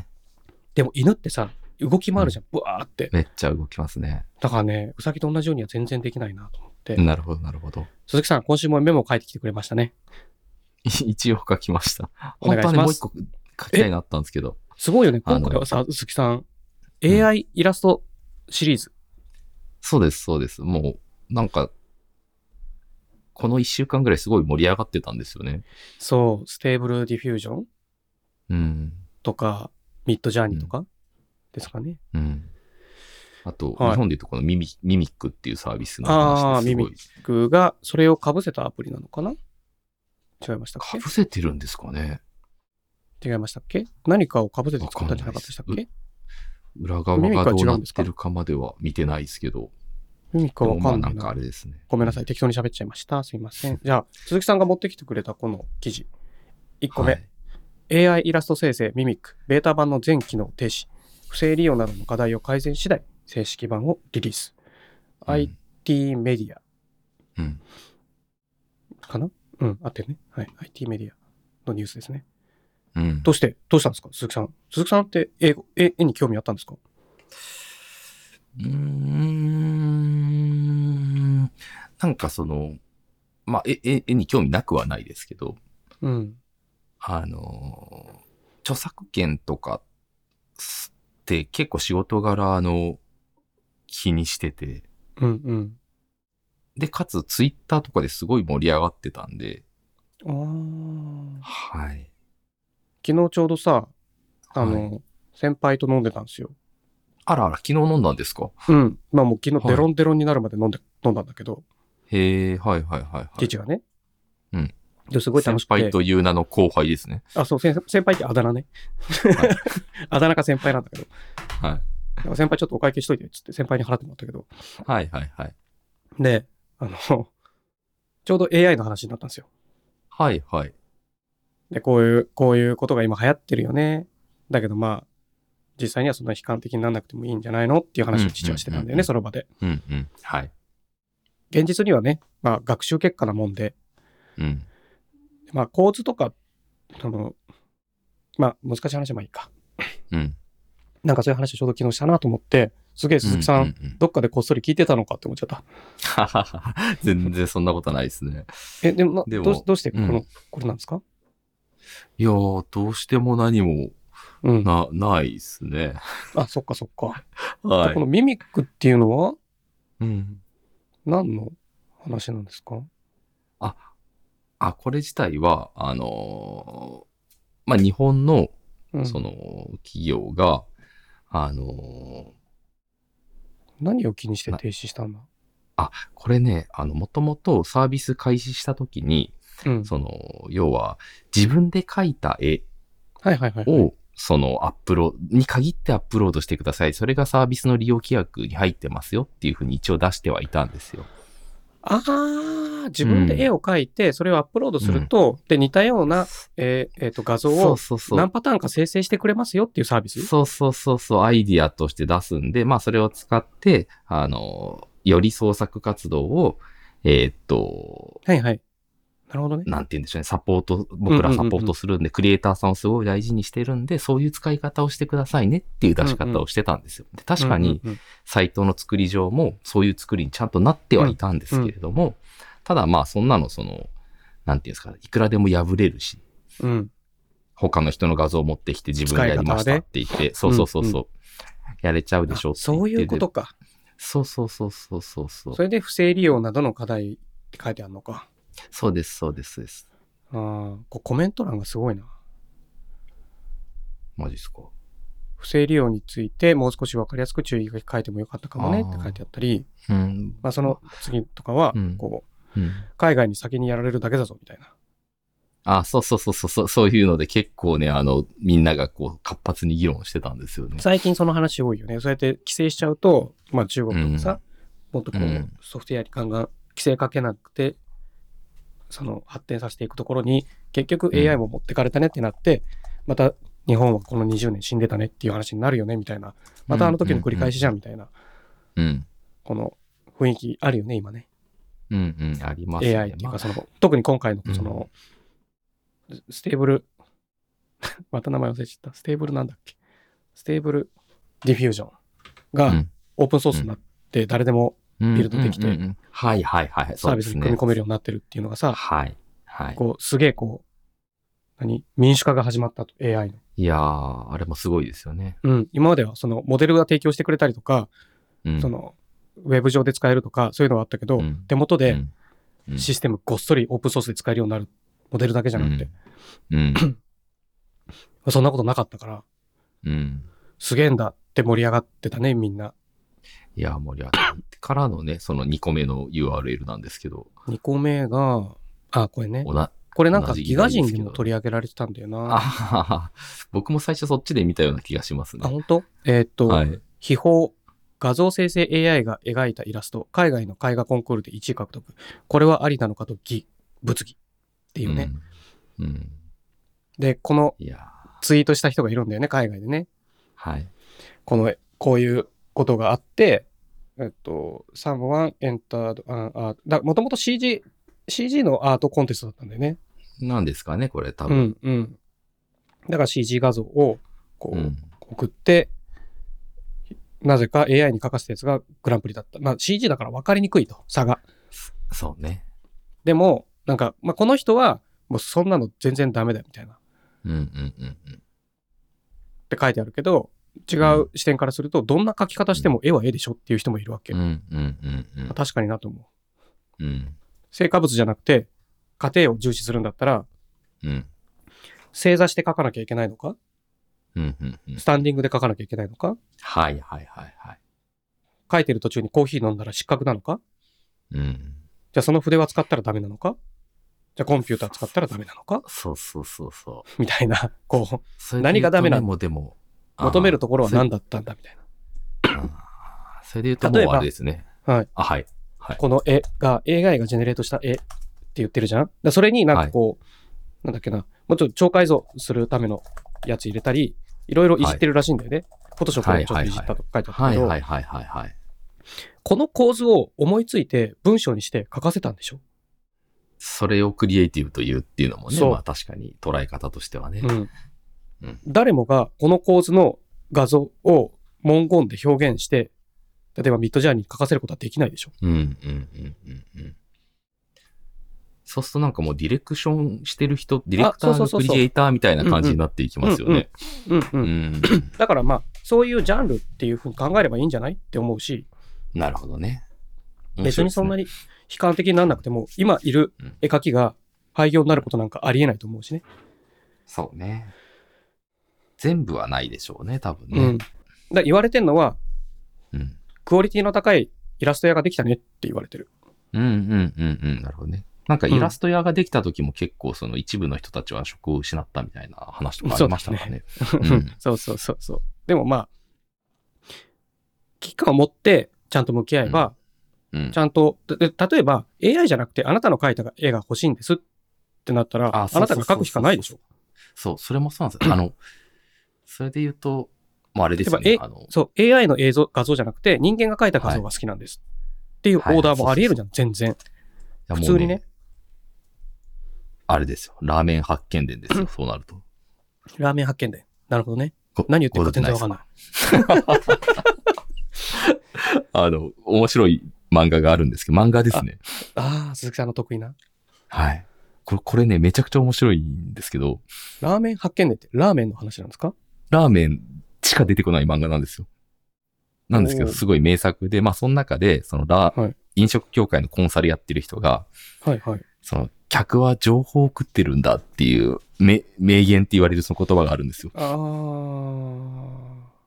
[SPEAKER 1] でも犬ってさ、動き回るじゃん。ブワーって。
[SPEAKER 2] めっちゃ動きますね。
[SPEAKER 1] だからね、ウサギと同じようには全然できないなと思って。
[SPEAKER 2] なるほど、なるほど。
[SPEAKER 1] 鈴木さん、今週もメモを書いてきてくれましたね。
[SPEAKER 2] 一応書きました。
[SPEAKER 1] お願い
[SPEAKER 2] 本当は
[SPEAKER 1] し
[SPEAKER 2] ね、
[SPEAKER 1] ま
[SPEAKER 2] もう一
[SPEAKER 1] す。
[SPEAKER 2] 個書きたいなったんですけど。
[SPEAKER 1] すごいよね。
[SPEAKER 2] あの
[SPEAKER 1] 今回はさ、鈴木さん、
[SPEAKER 2] ん
[SPEAKER 1] AI イラストシリーズ。
[SPEAKER 2] そうです、そうです。もう、なんか、この一週間ぐらいすごい盛り上がってたんですよね。
[SPEAKER 1] そう、ステーブルディフュージョン
[SPEAKER 2] うん。
[SPEAKER 1] とか、ミッドジャーニーとか、ですかね。
[SPEAKER 2] うん。あと、
[SPEAKER 1] はい
[SPEAKER 2] 日本でいうとこのミミミミックっていうサービスの
[SPEAKER 1] あ
[SPEAKER 2] 話
[SPEAKER 1] ー
[SPEAKER 2] ですご
[SPEAKER 1] ミ
[SPEAKER 2] い。
[SPEAKER 1] 僕が、それをかぶせたアプリなのかな違いましたっ
[SPEAKER 2] か
[SPEAKER 1] け
[SPEAKER 2] ぶせてるんですかね
[SPEAKER 1] 違いましたっけ何かをかぶせて作ったんじゃなかったでしたっ
[SPEAKER 2] わかん
[SPEAKER 1] け
[SPEAKER 2] 裏側
[SPEAKER 1] ミミック
[SPEAKER 2] が
[SPEAKER 1] は
[SPEAKER 2] ど
[SPEAKER 1] 違
[SPEAKER 2] う
[SPEAKER 1] う
[SPEAKER 2] なんっ
[SPEAKER 1] ですか
[SPEAKER 2] てるかまでは見てないですけど、
[SPEAKER 1] 何か
[SPEAKER 2] で
[SPEAKER 1] わ
[SPEAKER 2] もま
[SPEAKER 1] か
[SPEAKER 2] あ
[SPEAKER 1] んな
[SPEAKER 2] ないんかあ
[SPEAKER 1] な。
[SPEAKER 2] れですね。
[SPEAKER 1] ごめんなさい、適当に喋っちゃいました。すいません。じゃあ、鈴木さんが持ってきてくれたこの記事。1個目、
[SPEAKER 2] はい
[SPEAKER 1] AI イラスト生成ミミック、ベータ版の全機能停止、不正利用などの課題を改善次第、正式版をリリース。IT メディア
[SPEAKER 2] うんうん
[SPEAKER 1] かなうん、あってるね。はい。IT メディアのニュースですね。
[SPEAKER 2] うん
[SPEAKER 1] どうして、どうしたんですか鈴木さん。鈴木さんって英語、え絵に興味あったんですか
[SPEAKER 2] うーんなんかその、まあ、絵絵絵に興味なくはないですけど、
[SPEAKER 1] うん。
[SPEAKER 2] あのー、著作権とかすって結構仕事柄、あの、気にしてて、
[SPEAKER 1] うん
[SPEAKER 2] で、かつツイッターとかですごい盛り上がってたんで、
[SPEAKER 1] うん。ああ。
[SPEAKER 2] はい。
[SPEAKER 1] 昨日ちょうどさ、あの、
[SPEAKER 2] は
[SPEAKER 1] 先輩と飲んでたんですよ。
[SPEAKER 2] あらあら、昨日飲んだんですか
[SPEAKER 1] うん。まあもう昨日
[SPEAKER 2] は
[SPEAKER 1] デ
[SPEAKER 2] い
[SPEAKER 1] ロンデロンになるまで飲んで、飲んだんだけど、
[SPEAKER 2] へえ、はいはいはい、はい。
[SPEAKER 1] 父がね。
[SPEAKER 2] うん。
[SPEAKER 1] で、すごい楽しく
[SPEAKER 2] 先輩
[SPEAKER 1] て。
[SPEAKER 2] という名の後輩ですね。
[SPEAKER 1] あ、そう、先先輩ってあだ名ね。
[SPEAKER 2] い
[SPEAKER 1] あだ名か先輩なんだけど。
[SPEAKER 2] はい。
[SPEAKER 1] なんか先輩ちょっとお会計しといて、つって先輩に払ってもらったけど。
[SPEAKER 2] はいはいはい。
[SPEAKER 1] で、あの、 ちょうど AI の話になったんですよ。
[SPEAKER 2] はいはい。
[SPEAKER 1] で、こういう、こういうことが今流行ってるよね。だけどまあ、実際にはそんな悲観的にならなくてもいいんじゃないのっていう話を父はしてたんだ
[SPEAKER 2] うんうんう
[SPEAKER 1] よ
[SPEAKER 2] んう
[SPEAKER 1] ね、
[SPEAKER 2] ん
[SPEAKER 1] その場で。
[SPEAKER 2] うんうん。はい。
[SPEAKER 1] 現実にはね、まあ学習結果なもんで、
[SPEAKER 2] うん。
[SPEAKER 1] まあ構図とか、その、まあ難しい話はまあいいか。
[SPEAKER 2] うん。
[SPEAKER 1] なんかそういう話をちょうど昨日したなと思って、すげえ鈴木さん、
[SPEAKER 2] ううう
[SPEAKER 1] どっかでこっそり聞いてたのかって思っちゃった。
[SPEAKER 2] はははは全然そんなことないですね。
[SPEAKER 1] え、でもな
[SPEAKER 2] でも
[SPEAKER 1] どうしどうしてこ
[SPEAKER 2] うん
[SPEAKER 1] の、これなんですか
[SPEAKER 2] いやー、どうしても何も
[SPEAKER 1] うん。
[SPEAKER 2] な、ないですね。
[SPEAKER 1] あ、そっかそっか。
[SPEAKER 2] は。
[SPEAKER 1] このミミックっていうのはい
[SPEAKER 2] うん。
[SPEAKER 1] 何の話なんですか
[SPEAKER 2] あ、これ自体は、あのーまあ、日本の、
[SPEAKER 1] うん、
[SPEAKER 2] その、企業が、あの
[SPEAKER 1] 何を気にして停止したんだ
[SPEAKER 2] ーこれね、あの、もともとサービス開始したときに、
[SPEAKER 1] うん。
[SPEAKER 2] その、要は、自分で描いた絵
[SPEAKER 1] はいはいはい。
[SPEAKER 2] を、その、アップロード、に限ってアップロードしてください。それがサービスの利用規約に入ってますよっていうふうに一応出してはいたんですよ。
[SPEAKER 1] ああ、自分で絵を描いて、それをアップロードすると、で、似たような、えーえーと画像
[SPEAKER 2] そう
[SPEAKER 1] を
[SPEAKER 2] そうそう
[SPEAKER 1] 何。パターンか生成してくれますよっていうサービス
[SPEAKER 2] そうそうそうそう、アイディアとして出すんで、まあそれを使って、あの、より創作活動を、えーっと、
[SPEAKER 1] はいはい。なるほどね。
[SPEAKER 2] なんて言うんでしょうね、サポート、僕らサポートするんで、クリエイターさんをすごい大事にしてるんで、そういう使い方をしてくださいねっていう出し方をしてたんですよ。で確かに、
[SPEAKER 1] うんうん
[SPEAKER 2] サイトの作り上もそういう作りにちゃんとなってはいたんですけれども、ただまあそんなのその、なんていうんですか、いくらでも破れるし、
[SPEAKER 1] うん、うん
[SPEAKER 2] 他の人の画像を持ってきて自分でやりましたって言って、そうそうそうそう、やれちゃうでしょって言って
[SPEAKER 1] そういうこと。か。
[SPEAKER 2] そうそうそうそうそうそう
[SPEAKER 1] そ。れで不正利用などの課題って書いてあるのか。
[SPEAKER 2] そうです、そうです、そうです。
[SPEAKER 1] あーこうコメント欄がすごいな。
[SPEAKER 2] マジですか。
[SPEAKER 1] 不正利用についてもう少し分かりやすく注意が書いてもよかったかもねって書いてあったり、
[SPEAKER 2] うん。
[SPEAKER 1] まあ、その次とかは
[SPEAKER 2] うん
[SPEAKER 1] こう、
[SPEAKER 2] うん
[SPEAKER 1] 海外に先にやられるだけだぞみたいな。
[SPEAKER 2] あ、そうそうそうそうそう、そういうので結構ね、あの、みんながこう、活発に議論してたんですよね。
[SPEAKER 1] 最近その話多いよね。そうやって規制しちゃうと、まあ、中国とかさ、もっとこう、
[SPEAKER 2] うん
[SPEAKER 1] ソフトウェアにガンガン規制かけなくて、その発展させていくところに、結局
[SPEAKER 2] うん
[SPEAKER 1] AI も持ってかれたねってなって、また日本はこの20年死んでたねっていう話になるよねみたいな、またあの時の繰り返しじゃんみたいな、
[SPEAKER 2] うん。
[SPEAKER 1] この雰囲気あるよね、今ね。
[SPEAKER 2] うんうん、ありますね。
[SPEAKER 1] AI っていう
[SPEAKER 2] ま
[SPEAKER 1] か、
[SPEAKER 2] あ
[SPEAKER 1] その、特に今回の
[SPEAKER 2] うん
[SPEAKER 1] その、ステーブル、 また名前忘れちゃった。ステーブルなんだっけステーブルディフュージョン
[SPEAKER 2] う
[SPEAKER 1] が
[SPEAKER 2] ん
[SPEAKER 1] オープンソースになって、誰でもビルドできて
[SPEAKER 2] うんうんうんはいはいはい。
[SPEAKER 1] サ
[SPEAKER 2] そ
[SPEAKER 1] ー
[SPEAKER 2] うで
[SPEAKER 1] ビスに
[SPEAKER 2] す
[SPEAKER 1] 組み
[SPEAKER 2] ね。
[SPEAKER 1] 込めるようになってるっていうのがさ、
[SPEAKER 2] はい。はい。
[SPEAKER 1] こう、すげえこう、何民主化が始まったと、AI の。
[SPEAKER 2] いやー、あれもすごいですよね。
[SPEAKER 1] うん。今までは、その、モデルが提供してくれたりとか、
[SPEAKER 2] うん
[SPEAKER 1] その、ウェブ上で使えるとか、そういうのはあったけど、
[SPEAKER 2] うん
[SPEAKER 1] 手元
[SPEAKER 2] う
[SPEAKER 1] で
[SPEAKER 2] んうん
[SPEAKER 1] システムごっそりオープンソースで使えるようになるモデルだけじゃなくて、
[SPEAKER 2] うん。
[SPEAKER 1] そんなことなかったから、
[SPEAKER 2] うん。
[SPEAKER 1] すげえんだって盛り上がってたね、みんな。
[SPEAKER 2] いや、 盛り上がってからのね、その2個目の URL なんですけど、
[SPEAKER 1] 2個目が、あ、これね。
[SPEAKER 2] おな、
[SPEAKER 1] これなんか
[SPEAKER 2] 同じ
[SPEAKER 1] ギガ人
[SPEAKER 2] ギガです
[SPEAKER 1] に
[SPEAKER 2] け
[SPEAKER 1] も
[SPEAKER 2] ど
[SPEAKER 1] 取り上げられてたんだよな。
[SPEAKER 2] あはは僕も最初そっちで見たような気がします
[SPEAKER 1] あ、
[SPEAKER 2] ね。
[SPEAKER 1] 本当？えーっと、
[SPEAKER 2] はい。
[SPEAKER 1] 秘宝、画像生成 AI が描いたイラスト、海外の絵画コンクールで1位獲得。これはありなのかと疑、物議っていうね、
[SPEAKER 2] うん。うん。
[SPEAKER 1] で、この
[SPEAKER 2] いや
[SPEAKER 1] ツイートした人がいるんだよね、海外でね。
[SPEAKER 2] ー、はい。
[SPEAKER 1] この、こういうことがあって、えっと、someone entered an art だ、もともと CG、CG のアートコンテストだったんだよね。
[SPEAKER 2] なんですかね、これ多
[SPEAKER 1] う
[SPEAKER 2] 分。
[SPEAKER 1] ん、うん。だから CG 画像を、こう、
[SPEAKER 2] うん。
[SPEAKER 1] 送って、なぜか AI に書かせたやつがグランプリだった。まあ CG だから分かりにくいと、差が。
[SPEAKER 2] そうね。
[SPEAKER 1] でも、なんか、まあこの人は、もうそんなの全然ダメだよみたいな。っ
[SPEAKER 2] うんうんうんうん。
[SPEAKER 1] て書いてあるけど、違う視点からすると、どんな書き方しても絵は絵でしょっていう人もいるわけ。
[SPEAKER 2] うんうんうんうん
[SPEAKER 1] 確かになと思う。
[SPEAKER 2] うん。
[SPEAKER 1] 成果物じゃなくて、過程を重視するんだったら、
[SPEAKER 2] うん。
[SPEAKER 1] 正座して書かなきゃいけないのか
[SPEAKER 2] うんうんうん。
[SPEAKER 1] スタンディングで書かなきゃいけないのか
[SPEAKER 2] はいはいはいはい。
[SPEAKER 1] 書いてる途中にコーヒー飲んだら失格なのか
[SPEAKER 2] うん。
[SPEAKER 1] じゃあその筆は使ったらダメなのかじゃあコンピューター使ったらダメなのか
[SPEAKER 2] そうそうそうそう。
[SPEAKER 1] みたいな、こう、
[SPEAKER 2] それで言うとね
[SPEAKER 1] 何がダメなの
[SPEAKER 2] もうでも、あー
[SPEAKER 1] 求めるところは何だったんだみたい
[SPEAKER 2] あーそれで言うとも
[SPEAKER 1] 例
[SPEAKER 2] う
[SPEAKER 1] えば
[SPEAKER 2] あれですね。
[SPEAKER 1] な。はい。
[SPEAKER 2] あ、はい。
[SPEAKER 1] この絵が、AI がジェネレートした絵って言ってるじゃんだからそれになんかこう、なんだっけな、もうちょっと超解像するためのやつ入れたり、いろいろいじってるらしいんだよね。フォトショップでちょっといじったとか書いてあった
[SPEAKER 2] は
[SPEAKER 1] け
[SPEAKER 2] い
[SPEAKER 1] ど
[SPEAKER 2] は、いはいはいはい。
[SPEAKER 1] この構図を思いついて文章にして書かせたんでしょ
[SPEAKER 2] それをクリエイティブというっていうのもね、
[SPEAKER 1] そう
[SPEAKER 2] まあ確かに捉え方としてはね。
[SPEAKER 1] うん
[SPEAKER 2] うん。
[SPEAKER 1] 誰もがこの構図の画像を文言で表現して、例えばミッドジャーニーに書かせることはできないでしょ
[SPEAKER 2] うんうんうんうんうん。そうするとなんかもうディレクションしてる人、ディレクタ
[SPEAKER 1] あそ
[SPEAKER 2] ー
[SPEAKER 1] う
[SPEAKER 2] が
[SPEAKER 1] そうそう
[SPEAKER 2] ク
[SPEAKER 1] そう
[SPEAKER 2] リエイターみたいな感じになっていきますよね。
[SPEAKER 1] うんう。
[SPEAKER 2] うんん。
[SPEAKER 1] だからまあ、そういうジャンルっていうふうに考えればいいんじゃないって思うし、
[SPEAKER 2] なるほどね。
[SPEAKER 1] 別にそんな
[SPEAKER 2] に。
[SPEAKER 1] に悲観的にならなくても、今いる絵描きが廃業になることなんかありえないと思うしね。
[SPEAKER 2] そうね。全部はないでしょうね、多分
[SPEAKER 1] うん。だ。
[SPEAKER 2] ね
[SPEAKER 1] から言われてるのは、
[SPEAKER 2] うん。
[SPEAKER 1] クオリティの高いイラスト屋ができたねって言われてる。
[SPEAKER 2] うんうんうんうん。なるほどね。なんかイラスト屋ができた時も結構その一部の人たちは職を失ったみたいな話とかありましたからね。うん
[SPEAKER 1] そうそうそうそう。でもまあ、危機感を持ってちゃんと向き合えば、
[SPEAKER 2] うん
[SPEAKER 1] ち。ゃんと、でで例えば AI じゃなくてあなたの描いた絵が欲しいんですってなったら、あ
[SPEAKER 2] あそう
[SPEAKER 1] な
[SPEAKER 2] そ
[SPEAKER 1] た
[SPEAKER 2] うそ
[SPEAKER 1] が
[SPEAKER 2] うそう
[SPEAKER 1] 描くしかないでしょ。
[SPEAKER 2] そう、それもそうなん ですよ。あの、それで言うと、まああれですよ
[SPEAKER 1] や
[SPEAKER 2] ね
[SPEAKER 1] っ。ぱ
[SPEAKER 2] あの、
[SPEAKER 1] そう、AI の映像、画像じゃなくて人間が描いた画像が好きなんです。っていうオーダーもあり得るじゃん、全然。
[SPEAKER 2] いや
[SPEAKER 1] 普
[SPEAKER 2] もう
[SPEAKER 1] 通にね。、
[SPEAKER 2] あれですよ。ラーメン発見伝ですよ、そうなると。
[SPEAKER 1] ラーメン発見で。なるほどね。
[SPEAKER 2] ご
[SPEAKER 1] 何言ってるか全然わかんない。
[SPEAKER 2] あの、面白い漫画があるんですけど、漫画ですね。
[SPEAKER 1] ああ、鈴木さんの得意な。
[SPEAKER 2] はい。これ、これね、めちゃくちゃ面白いんですけど、
[SPEAKER 1] ラーメン発見でってラーメンの話なんですか
[SPEAKER 2] ラーメンしか出てこない漫画なんですよ。なんですけど、
[SPEAKER 1] おー
[SPEAKER 2] すごい名作で、まあ、その中で、そのラー、
[SPEAKER 1] はい
[SPEAKER 2] 飲食協会のコンサルやってる人が、
[SPEAKER 1] はいはい。
[SPEAKER 2] その、客は情報を食ってるんだっていう、め、名言って言われるその言葉があるんですよ。
[SPEAKER 1] ああ。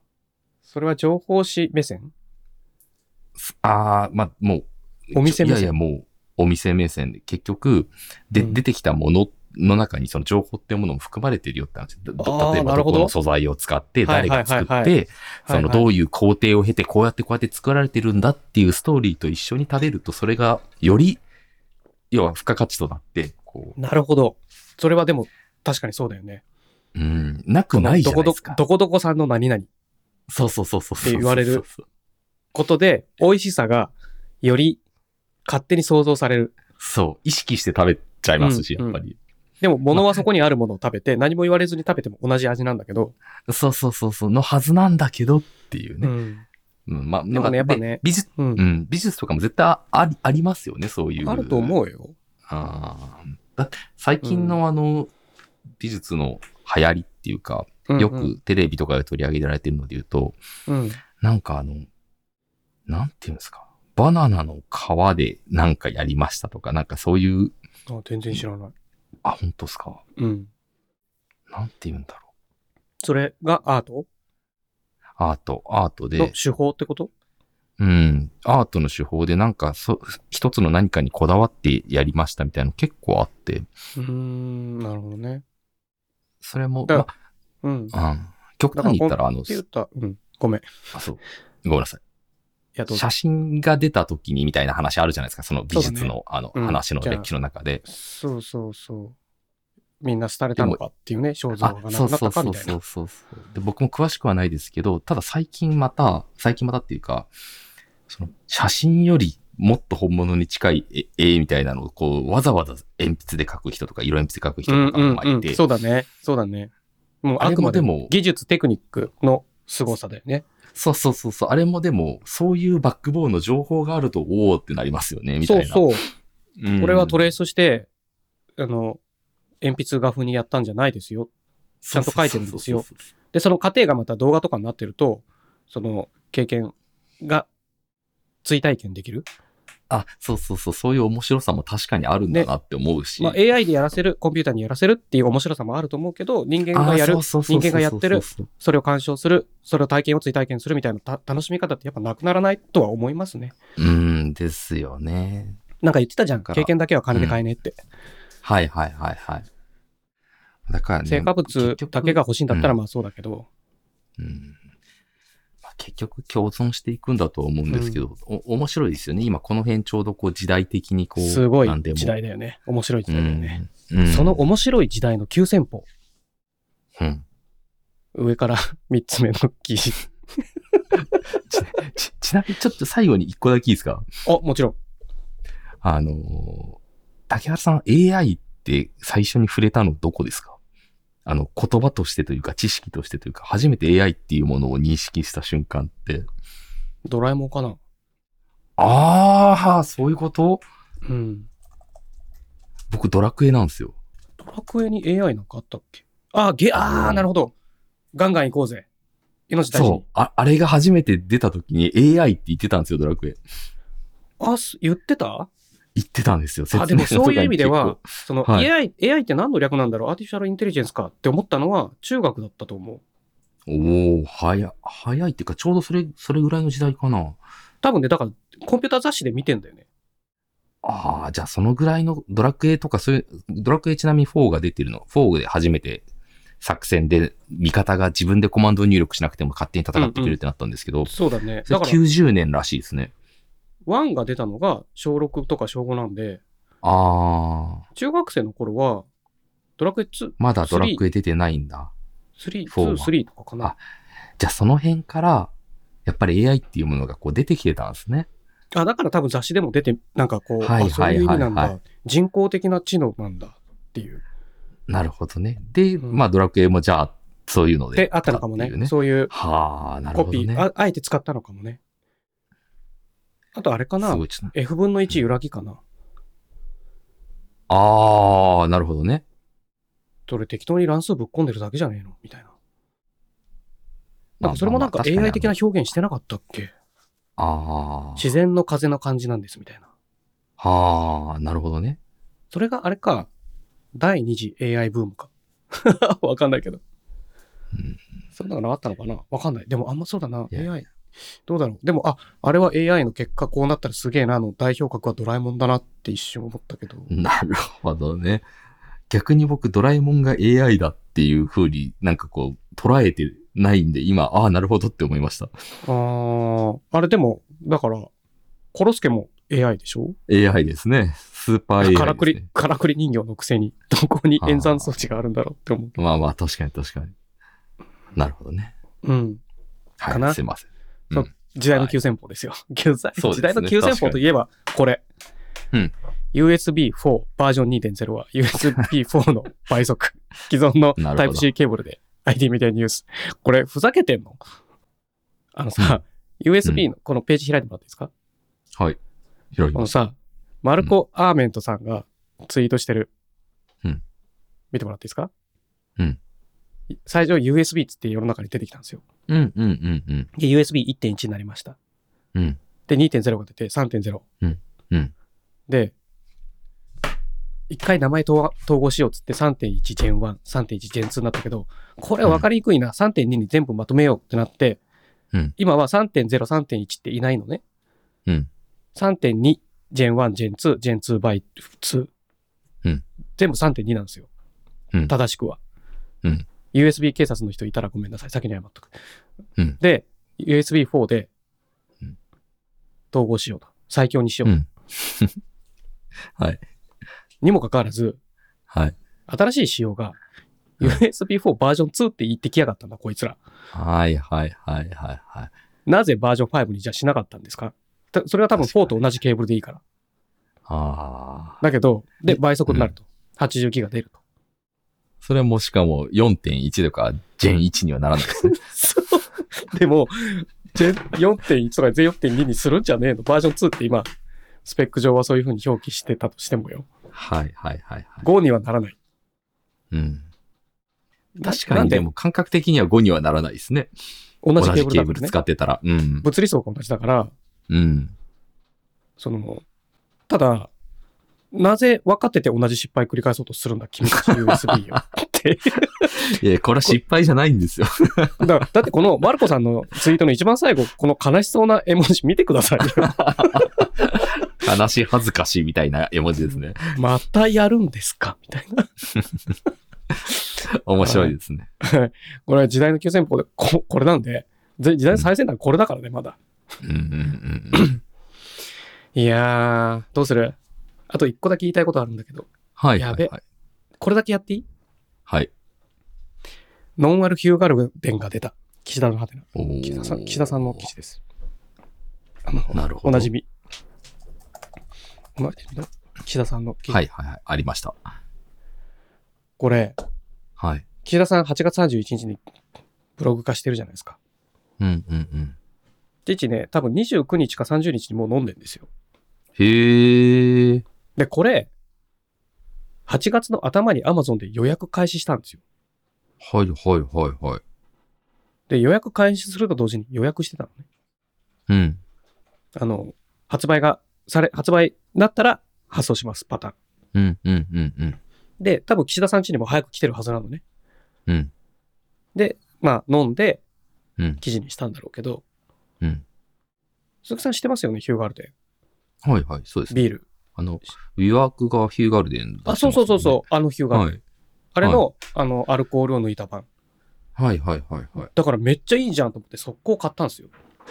[SPEAKER 1] それは情報誌目線
[SPEAKER 2] ああ、まあ、もう、
[SPEAKER 1] お店目線
[SPEAKER 2] いやいや、もう、お店目線で、結局、で、
[SPEAKER 1] うん
[SPEAKER 2] 出てきたものの中にその情報ってものも含まれてるよって話。ど
[SPEAKER 1] あー
[SPEAKER 2] 例え
[SPEAKER 1] な
[SPEAKER 2] ば、
[SPEAKER 1] る
[SPEAKER 2] ど
[SPEAKER 1] ほ
[SPEAKER 2] こ
[SPEAKER 1] ど
[SPEAKER 2] の素材を使って、
[SPEAKER 1] はい
[SPEAKER 2] 誰が作
[SPEAKER 1] はい
[SPEAKER 2] っ
[SPEAKER 1] はいは
[SPEAKER 2] て、その、ど
[SPEAKER 1] う
[SPEAKER 2] ういう工程を経て、こうやってこうやって作られてるんだっていうストーリーと一緒に食べると、それがより、要は付加価値となって、こ
[SPEAKER 1] なるほど。それはでも、確かにそうだよね。
[SPEAKER 2] う、うん、なくないじ
[SPEAKER 1] ど
[SPEAKER 2] ゃな
[SPEAKER 1] こ
[SPEAKER 2] いで
[SPEAKER 1] ど
[SPEAKER 2] すか。
[SPEAKER 1] どこどこさんの何々
[SPEAKER 2] そうそうそうそうそう。
[SPEAKER 1] って言われる
[SPEAKER 2] そうそう
[SPEAKER 1] ことで、美味しさがより勝手に想像される。
[SPEAKER 2] そう。そう意識して食べちゃいますし、
[SPEAKER 1] うん
[SPEAKER 2] やっぱり。
[SPEAKER 1] でも、物はそこにあるものを食べて、何も言われずに食べても同じ味なんだけど。
[SPEAKER 2] そうそうそうそう、のはずなんだけどっていうね。
[SPEAKER 1] ん。
[SPEAKER 2] うん、まあ、
[SPEAKER 1] でもねやっぱね
[SPEAKER 2] で美術、
[SPEAKER 1] うん
[SPEAKER 2] うん、美術とかも絶対あり、ありますよね、そういう。
[SPEAKER 1] あると
[SPEAKER 2] う。
[SPEAKER 1] 思うよ。
[SPEAKER 2] あーだって、最近のあの、美術の流行りっていうか、
[SPEAKER 1] うんうん
[SPEAKER 2] よくテレビとかで取り上げられてるので言うと、
[SPEAKER 1] うん。
[SPEAKER 2] なんかあの、なんていうんですか、バナナの皮でなんかやりましたとか、なんかそういう、
[SPEAKER 1] あ全然知らない。
[SPEAKER 2] あ、本当ですか。
[SPEAKER 1] うん。
[SPEAKER 2] なんて言うんだろ
[SPEAKER 1] それがアート
[SPEAKER 2] う。アート、アート
[SPEAKER 1] の
[SPEAKER 2] で、
[SPEAKER 1] 手法ってこと
[SPEAKER 2] うん、アートの手法でなんかそ、一つの何かにこだわってやりましたみたいなの結構あって、
[SPEAKER 1] うーん、なるほどね。
[SPEAKER 2] それも、
[SPEAKER 1] だう
[SPEAKER 2] ま
[SPEAKER 1] ん。っ
[SPEAKER 2] あ、うん、極端に言ったら、あの、
[SPEAKER 1] て言ったら、うん。ごめん。い
[SPEAKER 2] あ、そう。ごめんなさい。
[SPEAKER 1] や、どうぞ
[SPEAKER 2] 写真が出た時にみたいな話あるじゃないですか。その美
[SPEAKER 1] そう
[SPEAKER 2] 術
[SPEAKER 1] だ
[SPEAKER 2] の、
[SPEAKER 1] ね
[SPEAKER 2] あの、
[SPEAKER 1] うん
[SPEAKER 2] 話の
[SPEAKER 1] じゃあ
[SPEAKER 2] 歴史の中で。
[SPEAKER 1] そうそうそう。みんな廃れたのかっていうね、肖像
[SPEAKER 2] あ
[SPEAKER 1] 画が、な
[SPEAKER 2] そう
[SPEAKER 1] くなっ
[SPEAKER 2] そう
[SPEAKER 1] たか
[SPEAKER 2] そ
[SPEAKER 1] み
[SPEAKER 2] う
[SPEAKER 1] たい
[SPEAKER 2] そ
[SPEAKER 1] な
[SPEAKER 2] う。そうそうで。僕も詳しくはないですけど、ただ最近また、最近またっていうか、その写真よりもっと本物に近い絵絵みたいなのをこうわざわざ鉛筆で描く人とか色鉛筆で描く人
[SPEAKER 1] うん
[SPEAKER 2] とか
[SPEAKER 1] うん
[SPEAKER 2] もいて、
[SPEAKER 1] うん。そうだね。そうだね。もう
[SPEAKER 2] あ
[SPEAKER 1] あ
[SPEAKER 2] れ
[SPEAKER 1] く
[SPEAKER 2] も
[SPEAKER 1] ま
[SPEAKER 2] で
[SPEAKER 1] でも
[SPEAKER 2] も、
[SPEAKER 1] 技術、テクニックの凄さだよね。
[SPEAKER 2] そうそうそうそう、あれもでも、そういうバックボーンの情報があると、おおってなりますよね、みたい
[SPEAKER 1] そう
[SPEAKER 2] な。
[SPEAKER 1] そう。
[SPEAKER 2] うん
[SPEAKER 1] これはトレースして、あの、鉛筆画風にやったんじゃないですよ。ちゃんと書いてるんですよ
[SPEAKER 2] そうそうそう
[SPEAKER 1] で、その過程がまた動画とかになってると、その経験が追体験できる。
[SPEAKER 2] あ、そうそうそう、そういう面白さも確かにあるんだなって思うし。
[SPEAKER 1] まあ、AI でやらせる、コンピューターにやらせるっていう面白さもあると思うけど、人間
[SPEAKER 2] あ
[SPEAKER 1] がやる、
[SPEAKER 2] そうそうそうそう
[SPEAKER 1] 人間がやってる
[SPEAKER 2] そうそう
[SPEAKER 1] それを鑑賞する、それを体験を追体験するみたいなた楽しみ方ってやっぱなくならないとは思いますね。
[SPEAKER 2] そううんですよね。
[SPEAKER 1] なんか言ってたじゃん。
[SPEAKER 2] だから
[SPEAKER 1] 経験だけは金で買えねえって。
[SPEAKER 2] はいはいはいはい。だからね。
[SPEAKER 1] 成果
[SPEAKER 2] 結
[SPEAKER 1] 物
[SPEAKER 2] 局
[SPEAKER 1] だけが、欲しいんだったら
[SPEAKER 2] うん
[SPEAKER 1] まあそうだけど。
[SPEAKER 2] うんまあ結局共存していくんだと思うんですけど、お面白いですよね。今この辺ちょうどこう時代的にこう、
[SPEAKER 1] すごい
[SPEAKER 2] なんでも
[SPEAKER 1] 時代だよね。面白い時代だよね。
[SPEAKER 2] うんうん
[SPEAKER 1] その面白い時代の急先鋒。
[SPEAKER 2] うん
[SPEAKER 1] 上から 3つ目の記事。
[SPEAKER 2] ち ちなみにちょっと最後に一個だけいいですか
[SPEAKER 1] あ、もちろん。
[SPEAKER 2] あのー竹原さん AI って最初に触れたのどこですかあの、言葉としてというか、知識としてというか、初めて AI っていうものを認識した瞬間って。
[SPEAKER 1] ドラえもんかな。
[SPEAKER 2] ああ、そういうこと
[SPEAKER 1] うん。
[SPEAKER 2] 僕、ドラクエなんですよ。
[SPEAKER 1] ドラクエに AI なんかあったっけあ、ゲ、あー、なるほど。ガンガン行こうぜ。命大事
[SPEAKER 2] そう
[SPEAKER 1] に。。
[SPEAKER 2] あ、あれが初めて出た時に AI って言ってたんですよ、ドラクエ。
[SPEAKER 1] あ、す言ってた
[SPEAKER 2] 言ってたんですよ、
[SPEAKER 1] あ、でも
[SPEAKER 2] 説明
[SPEAKER 1] そ
[SPEAKER 2] 書とか
[SPEAKER 1] う
[SPEAKER 2] に
[SPEAKER 1] いう意味では、その
[SPEAKER 2] はい
[SPEAKER 1] AI、AI って何の略なんだろうアーティフィシャルインテリジェンスかって思ったのは中学だったと思う。
[SPEAKER 2] 結構。おお早い、早いっていうか、ちょうどそれ、それぐらいの時代かな。
[SPEAKER 1] 多分ね、だからコンピューター雑誌で見てんだよね。
[SPEAKER 2] ああ、じゃあそのぐらいのドラクエとかそういう、ドラクエちなみに4が出てるの。4で初めて作戦で味方が自分でコマンド入力しなくても勝手に戦ってくれるってなったんですけど、
[SPEAKER 1] そうだね。
[SPEAKER 2] それ
[SPEAKER 1] だから、
[SPEAKER 2] 90年らしいですね。
[SPEAKER 1] 1が出たのが小6とか小5なんで、
[SPEAKER 2] ああ、
[SPEAKER 1] 中学生の頃は、ドラクエ2、
[SPEAKER 2] まだドラクエ出てないんだ。
[SPEAKER 1] 3、
[SPEAKER 2] フォ
[SPEAKER 1] 2、
[SPEAKER 2] ーは
[SPEAKER 1] 3とかかな。
[SPEAKER 2] じゃあその辺から、やっぱり AI っていうものがこう出てきてたんですね。
[SPEAKER 1] あ、だから多分雑誌でも出て、なんかこう、
[SPEAKER 2] はい
[SPEAKER 1] あそういう意味なん
[SPEAKER 2] はいはい
[SPEAKER 1] だ。人工的な知能なんだっていう。
[SPEAKER 2] なるほどね。で、
[SPEAKER 1] うん
[SPEAKER 2] まあドラクエもじゃあそういうので。
[SPEAKER 1] で、あったのかも
[SPEAKER 2] っ
[SPEAKER 1] ね。
[SPEAKER 2] ていう
[SPEAKER 1] そういう
[SPEAKER 2] はあ、なる
[SPEAKER 1] コ
[SPEAKER 2] ほ
[SPEAKER 1] ピ
[SPEAKER 2] ど
[SPEAKER 1] ー、
[SPEAKER 2] ね。
[SPEAKER 1] あ、あえて使ったのかもね。あとあれか
[SPEAKER 2] す
[SPEAKER 1] な
[SPEAKER 2] ごいちょっと
[SPEAKER 1] ?F 分の1揺らぎかな。
[SPEAKER 2] ああ、なるほどね。
[SPEAKER 1] それ適当に乱数ぶっ込んでるだけじゃねえのみたいな。なんかそれもなんか
[SPEAKER 2] まあまあまあ
[SPEAKER 1] AI 的な
[SPEAKER 2] 確かに
[SPEAKER 1] 表現してなかったっけ
[SPEAKER 2] あのあー。
[SPEAKER 1] 自然の風の感じなんですみたいな。
[SPEAKER 2] はあ、なるほどね。
[SPEAKER 1] それがあれか、第二次 AI ブームか。 わかんないけど。
[SPEAKER 2] うん
[SPEAKER 1] そんなのあったのかなわかんない。でもあんまそうだな。
[SPEAKER 2] いや
[SPEAKER 1] AI。どうだろう。でも、あ、あれは AI の結果こうなったらすげえなの代表格はドラえもんだなって一瞬思ったけど。
[SPEAKER 2] なるほどね。逆に僕、ドラえもんが AI だっていう風になんかこう、捉えてないんで、今、ああ、なるほどって思いました。
[SPEAKER 1] あー、あれでも、だから、コロスケも AI でしょ
[SPEAKER 2] AI ですね。スーパー AI です、ね。
[SPEAKER 1] からくり、からくり人形のくせに、どこに演算装置があるんだろうって思う。
[SPEAKER 2] まあまあ、確かに確かに。なるほどね。
[SPEAKER 1] うん。
[SPEAKER 2] は、
[SPEAKER 1] かない
[SPEAKER 2] すいません。
[SPEAKER 1] 時代の急先鋒ですよ。急先
[SPEAKER 2] そうですね
[SPEAKER 1] 時代の急先鋒といえば、これ。
[SPEAKER 2] うん。
[SPEAKER 1] USB4 バージョン2.0は USB4 の倍速。既存の
[SPEAKER 2] なるほど
[SPEAKER 1] Type-C ケーブルで IT メディアニュース。これ、ふざけてんのあのさ、USB のこのページ開いてもらっていいですか、
[SPEAKER 2] はい。広
[SPEAKER 1] こ
[SPEAKER 2] げま
[SPEAKER 1] の
[SPEAKER 2] す。
[SPEAKER 1] さ、マルコ・アーメントさんがツイートしてる。
[SPEAKER 2] うん
[SPEAKER 1] 見てもらっていいですか
[SPEAKER 2] うん。
[SPEAKER 1] 最初 USB っつって世の中に出てきたんですよ。
[SPEAKER 2] うんうんうんうん。
[SPEAKER 1] で USB1.1 になりました。
[SPEAKER 2] うん
[SPEAKER 1] で、2.0が出て3.0。
[SPEAKER 2] うんうん
[SPEAKER 1] で、一回名前統合統合しようっつって3.1 Gen1、3.1 Gen2 になったけど、これ分かりにくいな、3.2に全部まとめようってなって、
[SPEAKER 2] うん
[SPEAKER 1] 今は3.0、3.1っていないのね。
[SPEAKER 2] うん
[SPEAKER 1] 3.2、Gen1、Gen2、Gen2 by 2。
[SPEAKER 2] うん
[SPEAKER 1] 全部3.2なんですよ。
[SPEAKER 2] うん
[SPEAKER 1] 正しくは。
[SPEAKER 2] うん。
[SPEAKER 1] USB 警察の人いたらごめんなさい。先に謝っとく。
[SPEAKER 2] うん
[SPEAKER 1] で、USB4 で
[SPEAKER 2] うん、
[SPEAKER 1] 統合しようと。最強にしよう。
[SPEAKER 2] うん。はい。
[SPEAKER 1] にもかかわらず、
[SPEAKER 2] はい。
[SPEAKER 1] 新しい仕様が、
[SPEAKER 2] うん
[SPEAKER 1] USB4 バージョン2って言ってきやがったんだ、こいつら。
[SPEAKER 2] はいはいはいはいはい。
[SPEAKER 1] なぜバージョン5にじゃあしなかったんですかたそれは多分
[SPEAKER 2] 確かに
[SPEAKER 1] 4と同じケーブルでいいから。
[SPEAKER 2] ああ。
[SPEAKER 1] だけど、で、倍速になると。80ギガ出ると。
[SPEAKER 2] それはもうしかも4.1とか Gen1 にはならないですね。
[SPEAKER 1] でも、全4.1とか全4.2にするんじゃねえのバージョン2って今、スペック上はそういう風に表記してたとしてもよ。
[SPEAKER 2] はいはいはいはい。
[SPEAKER 1] 5にはならない。
[SPEAKER 2] うん。確
[SPEAKER 1] な
[SPEAKER 2] か
[SPEAKER 1] ん
[SPEAKER 2] に
[SPEAKER 1] で
[SPEAKER 2] でも感覚的には5にはならないですね。
[SPEAKER 1] 同
[SPEAKER 2] 同
[SPEAKER 1] じ
[SPEAKER 2] じ
[SPEAKER 1] ケ
[SPEAKER 2] ケ
[SPEAKER 1] ーブルだから
[SPEAKER 2] ーブル
[SPEAKER 1] ね。
[SPEAKER 2] 使ってたら。うん。
[SPEAKER 1] 物理層が同じだから、
[SPEAKER 2] うん。
[SPEAKER 1] その、ただ、なぜ分かってて同じ失敗繰り返そうとするんだ、君たち USB よ。って。
[SPEAKER 2] いや、これは失敗じゃないんですよ。
[SPEAKER 1] だからだってこのマルコさんのツイートの一番最後、この悲しそうな絵文字見てくださいよ。
[SPEAKER 2] 悲しい恥ずかしいみたいな絵文字ですね。
[SPEAKER 1] またやるんですかみたいな。
[SPEAKER 2] 面白いですね。
[SPEAKER 1] これは時代の急先鋒で、ここれなんで、ぜ時代の最先端これだからね、まだ。
[SPEAKER 2] うんうんうんうん。
[SPEAKER 1] いやー、どうするあと一個だけ言いたいことあるんだけど、
[SPEAKER 2] はい
[SPEAKER 1] や
[SPEAKER 2] は
[SPEAKER 1] べ
[SPEAKER 2] いはい。
[SPEAKER 1] これだけやっていい
[SPEAKER 2] はい。
[SPEAKER 1] ノンアルヒューガルデンが出た。岸田のハテナ。
[SPEAKER 2] おー
[SPEAKER 1] 岸田さん、岸田さんの記事です。
[SPEAKER 2] なるほ
[SPEAKER 1] お
[SPEAKER 2] ど。
[SPEAKER 1] なじみ。おなじみの岸田さんの記事。
[SPEAKER 2] はいはいはい。ありました。
[SPEAKER 1] これ、
[SPEAKER 2] はい。
[SPEAKER 1] 岸田さん8月31日にブログ化してるじゃないですか。
[SPEAKER 2] うんうんうん。
[SPEAKER 1] 父ね、多分29日か30日にもう飲んでんですよ。
[SPEAKER 2] へえ。
[SPEAKER 1] で、これ、8月の頭に Amazon で予約開始したんですよ。
[SPEAKER 2] はいはいはいはい。
[SPEAKER 1] で、予約開始すると同時に予約してたのね。
[SPEAKER 2] うん。
[SPEAKER 1] あの、発売がされ、発売だったら発送します、パターン。
[SPEAKER 2] うんうんうんうん。
[SPEAKER 1] で、多分岸田さん家にも早く来てるはずなのね。
[SPEAKER 2] うん。
[SPEAKER 1] で、まあ、飲んで
[SPEAKER 2] うん、
[SPEAKER 1] 記事にしたんだろうけど、
[SPEAKER 2] うん。
[SPEAKER 1] 鈴木さん知ってますよね、ヒューガールデ
[SPEAKER 2] はいはい。そうです
[SPEAKER 1] ン。
[SPEAKER 2] ね。
[SPEAKER 1] ビール。
[SPEAKER 2] あの、ウィワークがヒューガルデン
[SPEAKER 1] あ、そうそうそう
[SPEAKER 2] う。
[SPEAKER 1] そう、あのヒューガールデン。
[SPEAKER 2] はい。
[SPEAKER 1] あれの、あの、アルコールを抜いた版。
[SPEAKER 2] はいはいはいはい。
[SPEAKER 1] だからめっちゃいいじゃんと思って、速攻買ったんですよ。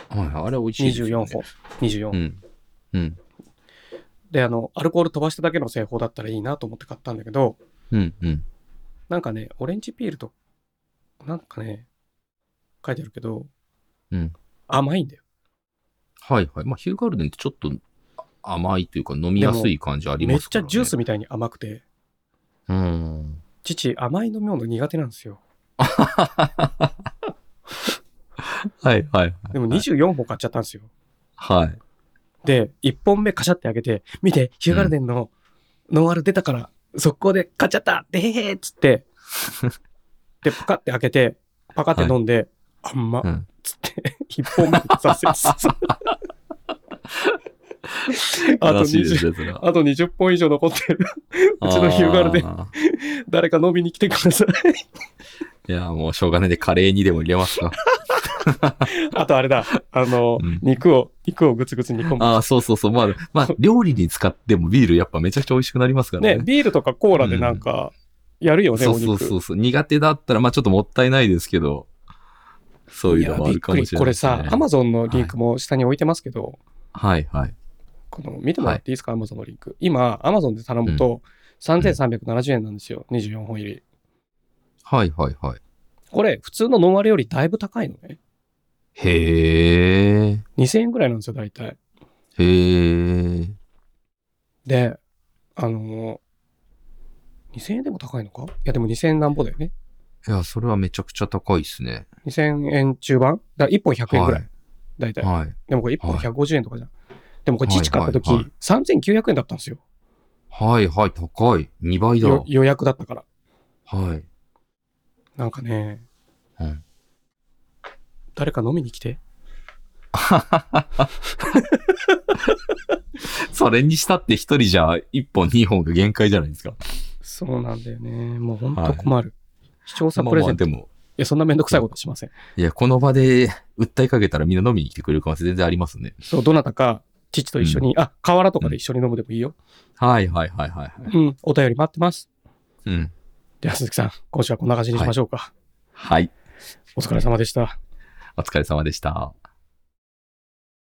[SPEAKER 2] はい、あれ美味しいですよ
[SPEAKER 1] 24
[SPEAKER 2] ね。
[SPEAKER 1] 本。24
[SPEAKER 2] う。ん。うん。
[SPEAKER 1] で、あの、アルコール飛ばしただけの製法だったらいいなと思って買ったんだけど、
[SPEAKER 2] うん。うん。
[SPEAKER 1] なんかね、オレンジピールと、なんかね、書いてあるけど、
[SPEAKER 2] うん
[SPEAKER 1] 甘いんだよ。
[SPEAKER 2] はいはい。まあ、ヒューガルデンってちょっと甘いというか飲みやすい感じあり
[SPEAKER 1] めっ
[SPEAKER 2] ます
[SPEAKER 1] ち
[SPEAKER 2] か
[SPEAKER 1] ゃ
[SPEAKER 2] ら、ね。
[SPEAKER 1] ジュースみたいに甘くて、
[SPEAKER 2] うん。
[SPEAKER 1] 父、甘い飲み物苦手なんですよ。
[SPEAKER 2] はいはいはい。
[SPEAKER 1] でも24本買っちゃったんですよ。
[SPEAKER 2] はい。
[SPEAKER 1] で、1本目カシャってあげて、見て、ヒューガルデンのノンアル出たから、速攻で買っちゃったでへへっつっ て、で、パカって開けて、パカって飲んで、あんま
[SPEAKER 2] う
[SPEAKER 1] っ
[SPEAKER 2] ん。
[SPEAKER 1] つって、1本目で挫折 あと
[SPEAKER 2] 悲しいで
[SPEAKER 1] 20
[SPEAKER 2] すね、それは。
[SPEAKER 1] あと20本以上残ってる。うちのヒューガルデ
[SPEAKER 2] ン。
[SPEAKER 1] 誰か飲みに来てください。
[SPEAKER 2] いや、もうしょうがないんでカレーにでも入れますか。
[SPEAKER 1] あとあれだ、あの、
[SPEAKER 2] うん
[SPEAKER 1] 肉を、肉をぐつぐつ煮込む。
[SPEAKER 2] ああ、そうそうそう。まあ、まあ、料理に使ってもビールやっぱめちゃくちゃ美味しくなりますから
[SPEAKER 1] ね、
[SPEAKER 2] ね。
[SPEAKER 1] ビールとかコーラでなんか、やるよね、
[SPEAKER 2] そ
[SPEAKER 1] お
[SPEAKER 2] う
[SPEAKER 1] 肉。
[SPEAKER 2] そうそうそう。苦手だったら、まあちょっともったいないですけど、そういうのもあるかもしれない
[SPEAKER 1] これ
[SPEAKER 2] ですね、
[SPEAKER 1] さ、アマゾンのリンクも下に置いてますけど、
[SPEAKER 2] はいはい。
[SPEAKER 1] この見てもらっていいですか、アマゾンのリンク。今、アマゾンで頼むと、3370円なんですよ、24本入り。
[SPEAKER 2] はいはいはい。
[SPEAKER 1] これ、普通のノンアルよりだいぶ高いのね。
[SPEAKER 2] へえ。
[SPEAKER 1] 2000円ぐらいなんですよ、大体。
[SPEAKER 2] へえ。
[SPEAKER 1] で、あの、2000円でも高いのかいや、でも2000円なんぼだよね。
[SPEAKER 2] いや、それはめちゃくちゃ高いですね。
[SPEAKER 1] 2000円中盤だから1本100円ぐらい、大体。
[SPEAKER 2] はい。
[SPEAKER 1] でもこれ1本
[SPEAKER 2] はい
[SPEAKER 1] 150円とかじゃん。でもこれ父買った時、
[SPEAKER 2] はいはい
[SPEAKER 1] 3900円だったんですよ
[SPEAKER 2] はいはい、高い。2倍だ。
[SPEAKER 1] よ予約だったから。
[SPEAKER 2] はい。
[SPEAKER 1] なんかね、
[SPEAKER 2] うん
[SPEAKER 1] 誰か飲みに来て。
[SPEAKER 2] それにしたって一人じゃ一本二本が限界じゃないですか。
[SPEAKER 1] そうなんだよね。もう本当困る。視聴者プレ
[SPEAKER 2] まあま
[SPEAKER 1] ゼント。
[SPEAKER 2] あで
[SPEAKER 1] い
[SPEAKER 2] も、
[SPEAKER 1] や、そんなめんどくさいことしません。
[SPEAKER 2] いや、この場で 訴えかけたらみんな飲みに来てくれる可能性全然ありますね。
[SPEAKER 1] そう、どなたか、父と一緒に、あ、河原とかで一緒に飲むでもいいよ。
[SPEAKER 2] はいはいはいはいはい。
[SPEAKER 1] うん、お便り待ってます。
[SPEAKER 2] うん。
[SPEAKER 1] では、鈴木さん、今週はこんな感じにしましょうか。
[SPEAKER 2] はい。
[SPEAKER 1] お疲れ様でした。
[SPEAKER 2] お疲れ様でした。